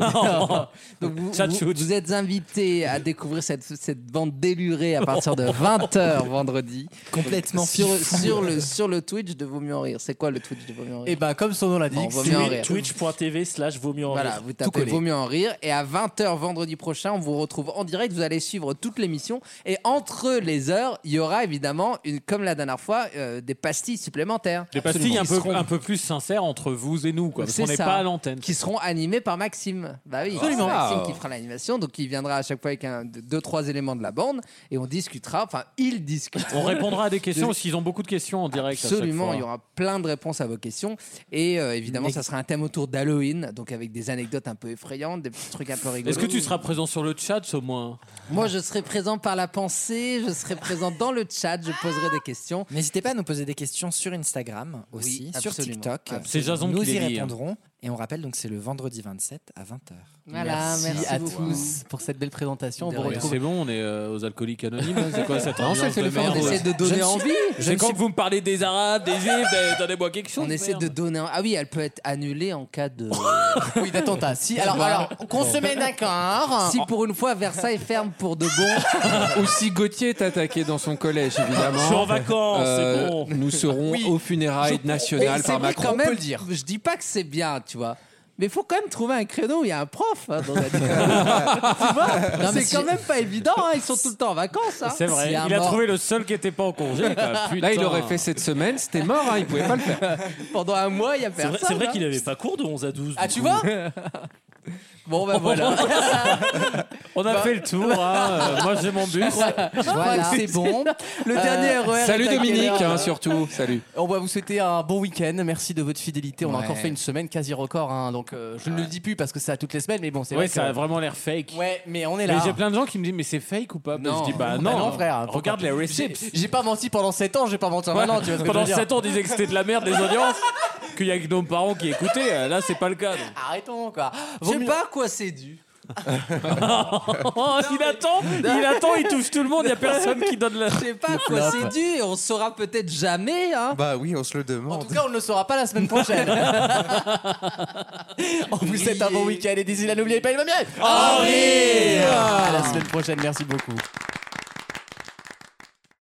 H: Donc vous,
G: Chat
H: vous-
G: Tchouch.
H: vous êtes invités à découvrir cette, cette bande délurée à partir de 20h vendredi.
F: Complètement
H: sur,
F: fifou.
H: sur, le, sur le Twitch de Vaut mieux en rire. C'est quoi le Twitch de Vaut mieux en rire
B: Et ben, comme son nom
H: Bon,
B: l'indique,
H: vaut
B: c'est-
H: mieux en rire.
G: Twitch.tv slash vaut mieux en
H: Voilà,
G: rire.
H: vous
B: Tout
H: tapez
B: collé.
H: Vaut mieux en rire. Et à 20h vendredi prochain, on vous retrouve en direct. Vous allez suivre toute l'émission. Et entre les heures, il y aura évidemment, une, comme la dernière fois, euh, des pastilles supplémentaires.
E: Des pastilles un
H: Qui
E: peu,
H: seront-
E: un peu plus sincères entre vous et nous, quoi. Parce
H: C'est
E: qu'on n'est
H: ça.
E: pas à l'antenne.
H: Qui seront animés par Maxime. Bah oui,
E: Absolument.
H: c'est Maxime
E: Wow.
H: qui fera l'animation. Donc il viendra à chaque fois avec un, deux, trois éléments de la bande. Et on discutera. Enfin, ils discuteront.
E: On répondra à des questions
H: De-
E: s'ils ont beaucoup de questions en direct. à chaque
H: Absolument,
E: fois.
H: il y aura plein de réponses à vos questions. Et euh, évidemment, ça sera un thème autour d'Halloween, donc avec des anecdotes un peu effrayantes, des petits trucs un peu rigolos.
E: Est-ce que tu seras présent sur le chat au moins
H: Moi, je serai présent par la pensée, je serai présent dans le chat, je poserai des questions.
F: N'hésitez pas à nous poser des questions sur Instagram aussi,
H: Oui,
F: sur
H: absolument.
F: TikTok.
H: Absolument. C'est
E: Jason
F: Nous
E: qui
F: y
E: les lit, hein.
F: répondrons. Et on rappelle donc c'est le vendredi 27 à 20h.
H: Voilà, merci,
B: à
H: beaucoup.
B: tous pour cette belle présentation. On vous
E: Mais
B: retrouve
E: C'est bon, on est euh, aux alcooliques anonymes. hein. C'est quoi cette
B: Non,
E: ambiance
B: c'est le
E: de
B: téléphone,
E: merde
B: on essaie de
H: donner envie. Je
E: C'est
H: ne
E: quand
H: sais-
E: que vous me parlez des Arabes, des Juifs, des- donnez-moi quelque chose.
H: On essaie de
E: merde.
H: donner. un- Ah oui, elle peut être annulée en cas de.
B: oui, d'attentat. Si, alors, alors qu'on se met d'accord.
H: Si pour une fois Versailles ferme pour de bon.
C: Ou si Gauthier est attaqué dans son collège, évidemment. Euh,
G: Je suis en vacances, c'est bon.
C: Nous serons aux funérailles nationales
H: Et c'est
C: par
H: vrai
C: Macron.
H: quand même, Je dis pas que c'est bien, tu vois. Mais faut quand même trouver un créneau où il y a un prof hein, dans la tu vois,
F: mais
H: C'est quand même pas évident, hein, ils sont tout le temps en vacances. hein.
E: C'est vrai,
H: S'il y un
E: il a
H: mort
E: trouvé le seul qui n'était pas en congé. quoi.
C: Là, il
E: Putain.
C: aurait fait cette semaine, c'était mort, hein, il pouvait pas le faire.
H: Pendant un mois, il y a
G: C'est vrai,
H: personne.
G: c'est vrai
H: hein.
G: qu'il avait pas cours de 11 à 12.
H: Ah,
G: du
H: tu
G: coup.
H: vois Bon, ben voilà.
E: On
B: Bah,
E: a fait le tour. hein. Euh, Moi, j'ai mon bus.
H: voilà, Euh, c'est bon. Le dernier RER.
C: Salut
H: est à quelle
C: Dominique,
H: heure
C: hein, surtout. Salut.
B: Euh, On va vous souhaiter un bon week-end. Merci de votre fidélité. On a
C: Ouais.
B: encore fait une semaine quasi record. hein. donc, euh, je ne le dis plus parce que c'est à toutes les semaines, mais bon, c'est
E: Ouais,
B: vrai.
E: ça
B: que-
E: a vraiment l'air fake.
B: Ouais, mais on est
E: Mais
B: là.
E: j'ai plein de gens qui me disent mais c'est fake ou pas Mais
B: Non.
E: Je dis bah
B: Bah
E: non,
B: non, frère, faut
E: regarde
B: pas-
E: les receipts.
B: J'ai pas menti pendant 7 ans, je vais pas mentir maintenant. Tu vois ce que je
E: Pendant
B: veux dire.
E: 7 ans, on disait que c'était de la merde les audiences, qu'il y a que nos parents qui écoutaient. Euh, Là, c'est pas le cas. donc.
B: Arrêtons, quoi.
H: Je sais pas à quoi c'est dû.
E: il attend, il attend, il touche tout le monde. Il y a personne qui donne la.
H: Je sais pas à quoi c'est dû. On saura peut-être jamais. Hein.
D: Bah oui, on se le
B: En
D: demande.
B: tout cas, on ne le saura pas la semaine prochaine. on vous souhaite un bon week-end et d'ici là, n'oubliez pas, il va bien.
E: euh,
K: En rire.
B: À la semaine prochaine, merci beaucoup.